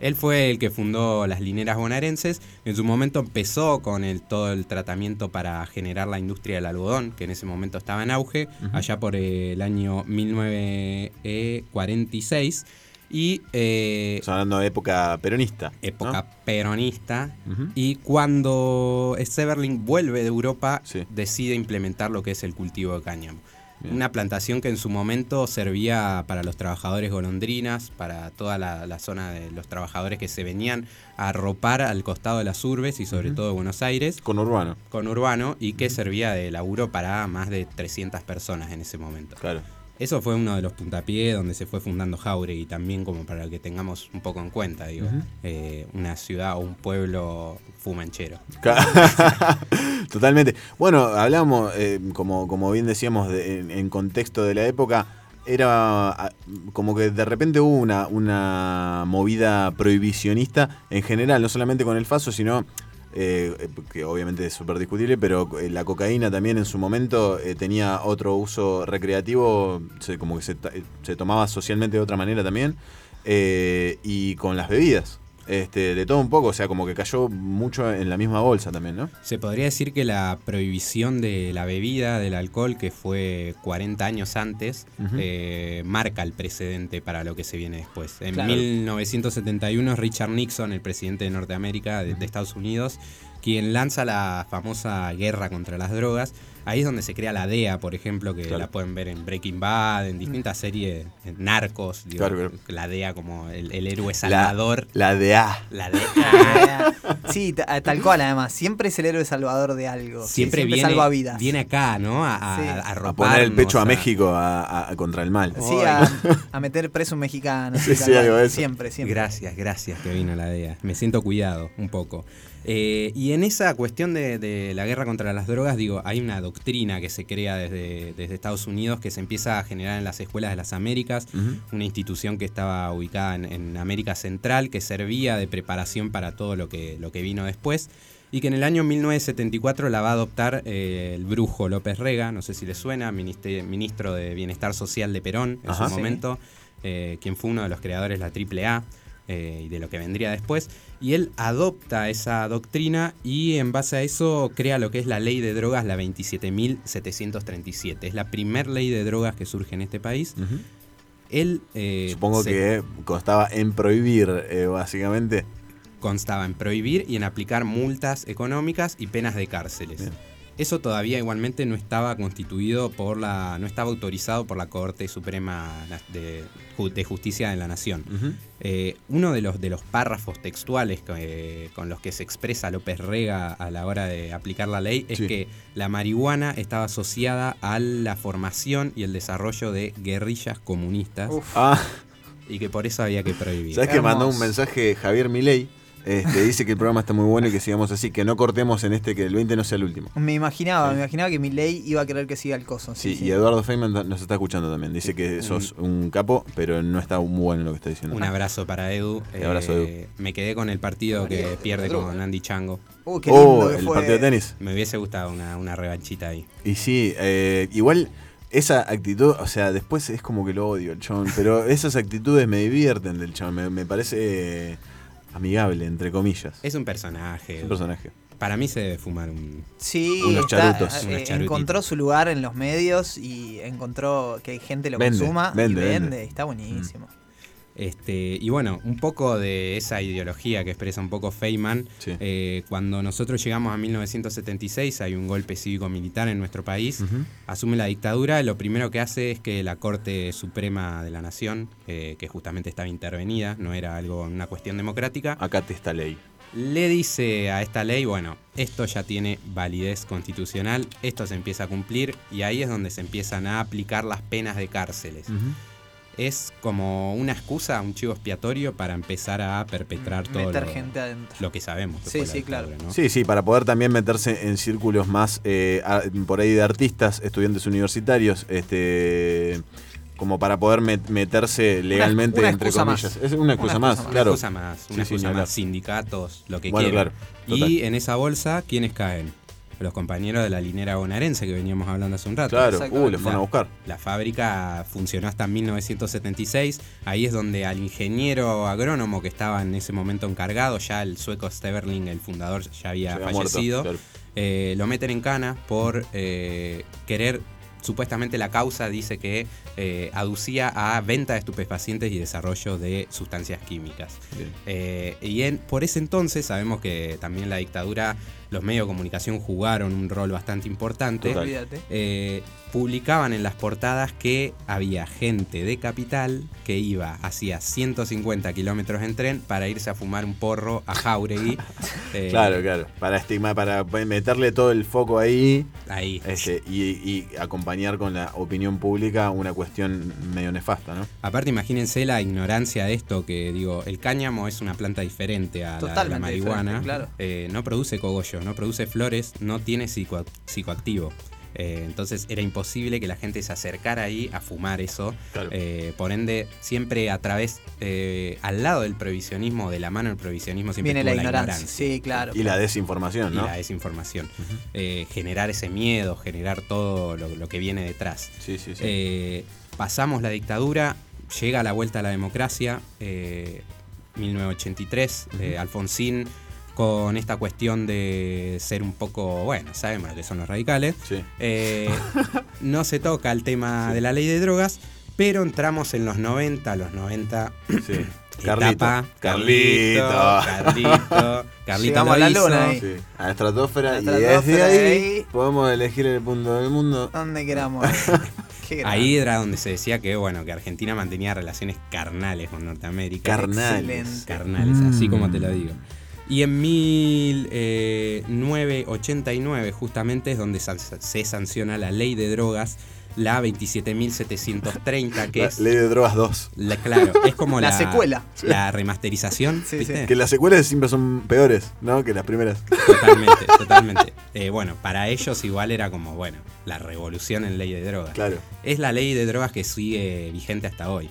Él fue el que fundó las lineras bonaerenses. En su momento empezó con el, todo el tratamiento para generar la industria del algodón, que en ese momento estaba en auge,
Ujú.
allá por eh, el año eh, 1946. Y, eh,
hablando de época peronista.
Época
Ah.
peronista. Y cuando Severling vuelve de Europa, decide implementar lo que es el cultivo de cáñamo.
Bien.
Una plantación que en su momento servía para los trabajadores golondrinas, para toda la, la zona de los trabajadores que se venían a arropar al costado de las urbes y sobre
Ujú.
todo de Buenos Aires.
Con urbano.
Con urbano y que servía de laburo para más de 300 personas en ese momento.
Claro.
Eso fue uno de los puntapiés donde se fue fundando Jauregui también como para que tengamos un poco en cuenta, digo,
Ujú.
eh, una ciudad o un pueblo fumanchero.
Ca- Totalmente. Bueno, hablamos, eh, como, como bien decíamos, de- en, en contexto de la época, era ah, como que de repente hubo una, una movida prohibicionista en general, no solamente con el FASO, sino, eh, eh, que obviamente es súper discutible, pero eh, la cocaína también en su momento eh, tenía otro uso recreativo, se- como que se, ta- eh, se tomaba socialmente de otra manera también, eh, y con las bebidas. Este, de todo un poco, o sea, como que cayó mucho en la misma bolsa también, ¿no?
Se podría decir que la prohibición de la bebida, del alcohol, que fue 40 años antes,
Ujú.
eh, marca el precedente para lo que se viene después. En
Claro.
1971, Richard Nixon, el presidente de Norteamérica, de, de Estados Unidos, quien lanza la famosa guerra contra las drogas. Ahí es donde se crea la DEA, por ejemplo, que
Claro.
la pueden ver en Breaking Bad, en distintas series, en Narcos, digo,
Claro,
la DEA como el, el héroe salvador.
La, DEA.
La E DEA.
Ah, Sí, ta- tal cual además. Siempre es el héroe salvador de algo. Sí,
siempre viene,
salva vidas.
viene acá, ¿no? A, a,
Sí.
a
A poner el
arroparnos,
pecho a
a-
México a- a- a contra el mal.
Sí, a, a meter preso un mexicano.
Sí,
sí, tal
sí,
cual.
algo de eso.
Siempre, siempre.
Gracias, gracias que vino la DEA. Me siento cuidado un poco. Eh, y en esa cuestión de, de la guerra contra las drogas, digo, hay una doctrina que se crea desde, desde Estados Unidos que se empieza a generar en las escuelas de las Américas,
Ujú.
una institución que estaba ubicada en, en América Central, que servía de preparación para todo lo que, lo que vino después, y que en el año 1974 la va a adoptar eh, el brujo López Rega, no sé si le suena, ministe- ministro de Bienestar Social de Perón en
Ajá.
su
Sí.
momento, eh, quien fue uno de los creadores de la AAA eh, y de lo que vendría después. Y él adopta esa doctrina y en base a eso crea lo que es la ley de drogas, la 27.737. Es la primer ley de drogas que surge en este país. Él, eh,
Supongo
se-
que constaba en prohibir, eh, básicamente.
constaba en prohibir y en aplicar multas económicas y penas de cárceles. Eso todavía igualmente no estaba constituido por la. no estaba autorizado por la Corte Suprema na- de, Ju- de Justicia de la Nación. Eh, uno de los, de los párrafos textuales que, eh, con los que se expresa López Rega a la hora de aplicar la ley es que la marihuana estaba asociada a la formación y el desarrollo de guerrillas comunistas.
Ah.
Y que por eso había que prohibir.
¿Sabes que mandó un mensaje Javier Milei? Este, dice que el programa está muy bueno y que sigamos así, que no cortemos en este, que el 20 no sea el último.
Me imaginaba, me imaginaba que mi ley iba a querer que siga el coso.
Sí,
Sí, sí.
y Eduardo Feynman ta- nos está escuchando también. Dice que sos un capo, pero no está muy bueno lo que está diciendo.
Un abrazo para Edu.
Te abrazo,
Eh, Me quedé con el partido que pierde
droga.
con Andy Chango.
Uh,
qué lindo Oh, que el fue. partido de tenis.
Me hubiese gustado una, una revanchita ahí.
Y sí, eh, igual esa actitud, o sea, después es como que lo odio el chabón, pero esas actitudes me divierten del chabón, me, me parece eh, amigable, entre comillas.
Es un personaje.
Es un personaje.
Para mí se debe fumar un.
Sí,
Unos
está-
charutos.
eh,
Unos charutitos.
encontró su lugar en los medios y encontró que hay gente lo
Vende,
consuma
vende, Mm,
y vende,
vende.
Está buenísimo.
Este, y bueno, un poco de esa ideología que expresa un poco Feynman. eh, cuando nosotros llegamos a 1976, hay un golpe cívico-militar en nuestro país.
Ujú.
Asume la dictadura. Lo primero que hace es que la Corte Suprema de la Nación, eh, que justamente estaba intervenida, no era algo una cuestión democrática.
Acate esta ley.
Le dice a esta ley, bueno, esto ya tiene validez constitucional, esto se empieza a cumplir y ahí es donde se empiezan a aplicar las penas de cárceles es como una excusa, un chivo expiatorio para empezar a perpetrar todo
Mm, Meter
lo,
gente adentro.
lo que sabemos. que
Sí,
fue la
sí, claro.
dictadura, ¿no?
Sí, sí, para poder también meterse en círculos más eh, a- por ahí de artistas, estudiantes universitarios, este como para poder met- meterse legalmente
una
entre
excusa
comillas. Es
más.
una excusa más, claro.
Una excusa más, una
Sí, sí,
excusa
ni hablar.
más, sindicatos, lo que
Bueno,
quieran.
claro,
y en esa bolsa, ¿quiénes caen? Los compañeros de la linera bonaerense que veníamos hablando hace un rato.
Claro, uh, lo fueron a
La-
buscar.
La fábrica funcionó hasta 1976. Ahí es donde al ingeniero agrónomo que estaba en ese momento encargado, ya el sueco Steverling, el fundador, ya había
Ya había muerto,
fallecido.
claro.
Eh, lo meten en cana por eh, querer. Supuestamente la causa dice que eh, aducía a venta de estupefacientes y desarrollo de sustancias químicas. Eh, y en- por ese entonces sabemos que también la dictadura, los medios de comunicación jugaron un rol bastante importante.
Total. Olvídate.
Eh, publicaban en las portadas que había gente de capital que iba hacia 150 kilómetros en tren para irse a fumar un porro a Jauregui. Eh,
Claro, claro. Para estigma, para meterle todo el foco ahí. este,
Ahí.
y, y acompañar con la opinión pública una cuestión medio nefasta, ¿no?
Aparte, imagínense la ignorancia de esto, que digo, el cáñamo es una planta diferente a la- la,
Totalmente
marihuana.
diferente, claro.
Eh, no produce cogollo, no produce flores, no tiene psico- psicoactivo. Eh, entonces era imposible que la gente se acercara ahí a fumar eso. Eh, por ende, siempre a través, eh, al lado del prohibicionismo, de la mano del prohibicionismo, siempre
Viene la
estuvo
ignorancia. Sí, claro.
Y la desinformación,
y
¿no?
la desinformación. Eh, generar ese miedo, generar todo lo, lo que viene detrás. Eh, pasamos la dictadura, llega la vuelta a la democracia, eh, 1983, eh,
Ujú.
Alfonsín con esta cuestión de ser un poco, bueno, sabemos lo que son los radicales, eh, no se toca el tema de la ley de drogas, pero entramos en los 90, los 90... etapa,
Carlito.
Carlito, Carlito, Carlito
Llegamos a la
lo hizo.
luna ahí.
Sí. A la estratosfera.
A la
Y desde
estratosfera,
ahí,
ahí.
podemos elegir el punto del mundo.
Donde queramos. Qué grande.
Ahí era donde se decía que bueno, que Argentina mantenía relaciones carnales con Norteamérica.
Carnales. Mm.
Excelente. Carnales, así como te lo digo. Y en eh, 1989 justamente es donde san- se sanciona la ley de drogas, la 27.730, que
La
es...
Ley de Drogas 2.
la- claro, es como
La
la,
secuela.
La remasterización, ¿viste?
Que las secuelas siempre son peores, ¿no? Que las primeras.
Totalmente, totalmente. Eh, bueno, para ellos igual era como, bueno, la revolución en ley de drogas.
Claro.
Es la ley de drogas que sigue vigente hasta hoy.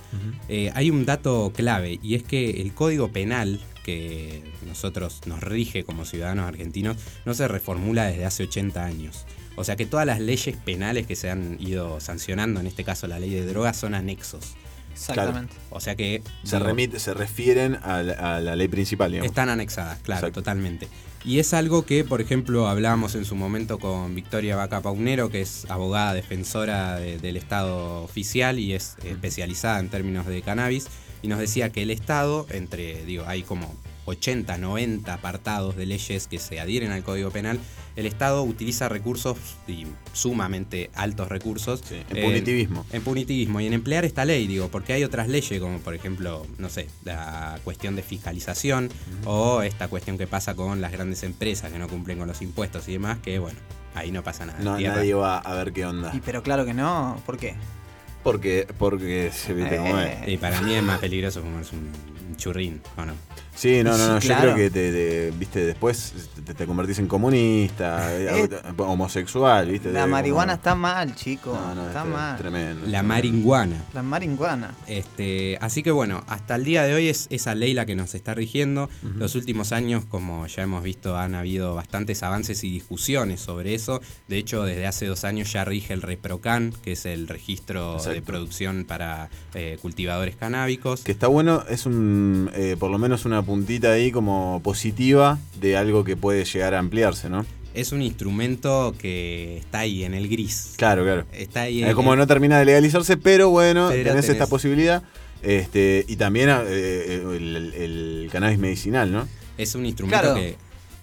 Eh, hay un dato clave y es que el Código Penal que nosotros nos rige como ciudadanos argentinos no se reformula desde hace 80 años. O sea que todas las leyes penales que se han ido sancionando, en este caso la ley de drogas, son anexos.
Exactamente.
O sea que...
Se,
digo,
remite, se refieren a la, a la ley principal, digamos.
están anexadas, claro,
Exacto.
totalmente. Y es algo que, por ejemplo, hablábamos en su momento con Victoria Vaca Paunero, que es abogada defensora de- del Estado oficial y es especializada en términos de cannabis, y nos decía que el Estado, entre, digo, hay como 80, 90 apartados de leyes que se adhieren al Código Penal, el Estado utiliza recursos y sumamente altos recursos. eh,
en punitivismo.
En punitivismo y en emplear esta ley, digo, porque hay otras leyes como por ejemplo, no sé, la cuestión de fiscalización o esta cuestión que pasa con las grandes empresas que no cumplen con los impuestos y demás, que bueno, ahí no pasa nada.
No,
Tierra.
nadie va a ver qué onda.
Y pero claro que no, ¿por qué?
Porque, porque se
Eh.
viste cómo es.
Y para mí es más peligroso fumarse un, un churrín, ¿o no?
Sí, no, no, no.
Sí,
Yo
claro.
creo que te, te- viste, después te, te convertís en comunista, eh, homosexual, viste.
La
de-
marihuana
como-
está mal, chico.
No, no,
está
este,
mal.
Tremendo.
La marihuana.
La marihuana.
Este, así que bueno, hasta el día de hoy es esa ley la que nos está rigiendo. Los últimos años, como ya hemos visto, han habido bastantes avances y discusiones sobre eso. De hecho, desde hace dos años ya rige el ReproCan, que es el registro de
Exacto.
producción para eh, cultivadores canábicos.
Que está bueno, es un, eh, por lo menos una puntita ahí como positiva de algo que puede llegar a ampliarse, ¿no?
Es un instrumento que está ahí en el gris.
Claro, claro.
Está ahí.
Es
en-
como no termina de legalizarse, pero bueno,
eh. Pero
tenés, esta
tenés-
posibilidad. Este, y también eh, el, el cannabis medicinal, ¿no?
Es un instrumento
Claro.
que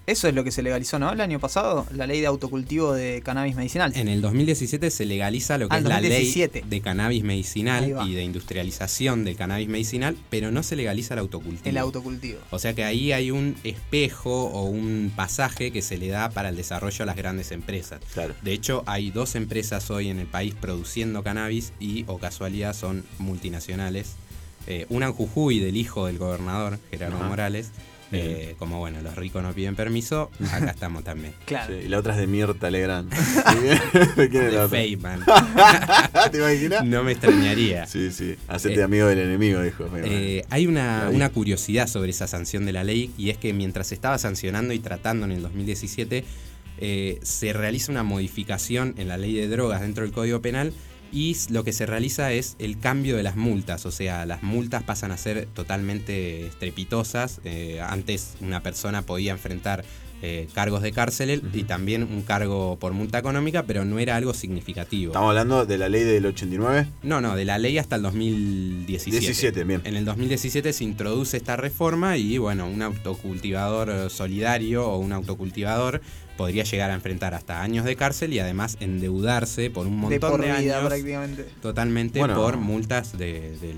Eso es lo que se legalizó, ¿no? El año pasado, la ley de autocultivo de cannabis medicinal.
en el 2017 se legaliza lo que
Ah,
es
el
la
2017.
ley de cannabis
Ahí
medicinal
va.
y de industrialización del cannabis medicinal, pero no se legaliza el autocultivo.
El autocultivo.
O sea que ahí hay un espejo o un pasaje que se le da para el desarrollo a las grandes empresas. De hecho, hay dos empresas hoy en el país produciendo cannabis y, o casualidad, son multinacionales. Eh, una en Jujuy del hijo del gobernador, Gerardo
Ajá.
Morales. Eh, como bueno, los ricos no piden permiso, acá estamos también.
Claro.
Sí, y la otra es de Mirta Legrand. ¿De quién es la otra?
De
Ah,
Feynman.
¿Te imaginas?
No me extrañaría.
Sí, sí. Hacete
Eh,
amigo del enemigo, dijo.
Eh, hay una,
Ahí.
una curiosidad sobre esa sanción de la ley y es que mientras se estaba sancionando y tratando en el 2017, eh, se realiza una modificación en la ley de drogas dentro del Código Penal y s- lo que se realiza es el cambio de las multas, o sea, las multas pasan a ser totalmente estrepitosas. Eh, antes una persona podía enfrentar eh, cargos de cárcel y también un cargo por multa económica, pero no era algo significativo.
Estamos hablando de la ley del 89.
No, no, de la ley hasta el 2017.
17, bien.
En el 2017 se introduce esta reforma y, bueno, un autocultivador eh, solidario o un autocultivador podría llegar a enfrentar hasta años de cárcel y además endeudarse por un montón de,
de por vida,
años.
prácticamente.
Totalmente
Bueno.
por multas de- del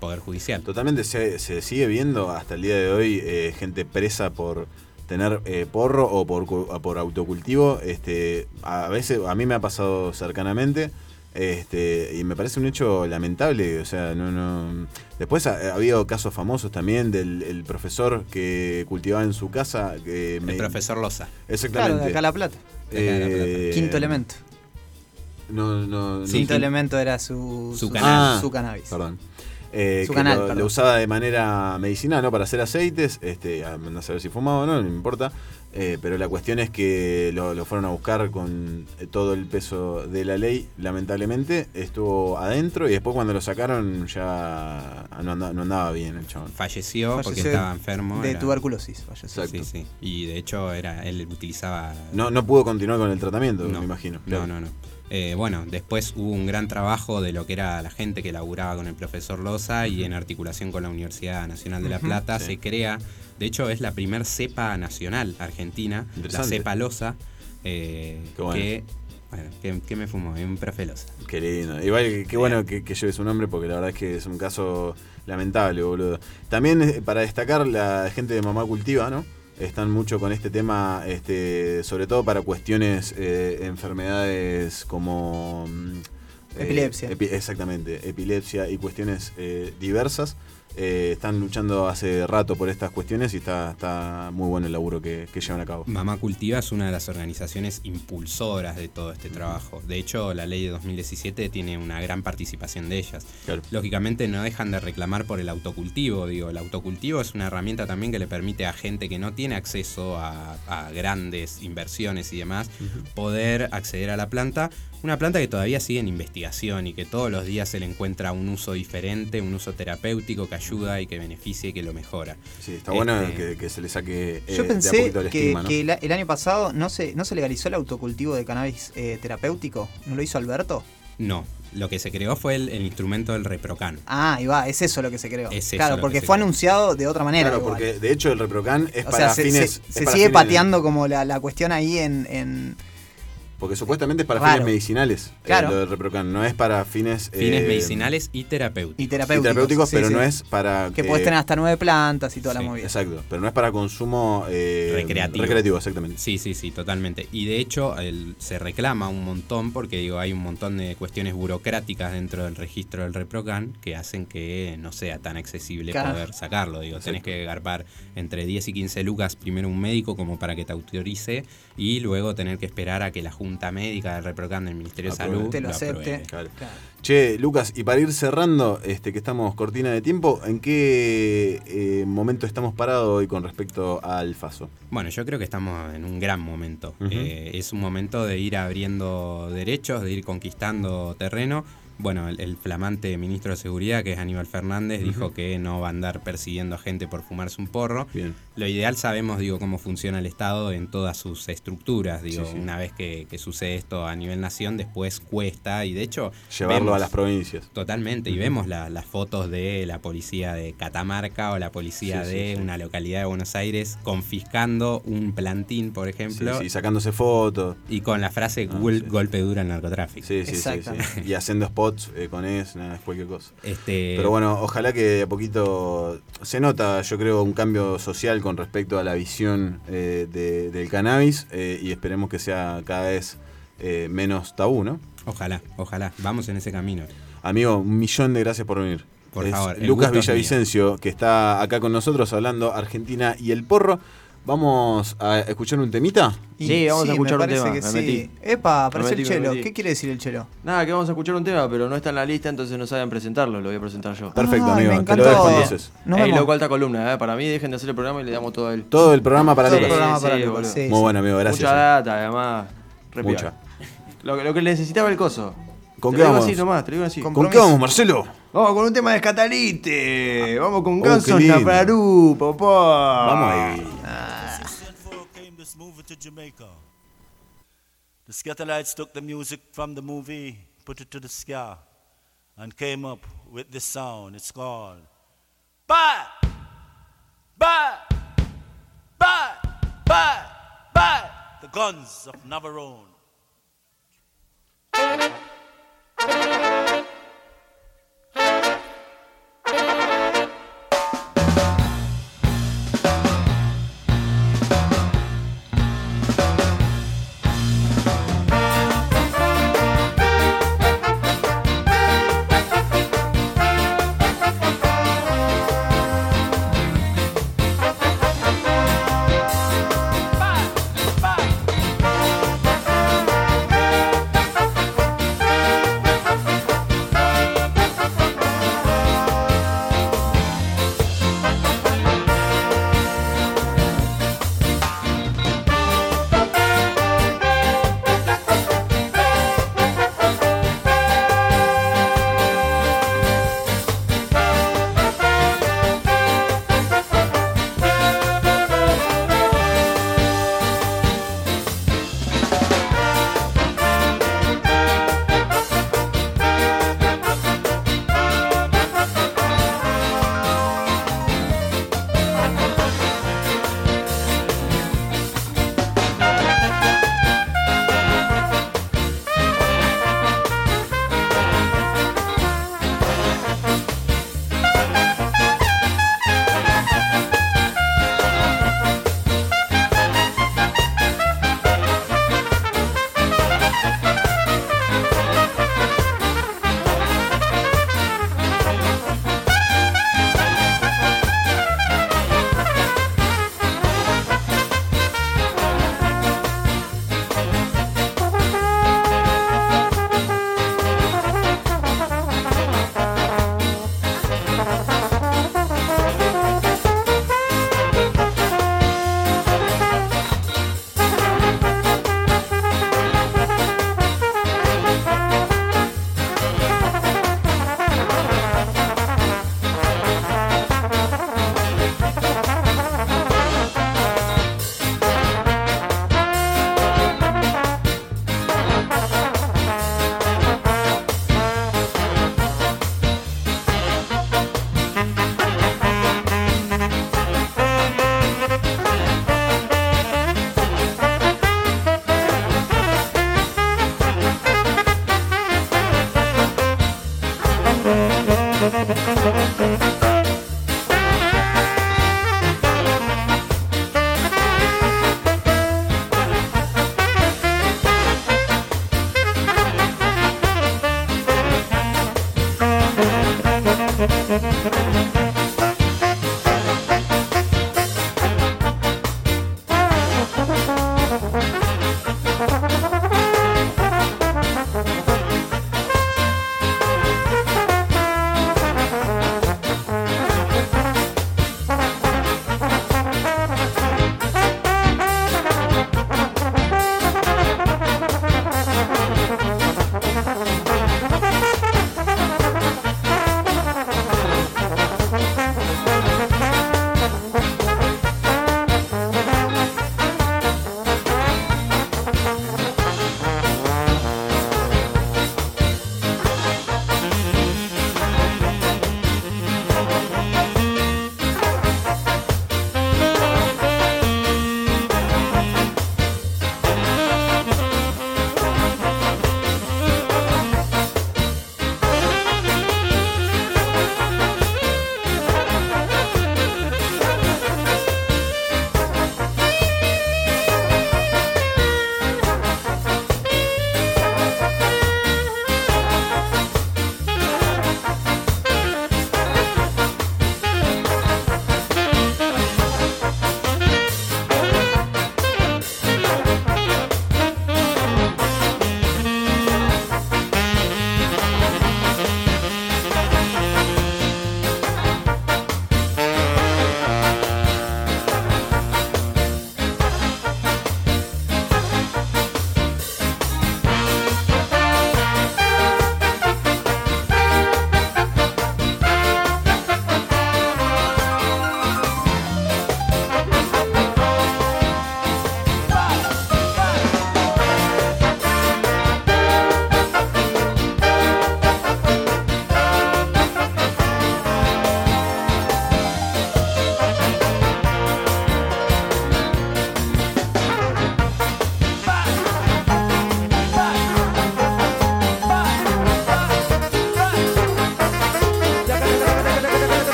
Poder Judicial.
Totalmente se, se sigue viendo hasta el día de hoy eh, gente presa por tener eh, porro o por, cu- o por autocultivo. Este, a veces, a mí me ha pasado cercanamente. Este, y me parece un hecho lamentable, o sea, no, no. Después eh, ha, ha habido casos famosos también del el profesor que cultivaba en su casa. Que
El profesor Loza.
Exactamente. Eh,
Claro, de acá a La Plata.
de acá a La Plata.
Quinto elemento.
No, no, no.
Quinto elemento era su,
Su
su,
canal.
su cannabis.
Perdón. Eh,
Su
que
canal,
lo, lo
perdón.
usaba de manera medicinal, ¿no? Para hacer aceites, este, a no saber si fumaba o no, no me importa. Eh, pero la cuestión es que lo, lo fueron a buscar con eh, todo el peso de la ley, lamentablemente, estuvo adentro y después cuando lo sacaron ya no andaba, no andaba bien el chabón.
Falleció, porque
Falleció
estaba enfermo.
De
era-
tuberculosis, falleció.
Sí, sí. Y de hecho era, él utilizaba
No, no pudo continuar con el tratamiento, me imagino.
No, no, no. Eh, bueno, después hubo un gran trabajo de lo que era la gente que laburaba con el profesor Loza y en articulación con la Universidad Nacional de La
Ujú.
Plata
Sí.
se crea, de hecho es la primer cepa nacional argentina, la
Interesante.
cepa Loza, eh,
bueno.
que... Bueno, ¿qué, qué me fumó? Un profe Loza.
Qué lindo. Igual, qué- qué bueno que, que lleve su nombre porque la verdad es que es un caso lamentable, boludo. También eh, para destacar la gente de Mamá Cultiva, ¿no? Están mucho con este tema, este, sobre todo para cuestiones, eh, enfermedades como... mm, eh,
Epilepsia.
epi- exactamente, epilepsia y cuestiones eh, diversas. Eh, están luchando hace rato por estas cuestiones y está, está muy bueno el laburo que, que llevan a cabo.
Mm.
Mamá Cultiva es una de las organizaciones impulsoras de todo este trabajo. De hecho, la ley de 2017 tiene una gran participación de ellas. Lógicamente no dejan de reclamar por el autocultivo. Digo, el autocultivo es una herramienta también que le permite a gente que no tiene acceso a, a grandes inversiones y demás poder acceder a la planta. Una planta que todavía sigue en investigación y que todos los días se le encuentra un uso diferente, un uso terapéutico que ayuda y que beneficia y que lo mejora.
Sí, Está bueno
Este,
que, que se le saque eh,
Yo
de a
pensé
poquito el
que,
estigma, ¿no?
que la- el año pasado no se, no se legalizó el autocultivo de cannabis eh, terapéutico. ¿No lo hizo Alberto?
No, lo que se creó fue el, el instrumento del reprocan.
Ah, ahí va, es eso lo que se creó.
Es eso lo
claro,
que
porque
se
fue
creó.
anunciado de otra manera.
Claro,
igual.
porque de hecho el reprocan es
o
para
sea, se,
fines.
se-
es
se
para
sigue
fines-
pateando como la, la cuestión ahí en, en-
Porque supuestamente es para
Raro.
fines medicinales. eh,
Claro.
lo del reprocan no es para fines.
Fines
eh,
medicinales y terapéuticos.
y
y
terapéuticos.
terapéuticos,
sí,
pero
sí.
no es para.
Que
eh,
podés tener hasta nueve plantas y toda la
sí,
movida.
Exacto, pero no es para consumo eh,
Recreativo.
Recreativo, exactamente.
Sí, sí, sí, totalmente. Y de hecho el- se reclama un montón porque digo hay un montón de cuestiones burocráticas dentro del registro del Reprocan que hacen que no sea tan accesible
Claro.
poder sacarlo. Digo, tenés que garpar entre 10 y 15 lucas primero un médico como para que te autorice y luego tener que esperar a que la Junta Médica del Reprocan del Ministerio de
Apruebe.
Salud
Te lo
apruebe.
acepte. Che, Lucas, y para ir cerrando, este que estamos cortina de tiempo, ¿en qué eh, momento estamos parados hoy con respecto al FASO?
Bueno, yo creo que estamos en un gran momento.
Ujú.
Eh, es un momento de ir abriendo derechos, de ir conquistando terreno. bueno, el, el flamante ministro de Seguridad, que es Aníbal Fernández, dijo que no va a andar persiguiendo a gente por fumarse un porro. Lo ideal sabemos, digo, cómo funciona el Estado en todas sus estructuras. Digo,
Sí, sí.
una vez que, que sucede esto a nivel nación, después cuesta y de hecho...
Llevarlo
vemos-
a las provincias.
Totalmente, y
Ujú.
vemos la- las fotos de la policía de Catamarca o la policía
Sí, sí,
de
sí.
una localidad de Buenos Aires confiscando un plantín, por ejemplo.
Sí, sí, sacándose fotos.
Y con la frase
Ah,
"Gol-
sí.
golpe duro al narcotráfico.
Sí, sí, sí, sí. Y haciendo spots eh, con eso, nada, es cualquier cosa.
Este-
Pero bueno, ojalá que de a poquito se nota, yo creo, un cambio social con respecto a la visión eh, de- del cannabis eh, y esperemos que sea cada vez eh, menos tabú, ¿no?
Ojalá, ojalá. Vamos en ese camino.
Amigo, un millón de gracias por venir.
Por
Es
favor, el
Lucas
gusto es mío.
Villavicencio, que está acá con nosotros hablando Argentina y el porro. Vamos a escuchar un temita.
Y me parece que sí. Epa, apareció el chelo. ¿Qué quiere decir el chelo?
Nada, que vamos a escuchar un tema, pero no está en la lista, entonces no saben presentarlo, lo voy a presentar yo.
Perfecto, Ay, amigo, me te lo dejo encantó. entonces.
No
Nos
Ey,
vemos.
loco, alta columna, eh, para mí dejen de hacer el programa y le damos todo el...
Todo el programa para
Sí,
Lucas. Todo
sí,
el programa para
sí,
Lucas,
boludo.
sí, Muy sí. bueno, amigo, gracias. eh.
Mucha data, además. re
Mucha.
piola. Lo, que- lo que necesitaba el coso.
¿Con
Te
qué
lo digo
vamos?
así nomás, te lo digo así.
¿Con qué vamos, Marcelo?
Vamos con un tema de Escatalite. Vamos con
Oh, qué
Guns N'
lindo.
Nafarú, papá.
Vamos ahí.
this movie to Jamaica. The Scatterlights took the music from the movie, put it to the ska, and came up with this sound. It's called Bye! Bye! Bye! Bye! Bye! The Guns of Navarone.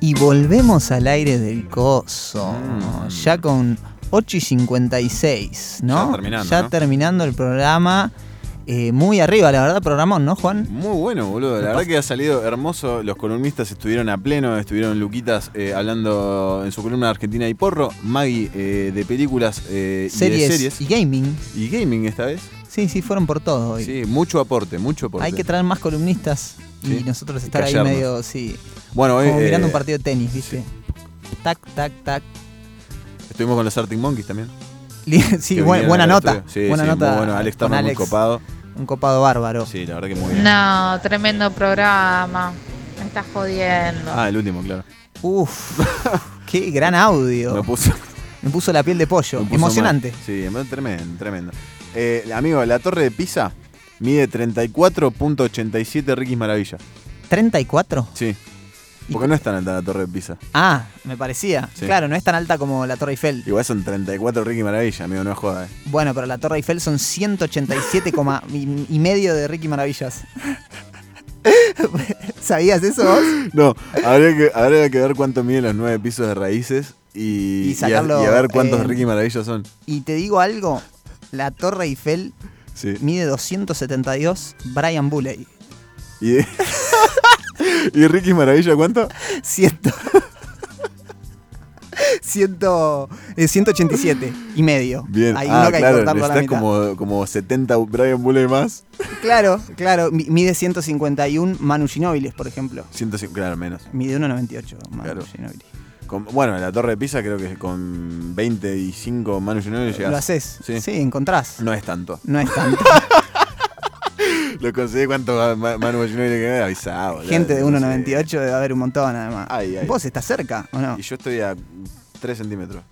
Y volvemos al aire del coso.
Mm.
Ya con 8 y 56, ¿no?
Ya terminando,
Ya
¿no?
terminando el programa. eh, muy arriba, la verdad, programón, ¿no, Juan?
Muy bueno, boludo. La verdad que ha salido hermoso. Los columnistas estuvieron a pleno, estuvieron Luquitas eh, hablando en su columna de Argentina y Porro, Maggie eh, de películas eh, y
Series
de series.
y gaming.
Y gaming esta vez.
Sí, sí, fueron por todo hoy.
Sí, mucho aporte, mucho aporte.
Hay que traer más columnistas y
Sí.
nosotros
Y
estar ahí
callarnos.
medio, sí.
Bueno, hoy,
Como mirando
eh,
un partido de tenis, ¿viste? Tac, tac, tac.
Estuvimos con los Arctic Monkeys también.
Li-
Que
sí, buen-
vinieron
buena
al
nota.
estudio. Sí,
buena
sí,
nota.
muy bueno. Alex
con
Turner muy
Alex.
copado.
Un copado bárbaro.
Sí, la verdad que muy bien.
No, tremendo programa. Me estás jodiendo.
Ah, el último, claro.
Uf, qué gran audio.
Me puso,
Me puso la piel de pollo.
me puso
Emocionante.
mal. Sí, em- tremendo, tremendo. Eh, amigo, la torre de Pisa mide 34.87 Ricky Maravilla.
¿34?
Sí. Porque no es tan alta la torre de Pisa.
Ah, me parecía.
Sí.
Claro, no es tan alta como la Torre Eiffel.
Igual son 34 Ricky Maravilla, amigo, no es joda. eh.
Bueno, pero la Torre Eiffel son 187, coma y, y medio de Ricky Maravillas. ¿Sabías eso vos?
No, habría que, habría que ver cuánto miden los nueve pisos de raíces y,
Y
y a-
sacarlo,
y a, ver cuántos
eh,
Ricky Maravilla son.
Y te digo algo, la Torre Eiffel
Sí.
mide 272 Brian Bulley.
Y, ¿Y Ricky Maravilla cuánto?
Ciento. Ciento, eh, 187 y medio.
Bien,
Hay
ah,
uno que hay que
claro,
cortarlo a la
necesitas
mitad.
como, como 70 Brian Bulley más.
Claro, claro. mi- Mide 151 Manu Ginóbiles, por ejemplo.
150, claro, menos.
Mide 1,98 Manu
Claro.
Ginóbili.
Con- bueno, la torre de Pisa creo que con 25 Manu Ginóbili llegas.
Lo haces.
Sí.
Sí. encontrás.
No es tanto.
No es tanto.
Lo conseguí cuánto ma- ma- Manu Ginóbili que me avisaba, boludo.
Gente de
No sé.
1,98 debe haber un montón, además.
Ay, ay.
¿Vos estás cerca o no?
Y yo estoy a 3 centímetros.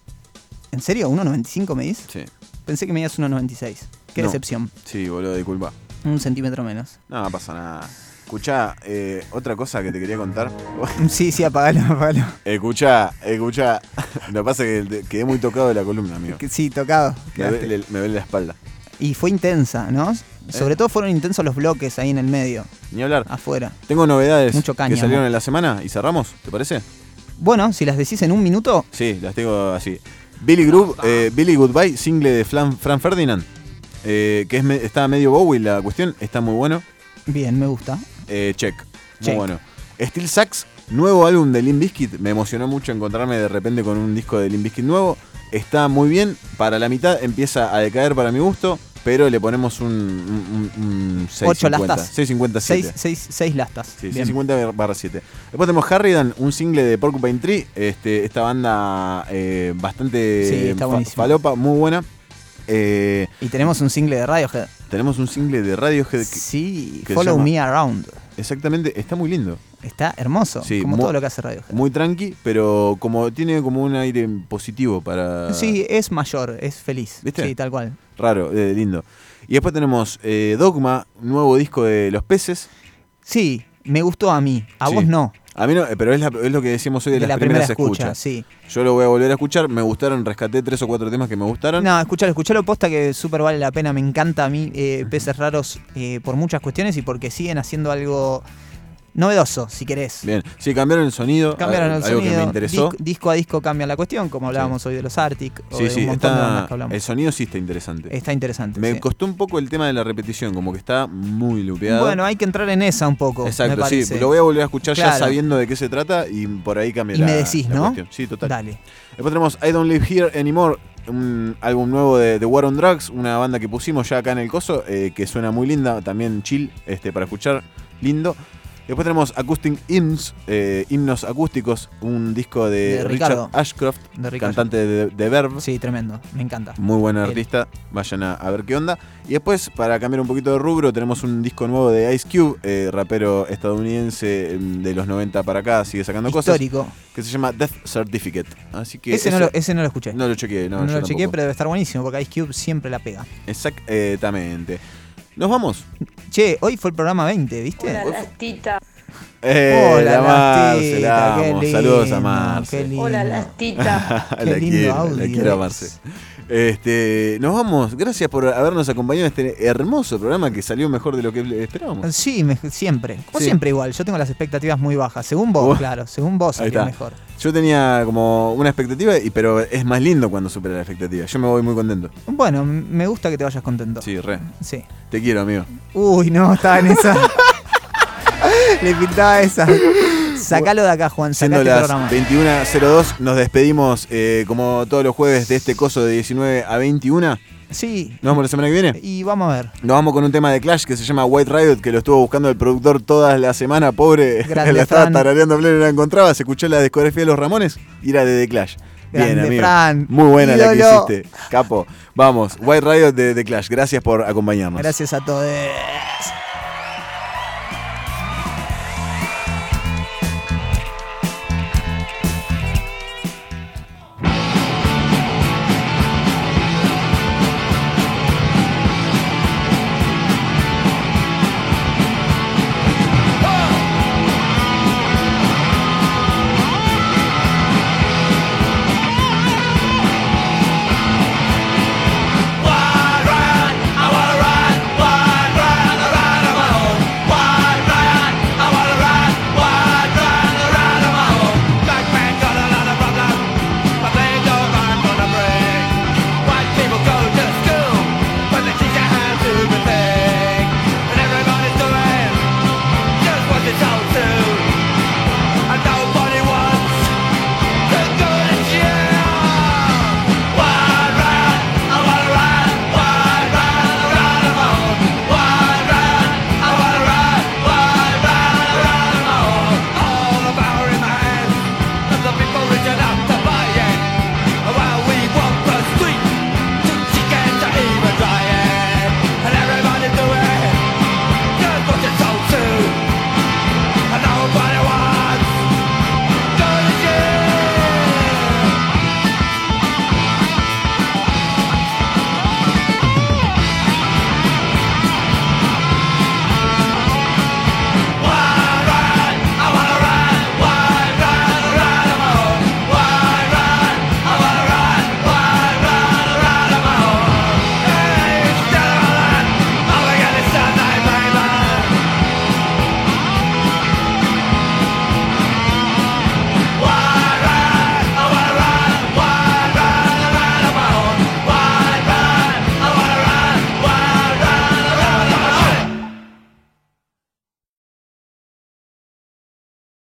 ¿En serio? ¿1,95 me dis?
Sí.
Pensé que medías 1,96. Qué
No.
decepción.
Sí, boludo, disculpa.
Un centímetro menos.
No, pasa nada. Escuchá, eh, otra cosa que te quería contar.
Sí, sí, apagalo, apagalo.
escuchá, escuchá. Lo que pasa es que te- quedé muy tocado de la columna, amigo.
Que Sí, tocado.
Me
quedaste.
duele, me duele la espalda.
Y fue intensa, ¿no?
Eh.
Sobre todo fueron intensos los bloques ahí en el medio,
Ni hablar.
afuera.
Tengo novedades
Ah. Mucho
que
cáñamo.
salieron en la semana y cerramos, ¿te parece?
Bueno, si las decís en un minuto,
Sí, las tengo así. Billy Groove, eh, Billy Goodbye, single de Fran, Fran Ferdinand. eh, que es me- está medio Bowie la cuestión, está muy bueno.
bien, me gusta.
Eh, check. Muy
Check.
bueno. Steel Sax, nuevo álbum de Limp Bizkit. Me emocionó mucho encontrarme de repente con un disco de Limp Bizkit nuevo. Está muy bien. Para la mitad empieza a decaer para mi gusto, pero le ponemos un, un, un- un
8
6.50.
lastas.
6.57.
6, 6, lastas.
Sí,
Bien.
650 barra 7. Después tenemos Harridan, un single de Porcupine Tree. Este, esta banda eh, bastante
Sí, está
fa-
buenísimo.
falopa, muy buena. Eh,
Y tenemos un single de Radiohead.
tenemos un single de Radiohead. que-
Sí,
que se
Follow
llama-
Me Around.
Exactamente, está muy lindo.
Está hermoso,
Sí,
como
mu-
todo lo que hace Radiohead.
Muy tranqui, pero como tiene como un aire positivo para.
Sí, es mayor, es feliz.
¿Viste?
Sí, tal cual.
Raro, eh, lindo. Y después tenemos eh, Dogma, nuevo disco de Los Peces.
Sí, me gustó a mí, a
Sí.
vos no.
A mí no, eh, pero es, la- es lo que decíamos hoy de,
De
las
la
primeras
primera escucha,
escuchas.
sí.
Yo lo voy a volver a escuchar. Me gustaron, rescaté tres o cuatro temas que me gustaron.
No, escuchalo, escuchalo, posta que súper vale la pena. Me encanta a mí eh, Peces Raros eh, por muchas cuestiones y porque siguen haciendo algo novedoso, si querés.
Bien, sí, cambiaron el sonido.
Cambiaron
al-
el
algo
sonido.
que me interesó.
Disco, disco a disco cambia la cuestión, como hablábamos hoy de los Arctic. o
sí,
de
sí,
un montón de bandas
está,
que hablamos.
el sonido sí está interesante.
Está interesante.
me
sí.
costó un poco el tema de la repetición, como que está muy lupeado.
Bueno, hay que entrar en esa un poco. me
Exacto, sí.
parece.
Lo voy a volver a escuchar ya
Claro.
sabiendo de qué se trata y por ahí cambia
Y
la-
me decís,
la
¿no?
cuestión. Sí, total.
Dale.
Después tenemos I Don't Live Here Anymore, un álbum nuevo de The War on Drugs, una banda que pusimos ya acá en el coso, eh, que suena muy linda, también chill este, para escuchar, lindo. Después tenemos Acoustic Hymns, eh, himnos acústicos, un disco de,
De
Richard
Ricardo.
Ashcroft,
De Ricardo.
cantante de, de Verve.
Sí, tremendo. Me encanta.
Muy buen
Él.
artista, vayan a, a ver qué onda. Y después, para cambiar un poquito de rubro, tenemos un disco nuevo de Ice Cube, eh, rapero estadounidense mm, de los 90 para acá, sigue sacando
Histórico.
cosas, que se llama Death Certificate. Así que
Ese, no
eso-
lo, ese no lo escuché.
no lo chequeé, no,
No
yo
lo chequeé,
tampoco.
pero debe estar buenísimo porque Ice Cube siempre la pega.
Exactamente. Nos vamos.
Che, hoy fue el programa 20, ¿viste?
Hola, lastita.
Eh,
Hola,
la Marce,
Lastita,
la
qué
amo.
lindo,
Saludos a Marce.
qué lindo. Hola, Lastita. Qué
la
lindo
quiero, la
audio,
quiero a
Lex.
Marce. Este, nos vamos. Gracias por habernos acompañado en este hermoso programa que salió mejor de lo que esperábamos.
Sí, me- siempre. Como
Sí.
siempre igual, yo tengo las expectativas muy bajas. Según vos,
Vos.
claro, según vos
Ahí
sería
está.
mejor.
Yo tenía como una expectativa, y, pero es más lindo cuando supera la expectativa. Yo me voy muy contento.
Bueno, m- me gusta que te vayas contento.
Sí, re.
Sí.
Te quiero, amigo.
Uy, no, estaba en esa. Le pintaba esa. Sacalo de acá, Juan, sacá
Siendo
este
las
programa.
21.02, nos despedimos eh, como todos los jueves de este coso de 19 a 21.
Sí.
¿Nos vemos la semana que viene?
Y vamos a ver.
Nos vamos con un tema de Clash que se llama White Riot, que lo estuvo buscando el productor toda la semana, pobre.
Grande
la estaba
Fran.
tarareando, pleno, no la encontraba. Se escuchó la discografía de los Ramones y era de The Clash. Bien,
Grande
amigo.
Fran.
Muy buena la que
Ídolo.
hiciste. Capo. Vamos, White Riot de The Clash. Gracias por acompañarnos.
Gracias a todos.